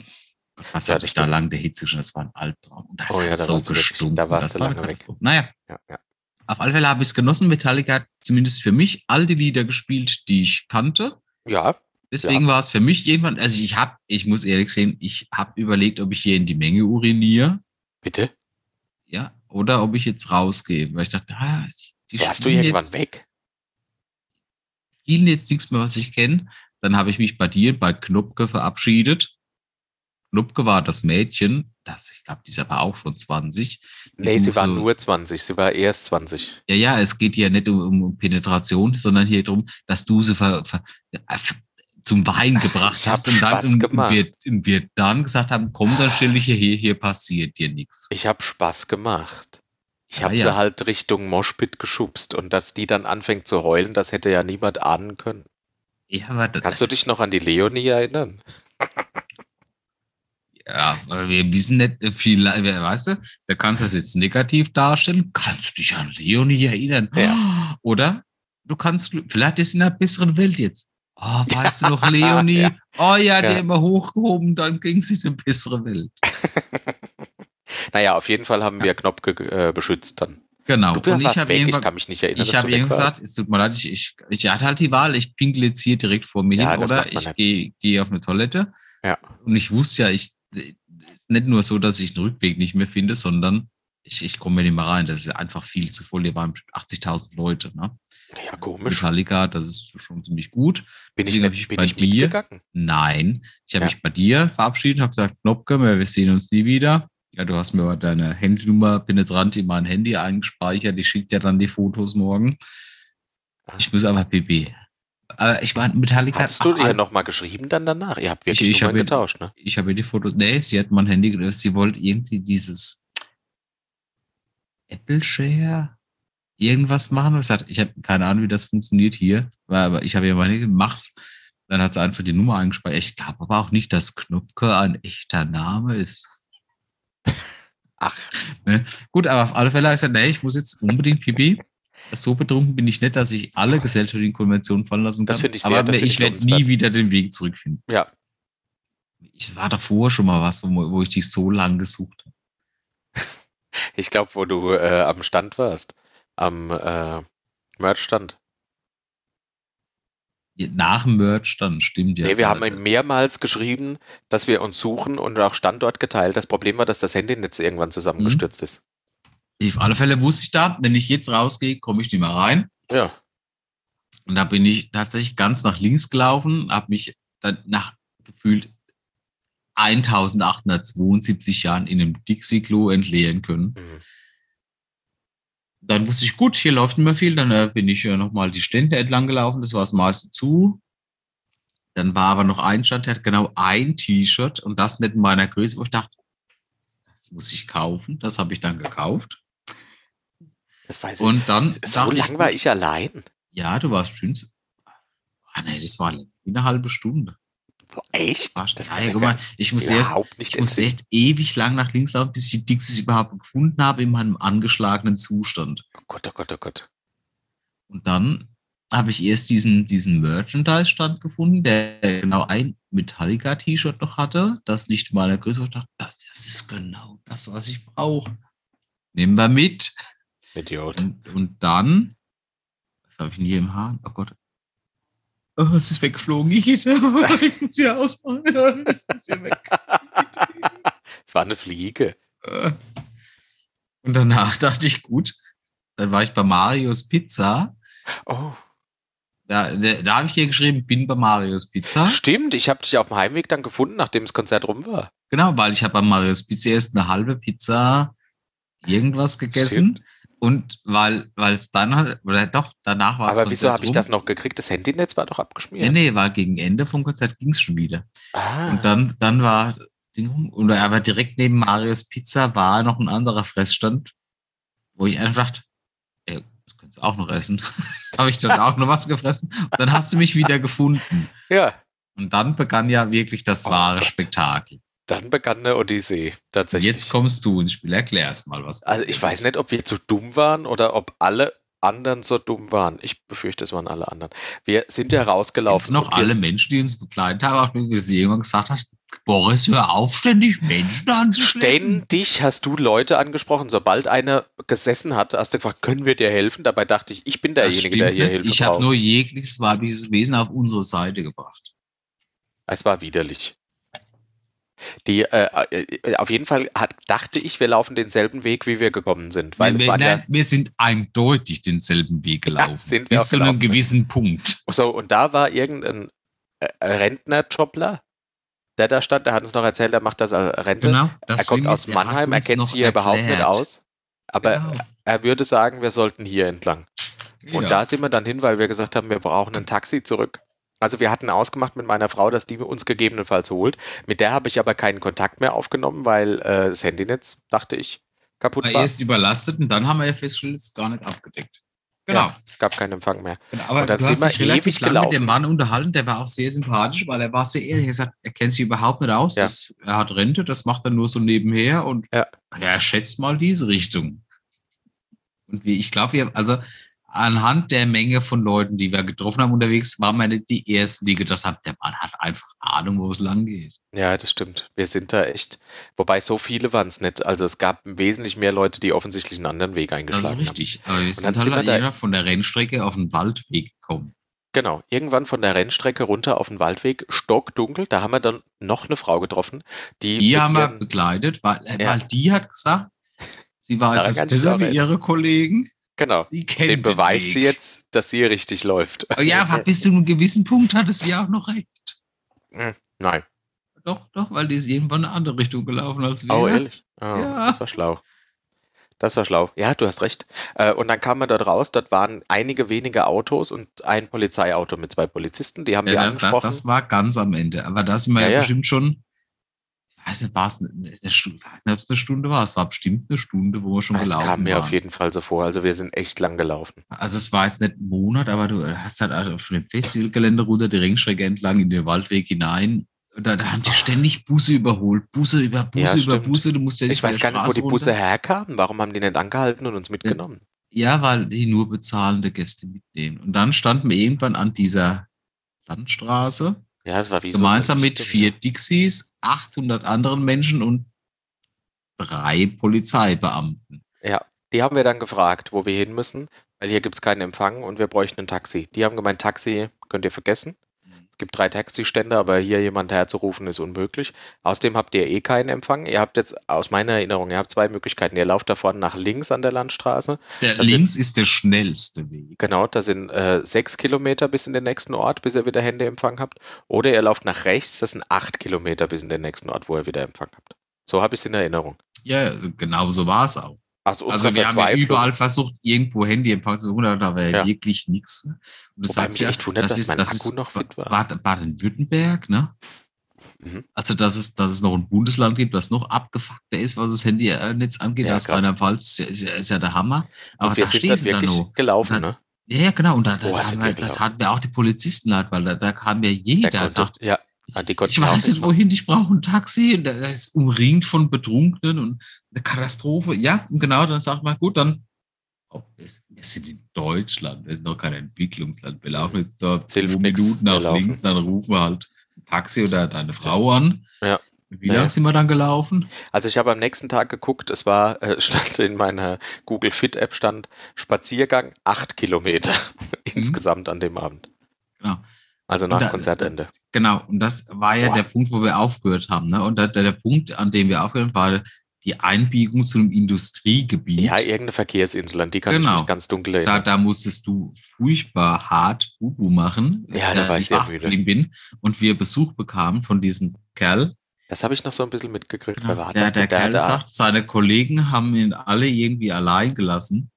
[SPEAKER 1] Gott, Was
[SPEAKER 2] Ja,
[SPEAKER 1] hatte
[SPEAKER 2] das
[SPEAKER 1] ich da
[SPEAKER 2] stimmt.
[SPEAKER 1] lang der Hitze schon? Das war ein Albtraum. Und das
[SPEAKER 2] Oh ja,
[SPEAKER 1] hat
[SPEAKER 2] da
[SPEAKER 1] so
[SPEAKER 2] warst du wirklich-
[SPEAKER 1] gestunken.
[SPEAKER 2] da warst
[SPEAKER 1] das
[SPEAKER 2] du
[SPEAKER 1] war
[SPEAKER 2] lange
[SPEAKER 1] eine Katastrophe. Naja,
[SPEAKER 2] Ja, ja.
[SPEAKER 1] Auf alle Fälle habe ich es genossen. Metallica hat zumindest für mich all die Lieder gespielt, die ich kannte.
[SPEAKER 2] Ja,
[SPEAKER 1] Deswegen war es für mich irgendwann, also ich habe, ich muss ehrlich sehen, ich habe überlegt, ob ich hier in die Menge uriniere,
[SPEAKER 2] bitte.
[SPEAKER 1] ja, oder ob ich jetzt rausgehe, weil ich dachte, ah, die
[SPEAKER 2] Warst du
[SPEAKER 1] spielen
[SPEAKER 2] irgendwann
[SPEAKER 1] jetzt,
[SPEAKER 2] weg?
[SPEAKER 1] spielen jetzt nichts mehr, was ich kenne. Dann habe ich mich bei dir, bei Knupke verabschiedet. Knupke war das Mädchen, das, ich glaube, die ist aber auch schon 20. Die
[SPEAKER 2] Nee, sie
[SPEAKER 1] Buße-
[SPEAKER 2] war nur 20. Sie war erst 20.
[SPEAKER 1] Ja, ja, es geht hier nicht um, um- um Penetration, sondern hier darum, dass du sie ver, ver, äh, zum Wein gebracht
[SPEAKER 2] ich hab
[SPEAKER 1] hast und,
[SPEAKER 2] Spaß
[SPEAKER 1] dann, und, und,
[SPEAKER 2] gemacht.
[SPEAKER 1] wir, und wir dann gesagt haben, komm, dann stell dich hier, hier passiert dir nichts.
[SPEAKER 2] Ich habe Spaß gemacht. Ich
[SPEAKER 1] Ah,
[SPEAKER 2] habe
[SPEAKER 1] ja.
[SPEAKER 2] sie halt Richtung Moshpit geschubst und dass die dann anfängt zu heulen, das hätte ja niemand ahnen können.
[SPEAKER 1] Ja, aber das,
[SPEAKER 2] Kannst du dich noch an die Leonie erinnern?
[SPEAKER 1] ja, aber wir wissen nicht, äh, viel, äh, weißt du, da kannst du das jetzt negativ darstellen, kannst du dich an Leonie erinnern, oder? Du kannst, vielleicht ist sie in einer besseren Welt jetzt. Oh, weißt du noch, Leonie?
[SPEAKER 2] Ja.
[SPEAKER 1] Oh ja, die
[SPEAKER 2] Ja.
[SPEAKER 1] haben wir hochgehoben, dann ging sie in eine bessere Welt.
[SPEAKER 2] Naja, auf jeden Fall haben wir Knopke äh, beschützt dann.
[SPEAKER 1] Genau.
[SPEAKER 2] Du warst
[SPEAKER 1] hab
[SPEAKER 2] weg, ich
[SPEAKER 1] irgendwann-
[SPEAKER 2] kann mich nicht erinnern,
[SPEAKER 1] Ich
[SPEAKER 2] dass
[SPEAKER 1] habe
[SPEAKER 2] du weg
[SPEAKER 1] eben
[SPEAKER 2] warst.
[SPEAKER 1] gesagt, es tut mir leid, ich, ich, ich hatte halt die Wahl, ich pinkel jetzt hier direkt vor mir
[SPEAKER 2] Ja,
[SPEAKER 1] hin
[SPEAKER 2] das
[SPEAKER 1] oder
[SPEAKER 2] macht man
[SPEAKER 1] ich
[SPEAKER 2] nicht.
[SPEAKER 1] gehe gehe auf eine Toilette.
[SPEAKER 2] Ja.
[SPEAKER 1] Und ich wusste ja, ich es ist nicht nur so, dass ich den Rückweg nicht mehr finde, sondern ich, ich komme mir nicht mehr rein. Das ist einfach viel zu voll. Hier waren 80.000 Leute. Ne?
[SPEAKER 2] Ja, komisch.
[SPEAKER 1] Metallica, das ist schon ziemlich gut.
[SPEAKER 2] Bin ich,
[SPEAKER 1] Deswegen hab
[SPEAKER 2] nicht,
[SPEAKER 1] ich
[SPEAKER 2] bin
[SPEAKER 1] bei
[SPEAKER 2] ich
[SPEAKER 1] dir-
[SPEAKER 2] mitgegangen?
[SPEAKER 1] Nein, ich habe
[SPEAKER 2] Ja.
[SPEAKER 1] mich bei dir verabschiedet, habe gesagt, Knopke, wir sehen uns nie wieder. Ja, du hast mir aber deine Handynummer penetrant in mein Handy eingespeichert. Ich schicke dir dann die Fotos morgen. Ich muss aber BB. Aber ich meine, Metallica.
[SPEAKER 2] Ah. Hattest du
[SPEAKER 1] Ach,
[SPEAKER 2] ihr nochmal geschrieben dann danach? Ihr habt wirklich
[SPEAKER 1] Ich- ich
[SPEAKER 2] Nummern
[SPEAKER 1] hab ihr-
[SPEAKER 2] getauscht, ne?
[SPEAKER 1] Ich habe ihr die Fotos. Nee, sie hat mein Handy. ge- Sie wollte irgendwie dieses Apple Share irgendwas machen. Und ich sagte, ich habe keine Ahnung, wie das funktioniert hier. Weil- Aber ich habe ihr meine, mach's. Dann hat sie einfach die Nummer eingespeichert. Ich glaube aber auch nicht, dass Knopke ein echter Name ist.
[SPEAKER 2] Ach,
[SPEAKER 1] Gut, aber auf alle Fälle habe ich gesagt, nee, ich muss jetzt unbedingt pipi. So betrunken bin ich nicht, dass ich alle gesellschaftlichen Konventionen fallen lassen kann.
[SPEAKER 2] Das finde ich sehr-
[SPEAKER 1] aber
[SPEAKER 2] das finde
[SPEAKER 1] ich
[SPEAKER 2] ich
[SPEAKER 1] werde nie
[SPEAKER 2] lobenswert.
[SPEAKER 1] wieder den Weg zurückfinden.
[SPEAKER 2] ja.
[SPEAKER 1] Es war davor schon mal was, wo, wo ich dich so lang gesucht habe.
[SPEAKER 2] Ich glaube, wo du äh, am Stand warst. Am äh, Merchstand.
[SPEAKER 1] Nach dem Merch dann, stimmt ja.
[SPEAKER 2] nee, wir haben ihm mehrmals geschrieben, dass wir uns suchen und auch Standort geteilt. Das Problem war, dass das Handynetz
[SPEAKER 1] Mhm.
[SPEAKER 2] irgendwann zusammengestürzt ist.
[SPEAKER 1] Auf alle Fälle wusste ich da, wenn ich jetzt rausgehe, komme ich nicht mehr rein.
[SPEAKER 2] Ja.
[SPEAKER 1] Und da bin ich tatsächlich ganz nach links gelaufen, habe mich dann nach gefühlt 1872 Jahren in einem Dixie-Klo entleeren können.
[SPEAKER 2] Mhm.
[SPEAKER 1] Dann wusste ich, gut, hier läuft nicht mehr viel. Dann äh, bin ich äh, nochmal die Stände entlang gelaufen, das war das meiste zu. Dann war aber noch ein Stand, der hat genau ein T-Shirt und das nicht in meiner Größe, wo ich dachte, das muss ich kaufen. Das habe ich dann gekauft.
[SPEAKER 2] Das weiß ich. Und
[SPEAKER 1] Und dann
[SPEAKER 2] so
[SPEAKER 1] dachte ich,
[SPEAKER 2] lang war ich allein.
[SPEAKER 1] ja, du warst bestimmt. Ah, nee, das war eine halbe Stunde.
[SPEAKER 2] Boah, echt?
[SPEAKER 1] Arsch,
[SPEAKER 2] Das
[SPEAKER 1] ja,
[SPEAKER 2] kann
[SPEAKER 1] ja,
[SPEAKER 2] ich
[SPEAKER 1] Ah, guck
[SPEAKER 2] mir
[SPEAKER 1] mal, ich muss erst,
[SPEAKER 2] überhaupt nicht
[SPEAKER 1] ich muss
[SPEAKER 2] entsinnen.
[SPEAKER 1] echt ewig lang nach links laufen, bis ich die Dixies überhaupt gefunden habe in meinem angeschlagenen Zustand.
[SPEAKER 2] Oh Gott, oh Gott, oh Gott.
[SPEAKER 1] Und dann habe ich erst diesen, diesen Merchandise-Stand gefunden, der genau ein Metallica-T-Shirt noch hatte, das nicht meiner Größe war. Ich dachte, das, das ist genau das, was ich brauche. Nehmen wir mit.
[SPEAKER 2] Idiot.
[SPEAKER 1] Und, und dann, was habe ich denn hier im Haar? Oh Gott. Oh, es ist weggeflogen. Ich, ich muss hier ausmachen. Ich muss hier weg.
[SPEAKER 2] Es war eine Fliege.
[SPEAKER 1] Äh, Und danach dachte ich, gut, dann war ich bei Marios Pizza.
[SPEAKER 2] Oh.
[SPEAKER 1] Da, da, da habe ich dir geschrieben, bin bei Marios Pizza.
[SPEAKER 2] Oh, Stimmt, ich habe dich auf dem Heimweg dann gefunden, nachdem das Konzert rum war.
[SPEAKER 1] Genau, weil ich habe bei Marios Pizza erst eine halbe Pizza irgendwas gegessen. Und weil weil es dann halt, oder doch, danach war es
[SPEAKER 2] Aber wieso
[SPEAKER 1] Konzert
[SPEAKER 2] habe ich
[SPEAKER 1] rum.
[SPEAKER 2] das noch gekriegt? Das Handynetz war doch
[SPEAKER 1] Nee,
[SPEAKER 2] abgeschmiert.
[SPEAKER 1] nee, weil gegen Ende vom Konzert ging es schon wieder.
[SPEAKER 2] Ah.
[SPEAKER 1] Und dann, dann war das Ding rum. Und aber direkt neben Marius Pizza war noch ein anderer Fressstand, wo ich einfach dachte, ey, das könntest du auch noch essen. Habe ich dann auch noch was gefressen. Und dann hast du mich wieder gefunden.
[SPEAKER 2] ja,
[SPEAKER 1] Und dann begann ja wirklich das
[SPEAKER 2] Oh
[SPEAKER 1] wahre
[SPEAKER 2] Gott.
[SPEAKER 1] Spektakel.
[SPEAKER 2] dann begann eine Odyssee tatsächlich.
[SPEAKER 1] Jetzt kommst du ins Spiel, erklär erst mal was.
[SPEAKER 2] also ich weiß nicht, ob wir zu dumm waren oder ob alle anderen so dumm waren. Ich befürchte, es waren alle anderen. Wir sind ja
[SPEAKER 1] Jetzt
[SPEAKER 2] rausgelaufen.
[SPEAKER 1] noch
[SPEAKER 2] und wir
[SPEAKER 1] alle Menschen, die uns begleitet haben, auch wenn du sie irgendwann gesagt hast, Boris, hör auf, ständig Menschen anzuschleppen.
[SPEAKER 2] Ständig hast du Leute angesprochen. Sobald einer gesessen hat, hast du gefragt, können wir dir helfen? Dabei dachte ich, ich bin
[SPEAKER 1] Das
[SPEAKER 2] derjenige,
[SPEAKER 1] stimmt
[SPEAKER 2] der hier
[SPEAKER 1] nicht.
[SPEAKER 2] Hilfe
[SPEAKER 1] Ich
[SPEAKER 2] braucht.
[SPEAKER 1] habe nur jegliches weibliches Wesen auf unsere Seite gebracht.
[SPEAKER 2] Es war widerlich. Die, äh, äh, auf jeden Fall hat, dachte ich, wir laufen denselben Weg, wie wir gekommen sind. Weil
[SPEAKER 1] Nein,
[SPEAKER 2] es
[SPEAKER 1] wir,
[SPEAKER 2] waren ja,
[SPEAKER 1] nein, wir sind eindeutig denselben Weg gelaufen.
[SPEAKER 2] sind wir auch
[SPEAKER 1] bis zu einem
[SPEAKER 2] gelaufen. ne?
[SPEAKER 1] gewissen Punkt.
[SPEAKER 2] so, und da war irgendein äh, Rentner-Jobler, der da stand, der hat uns noch erzählt, er macht das als Rente. er kommt
[SPEAKER 1] Genau, Ding
[SPEAKER 2] aus
[SPEAKER 1] ist, hat's
[SPEAKER 2] Mannheim, er
[SPEAKER 1] uns
[SPEAKER 2] kennt
[SPEAKER 1] noch
[SPEAKER 2] sich hier überhaupt nicht
[SPEAKER 1] erklärt.
[SPEAKER 2] aus. Aber
[SPEAKER 1] Genau.
[SPEAKER 2] er würde sagen, wir sollten hier entlang. Und
[SPEAKER 1] ja.
[SPEAKER 2] da sind wir dann hin, weil wir gesagt haben, wir brauchen ein Taxi zurück. Also wir hatten ausgemacht mit meiner Frau, dass die uns gegebenenfalls holt. Mit der habe ich aber keinen Kontakt mehr aufgenommen, weil äh, das Handynetz, dachte ich, kaputt
[SPEAKER 1] war
[SPEAKER 2] war.
[SPEAKER 1] erst überlastet und dann haben wir ja festgestellt, es ist gar nicht abgedeckt. Genau.
[SPEAKER 2] Ja, es gab keinen Empfang mehr.
[SPEAKER 1] Genau, Aber
[SPEAKER 2] Und dann
[SPEAKER 1] du
[SPEAKER 2] sind
[SPEAKER 1] hast
[SPEAKER 2] wir
[SPEAKER 1] dich relativ
[SPEAKER 2] ewig
[SPEAKER 1] lange mit
[SPEAKER 2] gelaufen.
[SPEAKER 1] dem Mann unterhalten, der war auch sehr sympathisch, weil er war sehr ehrlich. Er sagt, er kennt sich überhaupt nicht aus.
[SPEAKER 2] Ja.
[SPEAKER 1] Das, er hat Rente, das macht er nur so nebenher und
[SPEAKER 2] Ja.
[SPEAKER 1] er schätzt mal diese Richtung. Und wie, ich glaube, wir, also anhand der Menge von Leuten, die wir getroffen haben unterwegs, waren wir nicht die ersten, die gedacht haben, der Mann hat einfach Ahnung, wo es lang geht.
[SPEAKER 2] Ja, das stimmt. Wir sind da echt. Wobei so viele waren es nicht. Also es gab wesentlich mehr Leute, die offensichtlich einen anderen Weg
[SPEAKER 1] Das ist
[SPEAKER 2] eingeschlagen haben.
[SPEAKER 1] richtig. Aber wir
[SPEAKER 2] dann
[SPEAKER 1] sind
[SPEAKER 2] sind wir
[SPEAKER 1] halt
[SPEAKER 2] da-
[SPEAKER 1] einfach von der Rennstrecke auf den Waldweg gekommen.
[SPEAKER 2] Genau, irgendwann von der Rennstrecke runter auf den Waldweg, stockdunkel, da haben wir dann noch eine Frau getroffen, die
[SPEAKER 1] Die
[SPEAKER 2] mit
[SPEAKER 1] haben wir
[SPEAKER 2] ihren-
[SPEAKER 1] begleitet, weil, äh,
[SPEAKER 2] Ja.
[SPEAKER 1] weil die hat gesagt, sie war
[SPEAKER 2] Daran
[SPEAKER 1] es
[SPEAKER 2] kann ich
[SPEAKER 1] besser
[SPEAKER 2] mich auch
[SPEAKER 1] wie ihre Kollegen.
[SPEAKER 2] genau,
[SPEAKER 1] Sie kennt
[SPEAKER 2] den beweist
[SPEAKER 1] Weg.
[SPEAKER 2] sie jetzt, dass sie richtig läuft.
[SPEAKER 1] Oh Ja, aber bis zu einem gewissen Punkt hatte sie auch noch recht.
[SPEAKER 2] Nein.
[SPEAKER 1] Doch, doch, weil die ist irgendwann in eine andere Richtung gelaufen als wir.
[SPEAKER 2] Oh, ehrlich? Oh,
[SPEAKER 1] Ja.
[SPEAKER 2] Das war schlau. Das war schlau. Ja, du hast recht. Äh, Und dann kam man dort raus, dort waren einige wenige Autos und ein Polizeiauto mit zwei Polizisten, die haben wir
[SPEAKER 1] ja, das, das,
[SPEAKER 2] angesprochen.
[SPEAKER 1] das war ganz am Ende. Aber da sind wir
[SPEAKER 2] Ja,
[SPEAKER 1] ja,
[SPEAKER 2] ja.
[SPEAKER 1] bestimmt schon, ich weiß nicht, war es eine, eine Stunde, ich weiß nicht, ob es eine Stunde war. Es war bestimmt eine Stunde, wo wir schon
[SPEAKER 2] das
[SPEAKER 1] gelaufen
[SPEAKER 2] kam mir
[SPEAKER 1] waren.
[SPEAKER 2] auf jeden Fall so vor. Also wir sind echt lang gelaufen.
[SPEAKER 1] Also es war jetzt nicht ein Monat, aber du hast halt also von dem Festivalgelände runter die Ringstrecke entlang in den Waldweg hinein. Und Da, da haben die ständig Busse überholt. Busse über Busse
[SPEAKER 2] Ja,
[SPEAKER 1] über
[SPEAKER 2] stimmt.
[SPEAKER 1] Busse. Du musst ja
[SPEAKER 2] Ich weiß
[SPEAKER 1] der
[SPEAKER 2] gar nicht, wo
[SPEAKER 1] Straße
[SPEAKER 2] die Busse
[SPEAKER 1] runter.
[SPEAKER 2] herkamen. Warum haben die nicht angehalten und uns mitgenommen?
[SPEAKER 1] Ja, weil die nur bezahlende Gäste mitnehmen. Und dann standen wir irgendwann an dieser Landstraße,
[SPEAKER 2] Ja, es war wie so eine
[SPEAKER 1] gemeinsam mit
[SPEAKER 2] Richtung,
[SPEAKER 1] vier Dixies, 800 anderen Menschen und drei Polizeibeamten.
[SPEAKER 2] Die haben wir dann gefragt, wo wir hin müssen, weil hier gibt es keinen Empfang und wir bräuchten ein Taxi. Die haben gemeint, Taxi könnt ihr vergessen. Es gibt drei Taxistände, aber hier jemand herzurufen ist unmöglich. Außerdem habt ihr eh keinen Empfang. Ihr habt jetzt, aus meiner Erinnerung, ihr habt zwei Möglichkeiten. Ihr lauft da vorne nach links an der Landstraße.
[SPEAKER 1] Der
[SPEAKER 2] Das
[SPEAKER 1] links ist der schnellste Weg.
[SPEAKER 2] Genau, da sind äh, sechs Kilometer bis in den nächsten Ort, bis ihr wieder Handyempfang habt. Oder ihr lauft nach rechts, das sind acht Kilometer bis in den nächsten Ort, wo ihr wieder Empfang habt. So habe ich es in Erinnerung.
[SPEAKER 1] Ja, also genau so war es auch.
[SPEAKER 2] Also,
[SPEAKER 1] Also wir haben ja überall versucht, irgendwo Handyempfang zu suchen, aber da war ja,
[SPEAKER 2] Ja.
[SPEAKER 1] wirklich nichts. ne? Und
[SPEAKER 2] Wobei
[SPEAKER 1] hat
[SPEAKER 2] mich
[SPEAKER 1] ja-
[SPEAKER 2] echt wundert, dass mein Akku noch fit war.
[SPEAKER 1] Bad- Baden-Württemberg, ne?
[SPEAKER 2] Mhm.
[SPEAKER 1] Also dass es, dass es noch ein Bundesland gibt, das noch abgefuckter ist, was das Handynetz angeht,
[SPEAKER 2] Ja,
[SPEAKER 1] als
[SPEAKER 2] krass.
[SPEAKER 1] Rheinland-Pfalz, ist, ja- ist ja der Hammer. Aber
[SPEAKER 2] und wir
[SPEAKER 1] da
[SPEAKER 2] sind dann
[SPEAKER 1] stehst du da
[SPEAKER 2] wirklich
[SPEAKER 1] noch.
[SPEAKER 2] gelaufen,
[SPEAKER 1] Dann-
[SPEAKER 2] ne?
[SPEAKER 1] Ja, ja, genau. Und da, da,
[SPEAKER 2] Boah,
[SPEAKER 1] haben
[SPEAKER 2] sind wir
[SPEAKER 1] wir, da
[SPEAKER 2] gelaufen.
[SPEAKER 1] taten wir auch die Polizisten leid, weil da, da kam ja
[SPEAKER 2] Der
[SPEAKER 1] jeder und
[SPEAKER 2] konnte-
[SPEAKER 1] sagt,
[SPEAKER 2] ja, ah, die konnten
[SPEAKER 1] ich weiß
[SPEAKER 2] auch
[SPEAKER 1] nicht, wohin, ich brauche ein Taxi. Und er ist umringt von Betrunkenen und eine Katastrophe. Ja, und genau, dann sagt man, gut, dann. Oh, es- wir sind in Deutschland, wir sind noch kein Entwicklungsland. Wir laufen jetzt da
[SPEAKER 2] Es
[SPEAKER 1] zwei
[SPEAKER 2] hilft nix,
[SPEAKER 1] Minuten
[SPEAKER 2] wir
[SPEAKER 1] nach
[SPEAKER 2] laufen.
[SPEAKER 1] links, dann rufen wir halt ein Taxi oder deine Frau an.
[SPEAKER 2] Ja.
[SPEAKER 1] Wie
[SPEAKER 2] Ja.
[SPEAKER 1] lange sind wir dann gelaufen?
[SPEAKER 2] Also ich habe am nächsten Tag geguckt, es war, äh, stand in meiner Google Fit App stand Spaziergang acht Kilometer insgesamt an dem Abend.
[SPEAKER 1] Mhm. Genau.
[SPEAKER 2] Also nach
[SPEAKER 1] da-
[SPEAKER 2] Konzertende.
[SPEAKER 1] Genau, und das war ja
[SPEAKER 2] Boah.
[SPEAKER 1] der Punkt, wo wir aufgehört haben. Ne? Und da, der, der Punkt, an dem wir aufgehört haben, war die Einbiegung zu einem Industriegebiet.
[SPEAKER 2] Ja, irgendeine Verkehrsinsel, an die kann ich
[SPEAKER 1] äh, Genau.
[SPEAKER 2] mich ganz dunkel
[SPEAKER 1] da,
[SPEAKER 2] erinnern.
[SPEAKER 1] da musstest du furchtbar hart Bubu machen.
[SPEAKER 2] Ja, da
[SPEAKER 1] äh,
[SPEAKER 2] war ich sehr
[SPEAKER 1] acht
[SPEAKER 2] müde.
[SPEAKER 1] Ding Bin und wir Besuch bekamen von diesem Kerl.
[SPEAKER 2] Das habe ich noch so ein bisschen mitgekriegt. Genau. Wer war
[SPEAKER 1] der
[SPEAKER 2] das?
[SPEAKER 1] Genau. der
[SPEAKER 2] denn? Der
[SPEAKER 1] Kerl
[SPEAKER 2] da-
[SPEAKER 1] sagt, seine Kollegen haben ihn alle irgendwie allein gelassen.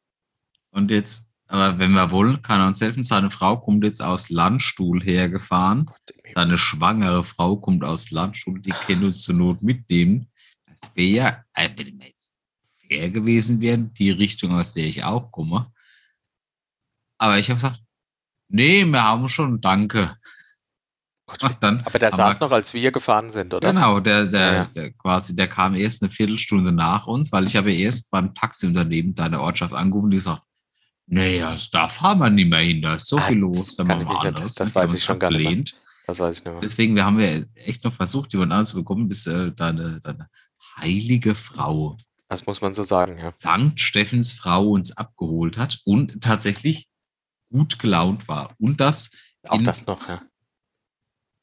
[SPEAKER 1] Und jetzt, aber wenn wir wollen, kann er uns helfen. Seine Frau kommt jetzt aus Landstuhl hergefahren.
[SPEAKER 2] Oh Gott im Himmel.
[SPEAKER 1] Seine schwangere Frau kommt aus Landstuhl. Die kennt uns zur Not mitnehmen. Das wäre ja, äh, wenn wir jetzt fair gewesen wären, die Richtung, aus der ich auch komme. Aber ich habe gesagt, nee, wir haben schon, danke.
[SPEAKER 2] Oh Gott.
[SPEAKER 1] Und dann
[SPEAKER 2] aber der
[SPEAKER 1] haben
[SPEAKER 2] saß
[SPEAKER 1] wir-
[SPEAKER 2] noch, als wir gefahren sind, oder?
[SPEAKER 1] Genau, der,
[SPEAKER 2] Ja,
[SPEAKER 1] der,
[SPEAKER 2] ja.
[SPEAKER 1] der quasi, der kam erst eine Viertelstunde nach uns, weil ich habe erst beim Taxiunternehmen deiner Ortschaft angerufen und die gesagt, Naja, also da fahren wir nicht mehr hin, da ist so
[SPEAKER 2] Ah,
[SPEAKER 1] viel
[SPEAKER 2] das
[SPEAKER 1] los, da
[SPEAKER 2] kann
[SPEAKER 1] machen
[SPEAKER 2] ich
[SPEAKER 1] wir
[SPEAKER 2] nicht,
[SPEAKER 1] anders.
[SPEAKER 2] das
[SPEAKER 1] ne? Wir
[SPEAKER 2] weiß
[SPEAKER 1] haben
[SPEAKER 2] ich
[SPEAKER 1] es
[SPEAKER 2] schon gar nicht mehr.
[SPEAKER 1] abgelehnt.
[SPEAKER 2] Das weiß ich nicht mehr.
[SPEAKER 1] Deswegen, wir haben ja echt noch versucht, jemand anderes zu bekommen, bis äh, deine, deine heilige Frau,
[SPEAKER 2] Das muss man so sagen, ja.
[SPEAKER 1] Sankt Steffens Frau, uns abgeholt hat und tatsächlich gut gelaunt war. Und das
[SPEAKER 2] Auch
[SPEAKER 1] In-
[SPEAKER 2] das noch, ja.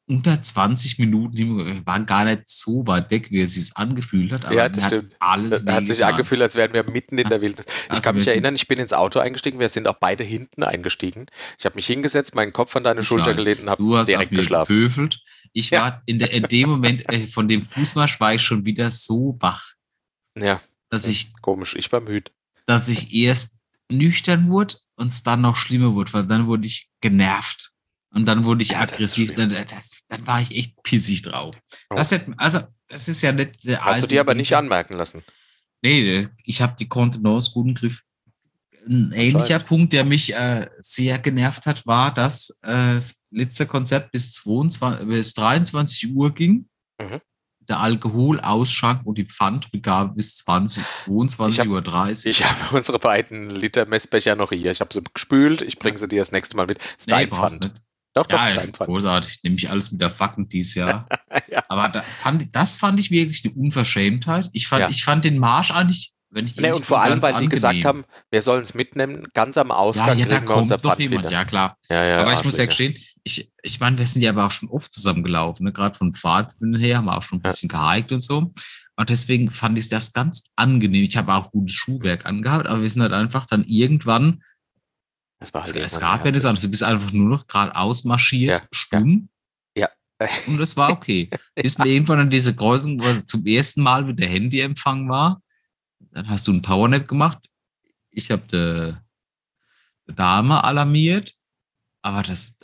[SPEAKER 1] unter 20 Minuten, wir waren gar nicht so weit weg, wie es sich angefühlt hat. Aber
[SPEAKER 2] Ja, das
[SPEAKER 1] mir hat
[SPEAKER 2] stimmt.
[SPEAKER 1] Alles
[SPEAKER 2] Das hat sich
[SPEAKER 1] wehgetan.
[SPEAKER 2] angefühlt, als wären wir mitten in der Wildnis. Ich
[SPEAKER 1] Also
[SPEAKER 2] kann mich
[SPEAKER 1] wir sind-
[SPEAKER 2] erinnern, ich bin ins Auto eingestiegen, wir sind auch beide hinten eingestiegen. Ich habe mich hingesetzt, meinen Kopf an deine
[SPEAKER 1] Ich
[SPEAKER 2] Schulter
[SPEAKER 1] weiß.
[SPEAKER 2] gelehnt und
[SPEAKER 1] Du
[SPEAKER 2] habe
[SPEAKER 1] hast auf
[SPEAKER 2] direkt
[SPEAKER 1] mir
[SPEAKER 2] geschlafen.
[SPEAKER 1] gewürfelt. Ich
[SPEAKER 2] Ja.
[SPEAKER 1] war in, der, in dem Moment äh, von dem Fußmarsch war ich schon wieder so wach,
[SPEAKER 2] Ja,
[SPEAKER 1] dass ich,
[SPEAKER 2] komisch, ich war müde.
[SPEAKER 1] dass ich erst nüchtern wurde und es dann noch schlimmer wurde, weil dann wurde ich genervt und dann wurde ich
[SPEAKER 2] Ja, das ist
[SPEAKER 1] aggressiv.
[SPEAKER 2] schlimm.
[SPEAKER 1] Dann, das, dann war ich echt pissig drauf.
[SPEAKER 2] Oh.
[SPEAKER 1] Das hätte, also das ist ja also nicht. Der
[SPEAKER 2] Hast du
[SPEAKER 1] einzige
[SPEAKER 2] dir aber
[SPEAKER 1] Grund.
[SPEAKER 2] nicht anmerken lassen.
[SPEAKER 1] Nee, ich habe die Kontenance gut im Griff. Ein ähnlicher
[SPEAKER 2] Anscheinend.
[SPEAKER 1] Punkt, der mich äh, sehr genervt hat, war, dass äh, das letzte Konzert bis, 22, bis 23 Uhr ging.
[SPEAKER 2] Mhm.
[SPEAKER 1] Der Alkoholausschank und die Pfandrückgabe bis 20, 22.30 Uhr. 30.
[SPEAKER 2] Ich habe unsere beiden Liter Messbecher noch hier. Ich habe sie gespült, ich bringe sie dir das nächste Mal mit.
[SPEAKER 1] Nee,
[SPEAKER 2] Steinpfand.
[SPEAKER 1] brauchst nicht.
[SPEAKER 2] Doch, doch,
[SPEAKER 1] Ja,
[SPEAKER 2] Steinpfand.
[SPEAKER 1] großartig. Nehme ich alles mit der Facken dieses Jahr.
[SPEAKER 2] Ja.
[SPEAKER 1] Aber da fand, ich- das fand ich wirklich eine Unverschämtheit. Ich fand,
[SPEAKER 2] Ja.
[SPEAKER 1] ich fand den Marsch eigentlich, wenn ich
[SPEAKER 2] Nee,
[SPEAKER 1] ehrlich
[SPEAKER 2] und vor
[SPEAKER 1] bin,
[SPEAKER 2] allem,
[SPEAKER 1] ganz
[SPEAKER 2] weil die gesagt
[SPEAKER 1] angenehm.
[SPEAKER 2] haben, wir sollen es mitnehmen, ganz am
[SPEAKER 1] ja,
[SPEAKER 2] Ausgang
[SPEAKER 1] ja, da
[SPEAKER 2] kriegen wir unser
[SPEAKER 1] kommt doch
[SPEAKER 2] Pfand
[SPEAKER 1] jemand.
[SPEAKER 2] wieder.
[SPEAKER 1] Ja, klar.
[SPEAKER 2] Ja, ja,
[SPEAKER 1] aber ich muss ja
[SPEAKER 2] Arschlöcher.
[SPEAKER 1] gestehen, ich, ich meine, wir sind ja aber auch schon oft zusammengelaufen, ne? gerade von Fahrten her, haben wir auch schon ein
[SPEAKER 2] Ja.
[SPEAKER 1] bisschen gehiked und so. Und deswegen fand ich das ganz angenehm. Ich habe auch gutes Schuhwerk angehabt, aber wir sind halt einfach dann irgendwann,
[SPEAKER 2] Das war
[SPEAKER 1] Also, es,
[SPEAKER 2] halt
[SPEAKER 1] es
[SPEAKER 2] irgendwann
[SPEAKER 1] gab ja nichts
[SPEAKER 2] nervig.
[SPEAKER 1] anderes, du bist einfach nur noch geradeaus marschiert,
[SPEAKER 2] Ja,
[SPEAKER 1] stumm.
[SPEAKER 2] ja.
[SPEAKER 1] Und das war okay. Bis mir irgendwann an diese Kreuzung, wo zum ersten Mal mit der Handyempfang war, dann hast du einen Powernap gemacht. Ich habe die die Dame alarmiert, aber das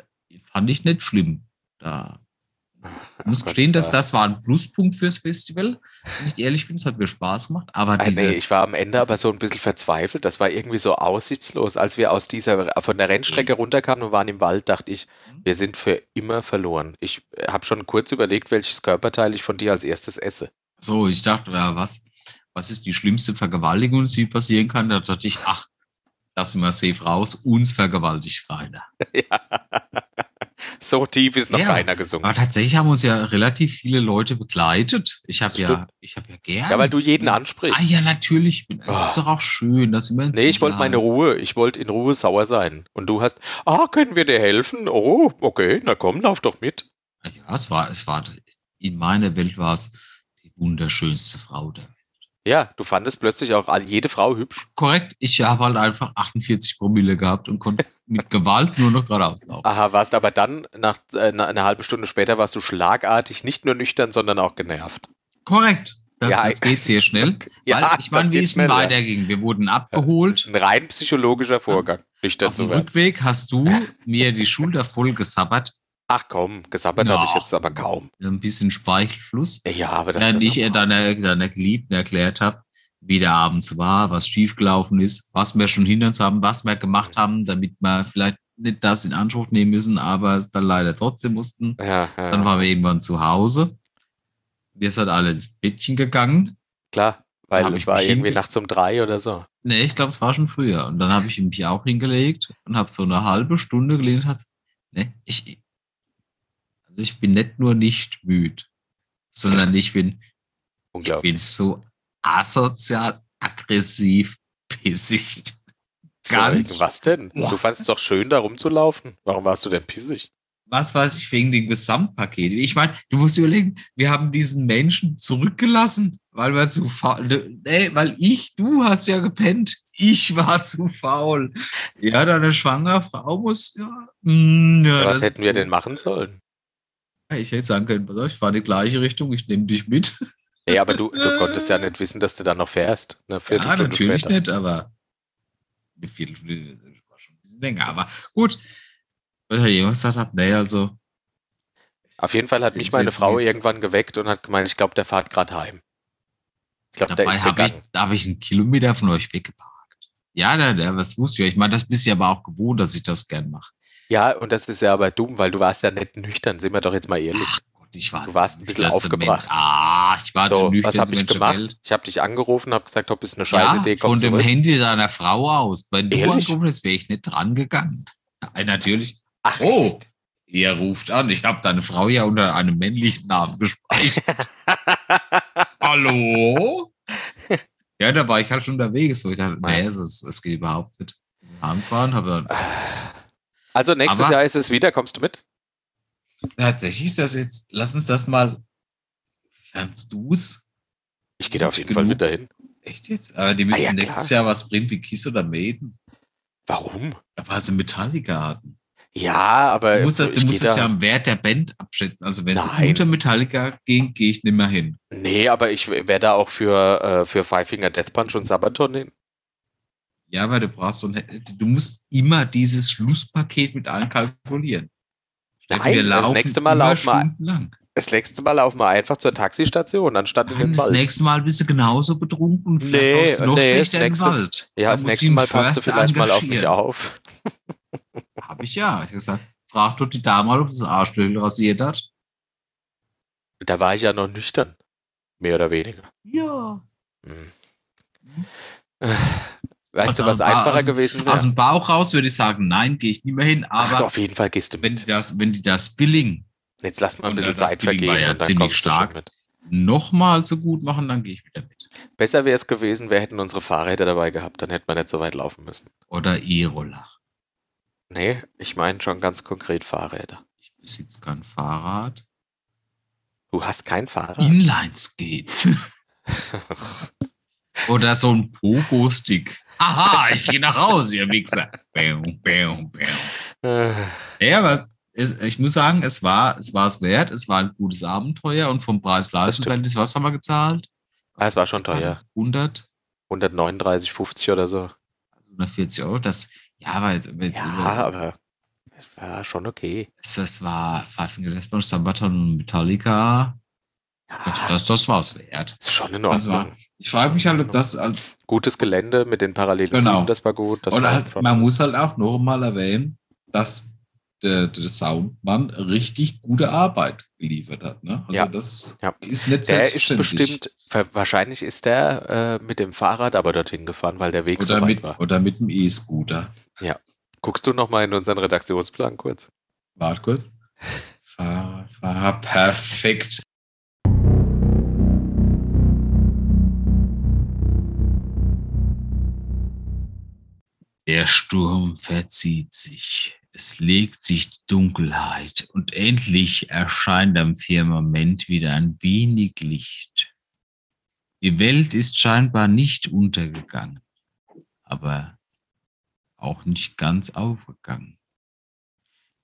[SPEAKER 1] fand ich nicht schlimm. Da ich muss
[SPEAKER 2] Ach Gott,
[SPEAKER 1] gestehen,
[SPEAKER 2] das
[SPEAKER 1] dass
[SPEAKER 2] war-
[SPEAKER 1] das war ein Pluspunkt fürs Festival. Wenn ich ehrlich bin, es hat mir Spaß gemacht, aber
[SPEAKER 2] Ah,
[SPEAKER 1] diese,
[SPEAKER 2] nee, ich war am Ende aber so ein bisschen verzweifelt. Das war irgendwie so aussichtslos. Als wir aus dieser, von der
[SPEAKER 1] Mhm.
[SPEAKER 2] Rennstrecke runterkamen und waren im Wald, dachte ich, wir sind für immer verloren. Ich habe schon kurz überlegt, welches Körperteil ich von dir als erstes esse.
[SPEAKER 1] so, ich dachte, ja, was, was ist die schlimmste Vergewaltigung, die passieren kann? Da dachte ich, ach, lassen wir safe raus, uns vergewaltigt keiner.
[SPEAKER 2] So tief ist noch
[SPEAKER 1] Ja,
[SPEAKER 2] keiner gesungen.
[SPEAKER 1] Aber tatsächlich haben uns ja relativ viele Leute begleitet. Ich habe
[SPEAKER 2] Das
[SPEAKER 1] ja,
[SPEAKER 2] stimmt.
[SPEAKER 1] ich habe ja gern.
[SPEAKER 2] Ja, weil du jeden
[SPEAKER 1] Ah
[SPEAKER 2] ansprichst.
[SPEAKER 1] ja, natürlich. Das ist
[SPEAKER 2] Oh.
[SPEAKER 1] doch auch schön, dass immer.
[SPEAKER 2] Nee, ich wollte meine Ruhe. Ich wollte in Ruhe sauer sein. Und du hast, ah, können wir dir helfen? Oh, okay, na komm, lauf doch mit.
[SPEAKER 1] Ah, Ja, es war, es war in meiner Welt war es die wunderschönste Frau der. Welt.
[SPEAKER 2] Ja, du fandest plötzlich auch all- jede Frau hübsch.
[SPEAKER 1] Korrekt. Ich habe halt einfach 48 Promille gehabt und konnte mit Gewalt nur noch geradeaus laufen.
[SPEAKER 2] Aha, warst aber dann, nach äh, na- einer halben Stunde später, warst du schlagartig, nicht nur nüchtern, sondern auch genervt.
[SPEAKER 1] Korrekt. Das,
[SPEAKER 2] Ja,
[SPEAKER 1] das geht sehr schnell.
[SPEAKER 2] Ja,
[SPEAKER 1] weil ich
[SPEAKER 2] das
[SPEAKER 1] meine, wie
[SPEAKER 2] geht
[SPEAKER 1] es denn
[SPEAKER 2] schneller.
[SPEAKER 1] weiterging. Wir wurden
[SPEAKER 2] Das
[SPEAKER 1] abgeholt.
[SPEAKER 2] ist ein rein psychologischer Vorgang, nüchtern
[SPEAKER 1] Auf dem
[SPEAKER 2] zu werden.
[SPEAKER 1] Rückweg hast du mir die Schulter voll gesabbert.
[SPEAKER 2] Ach komm, gesabbert habe ich
[SPEAKER 1] Na.
[SPEAKER 2] jetzt aber kaum.
[SPEAKER 1] Ein bisschen Speichelfluss.
[SPEAKER 2] Ja, aber das
[SPEAKER 1] Während
[SPEAKER 2] ist
[SPEAKER 1] ich äh, ihr deiner, deiner Geliebten erklärt habe, wie der abends war, was schiefgelaufen ist, was wir schon hinter uns haben, was wir gemacht haben, damit wir vielleicht nicht das in Anspruch nehmen müssen, aber es dann leider trotzdem mussten.
[SPEAKER 2] ja, ja,
[SPEAKER 1] Dann waren wir irgendwann zu Hause. Wir sind alle ins Bettchen gegangen.
[SPEAKER 2] klar,
[SPEAKER 1] hab
[SPEAKER 2] weil es
[SPEAKER 1] ich
[SPEAKER 2] war
[SPEAKER 1] mich
[SPEAKER 2] irgendwie
[SPEAKER 1] hinge-
[SPEAKER 2] nachts um drei oder so.
[SPEAKER 1] Nee, ich glaube, es war schon früher. Und dann habe ich mich auch hingelegt und habe so eine halbe Stunde gelegen und hab, nee, ich, also ich bin nicht nur nicht müde, sondern ich bin Ich
[SPEAKER 2] Unglaublich.
[SPEAKER 1] bin so asozial, aggressiv, pissig. Ganz,
[SPEAKER 2] So, was denn?
[SPEAKER 1] Boah.
[SPEAKER 2] Du fandest es doch schön, da rumzulaufen. Warum warst du denn pissig?
[SPEAKER 1] was weiß ich, wegen dem Gesamtpaket. Ich meine, du musst überlegen, wir haben diesen Menschen zurückgelassen, weil wir zu faul. ne, Nee, weil ich, du hast ja gepennt. Ich war zu faul. Ja, deine schwangere Frau muss ja. mm, ja,
[SPEAKER 2] Ja, was
[SPEAKER 1] das-
[SPEAKER 2] hätten wir denn machen sollen?
[SPEAKER 1] Ich hätte sagen können, pass auf, ich fahre in die gleiche Richtung, ich nehme dich mit.
[SPEAKER 2] Nee, aber du, du konntest ja nicht wissen, dass du dann noch fährst. Eine
[SPEAKER 1] Ja,
[SPEAKER 2] Viertelstunde
[SPEAKER 1] natürlich
[SPEAKER 2] später.
[SPEAKER 1] nicht, aber eine Viertelstunde war schon ein bisschen länger. Aber gut, was hat jemand gesagt hat, nee, also
[SPEAKER 2] Auf jeden Fall hat
[SPEAKER 1] Das
[SPEAKER 2] mich
[SPEAKER 1] ist
[SPEAKER 2] meine
[SPEAKER 1] jetzt
[SPEAKER 2] Frau
[SPEAKER 1] nichts.
[SPEAKER 2] irgendwann geweckt und hat gemeint, ich glaube, der fährt gerade heim. Ich glaube, der
[SPEAKER 1] dabei
[SPEAKER 2] ist
[SPEAKER 1] habe ich,
[SPEAKER 2] gegangen.
[SPEAKER 1] da hab ich einen Kilometer von euch weggeparkt. Ja, da, da, was wusste ich? Ich meine, das bist du aber auch gewohnt, dass ich das gern mache.
[SPEAKER 2] Ja, und das ist ja aber dumm, weil du warst ja nicht nüchtern, sind wir doch jetzt mal ehrlich.
[SPEAKER 1] Ach Gott, Ich war
[SPEAKER 2] Du warst ein bisschen
[SPEAKER 1] nüchternste
[SPEAKER 2] aufgebracht.
[SPEAKER 1] Mensch. Ah, ich war
[SPEAKER 2] so,
[SPEAKER 1] der
[SPEAKER 2] was
[SPEAKER 1] nüchternste
[SPEAKER 2] habe ich
[SPEAKER 1] Mensch der
[SPEAKER 2] gemacht?
[SPEAKER 1] Welt.
[SPEAKER 2] Ich habe dich angerufen, habe gesagt, du bist eine scheiße
[SPEAKER 1] ja,
[SPEAKER 2] Idee, komm
[SPEAKER 1] von dem
[SPEAKER 2] zurück.
[SPEAKER 1] Handy deiner Frau aus. Wenn du
[SPEAKER 2] Ehrlich?
[SPEAKER 1] angerufen hättest, wäre ich nicht dran gegangen. Nein, natürlich.
[SPEAKER 2] Ach,
[SPEAKER 1] Oh.
[SPEAKER 2] echt?
[SPEAKER 1] Ihr ruft an. Ich habe deine Frau ja unter einem männlichen Namen gespeichert. Hallo? Ja, da war ich halt schon unterwegs, wo ich dachte, nee, das, das geht überhaupt nicht. Anfahren, aber
[SPEAKER 2] Also nächstes
[SPEAKER 1] Aber-
[SPEAKER 2] Jahr ist es wieder, kommst du mit?
[SPEAKER 1] tatsächlich ist das jetzt, lass uns das mal. Fernst du's?
[SPEAKER 2] Ich gehe da auf jeden
[SPEAKER 1] Genug.
[SPEAKER 2] Fall wieder hin.
[SPEAKER 1] Echt jetzt? Aber die
[SPEAKER 2] Ah,
[SPEAKER 1] müssen
[SPEAKER 2] ja,
[SPEAKER 1] nächstes Jahr was bringen wie Kiss oder Maiden.
[SPEAKER 2] Warum?
[SPEAKER 1] Aber also Metallica hatten.
[SPEAKER 2] Ja, aber
[SPEAKER 1] Du musst das,
[SPEAKER 2] Äh, ich
[SPEAKER 1] du
[SPEAKER 2] geh
[SPEAKER 1] musst
[SPEAKER 2] da,
[SPEAKER 1] das ja am Wert der Band abschätzen. Also wenn es
[SPEAKER 2] Nein.
[SPEAKER 1] unter Metallica ging, gehe ich nicht mehr hin.
[SPEAKER 2] Nee, aber ich wäre da auch für, äh, für Five Finger Death Punch und Sabaton hin.
[SPEAKER 1] Ja, weil du brauchst so ein, du musst immer dieses Schlusspaket mit allen kalkulieren.
[SPEAKER 2] Nein, das nächste Mal laufen wir-
[SPEAKER 1] wir. Lang.
[SPEAKER 2] Das nächste Mal laufen wir einfach zur Taxistation, anstatt in
[SPEAKER 1] Nein,
[SPEAKER 2] den
[SPEAKER 1] das
[SPEAKER 2] Wald.
[SPEAKER 1] nächste Mal bist du genauso betrunken und
[SPEAKER 2] Nee,
[SPEAKER 1] vielleicht nee, noch
[SPEAKER 2] nee, das
[SPEAKER 1] schlechter im
[SPEAKER 2] nächste-
[SPEAKER 1] Wald.
[SPEAKER 2] Ja, das nächste Mal passt du vielleicht mal auf mich auf.
[SPEAKER 1] Habe ich ja. Ich hab gesagt, frag doch die Dame, mal, ob das Arschlöchel rasiert hat.
[SPEAKER 2] Da war ich ja noch nüchtern. Mehr oder weniger.
[SPEAKER 1] Ja.
[SPEAKER 2] Hm.
[SPEAKER 1] Mhm.
[SPEAKER 2] Weißt du,
[SPEAKER 1] Also,
[SPEAKER 2] was
[SPEAKER 1] war
[SPEAKER 2] einfacher
[SPEAKER 1] aus dem-
[SPEAKER 2] gewesen
[SPEAKER 1] Aus
[SPEAKER 2] wäre?
[SPEAKER 1] dem Bauch raus würde ich sagen, nein, gehe ich nicht mehr hin.
[SPEAKER 2] Ach,
[SPEAKER 1] Aber
[SPEAKER 2] auf jeden Fall gehst du
[SPEAKER 1] wenn, die
[SPEAKER 2] mit.
[SPEAKER 1] das, wenn die das Billing
[SPEAKER 2] Jetzt lass mal ein
[SPEAKER 1] Und
[SPEAKER 2] bisschen
[SPEAKER 1] das
[SPEAKER 2] Zeit
[SPEAKER 1] Feeling war
[SPEAKER 2] vergehen
[SPEAKER 1] ja
[SPEAKER 2] und dann
[SPEAKER 1] ziemlich
[SPEAKER 2] kommst du
[SPEAKER 1] stark.
[SPEAKER 2] schon mit.
[SPEAKER 1] nochmal so gut machen, dann gehe ich wieder mit.
[SPEAKER 2] Besser wäre es gewesen, wir hätten unsere Fahrräder dabei gehabt, dann hätten wir nicht so weit laufen müssen.
[SPEAKER 1] Oder E-Roller.
[SPEAKER 2] Nee, ich meine schon ganz konkret Fahrräder.
[SPEAKER 1] Ich besitze kein Fahrrad.
[SPEAKER 2] Du hast kein
[SPEAKER 1] Hm.
[SPEAKER 2] Fahrrad?
[SPEAKER 1] Inlines geht's. Oder so ein Pogo-Stick. Aha, ich gehe nach Hause, ihr Wichser. Bäum, bäum, bäum.
[SPEAKER 2] Äh,
[SPEAKER 1] Ja, aber es, ich muss sagen, es war es war's wert. Es war ein gutes Abenteuer und vom preis leistungs verhältnis was haben wir gezahlt?
[SPEAKER 2] Ah, es war schon teuer.
[SPEAKER 1] 100,
[SPEAKER 2] 139,50 oder so.
[SPEAKER 1] also 140 Euro. Das, ja, aber jetzt, jetzt
[SPEAKER 2] Ja,
[SPEAKER 1] über-
[SPEAKER 2] aber es war schon okay.
[SPEAKER 1] das, das war Five Finger Death Punch, Sabaton und Metallica. Das,
[SPEAKER 2] Ja,
[SPEAKER 1] das, das war's wert.
[SPEAKER 2] ist schon in
[SPEAKER 6] Also,
[SPEAKER 2] Ordnung.
[SPEAKER 6] Ah. Ich frage mich halt, ob das als,
[SPEAKER 2] Gutes Gelände mit den parallelen
[SPEAKER 6] Genau.
[SPEAKER 2] Blumen, das war gut. Das
[SPEAKER 6] oder
[SPEAKER 2] war
[SPEAKER 6] halt,
[SPEAKER 2] schon
[SPEAKER 6] man muss halt auch noch mal erwähnen, dass der, der Soundmann richtig gute Arbeit geliefert hat. Ne? Also
[SPEAKER 2] Ja.
[SPEAKER 6] das
[SPEAKER 2] Ja.
[SPEAKER 6] ist nicht
[SPEAKER 2] der ist
[SPEAKER 6] selbstverständlich.
[SPEAKER 2] bestimmt, ver- wahrscheinlich ist der äh, mit dem Fahrrad aber dorthin gefahren, weil der Weg so
[SPEAKER 6] oder
[SPEAKER 2] weit
[SPEAKER 6] mit,
[SPEAKER 2] war.
[SPEAKER 6] oder mit dem E-Scooter.
[SPEAKER 2] Guckst du nochmal in unseren Redaktionsplan kurz?
[SPEAKER 6] Warte kurz. Fahr, fahr, perfekt.
[SPEAKER 1] Der Sturm verzieht sich. Es legt sich Dunkelheit und endlich erscheint am Firmament wieder ein wenig Licht. Die Welt ist scheinbar nicht untergegangen, aber auch nicht ganz aufgegangen.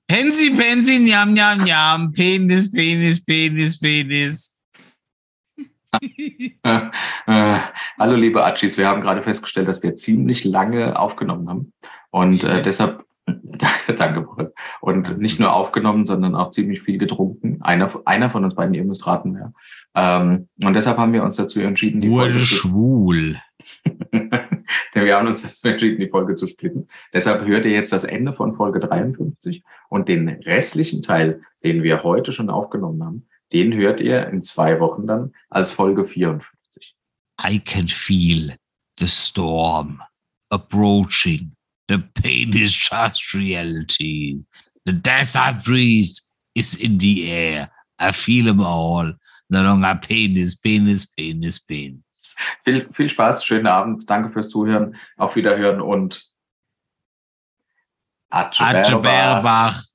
[SPEAKER 1] Pensi, Pensi, Njam, Njam, Njam, Penis, Penis, Penis, Penis.
[SPEAKER 7] Äh, hallo liebe Achis, wir haben gerade festgestellt, dass wir ziemlich lange aufgenommen haben und äh,
[SPEAKER 1] Yes.
[SPEAKER 7] deshalb danke Boris. und nicht nur aufgenommen, sondern auch ziemlich viel getrunken. Einer, einer von uns beiden, ihr müsst raten, wer. Ähm, und deshalb haben wir uns dazu entschieden, die
[SPEAKER 1] Wurde
[SPEAKER 7] Folge zu,
[SPEAKER 1] schwul.
[SPEAKER 7] Denn wir haben uns dazu entschieden, die Folge zu splitten. Deshalb hört ihr jetzt das Ende von Folge 53 und den restlichen Teil, den wir heute schon aufgenommen haben, den hört ihr in zwei Wochen dann als Folge 54.
[SPEAKER 1] I can feel the storm approaching. The pain is just reality. The desert breeze is in the air. I feel them all. No longer penis, penis, penis, penis.
[SPEAKER 7] Viel, viel Spaß, schönen Abend. Danke fürs Zuhören, auf Wiederhören und
[SPEAKER 1] Atze
[SPEAKER 7] Atscheberba.
[SPEAKER 1] Berbach.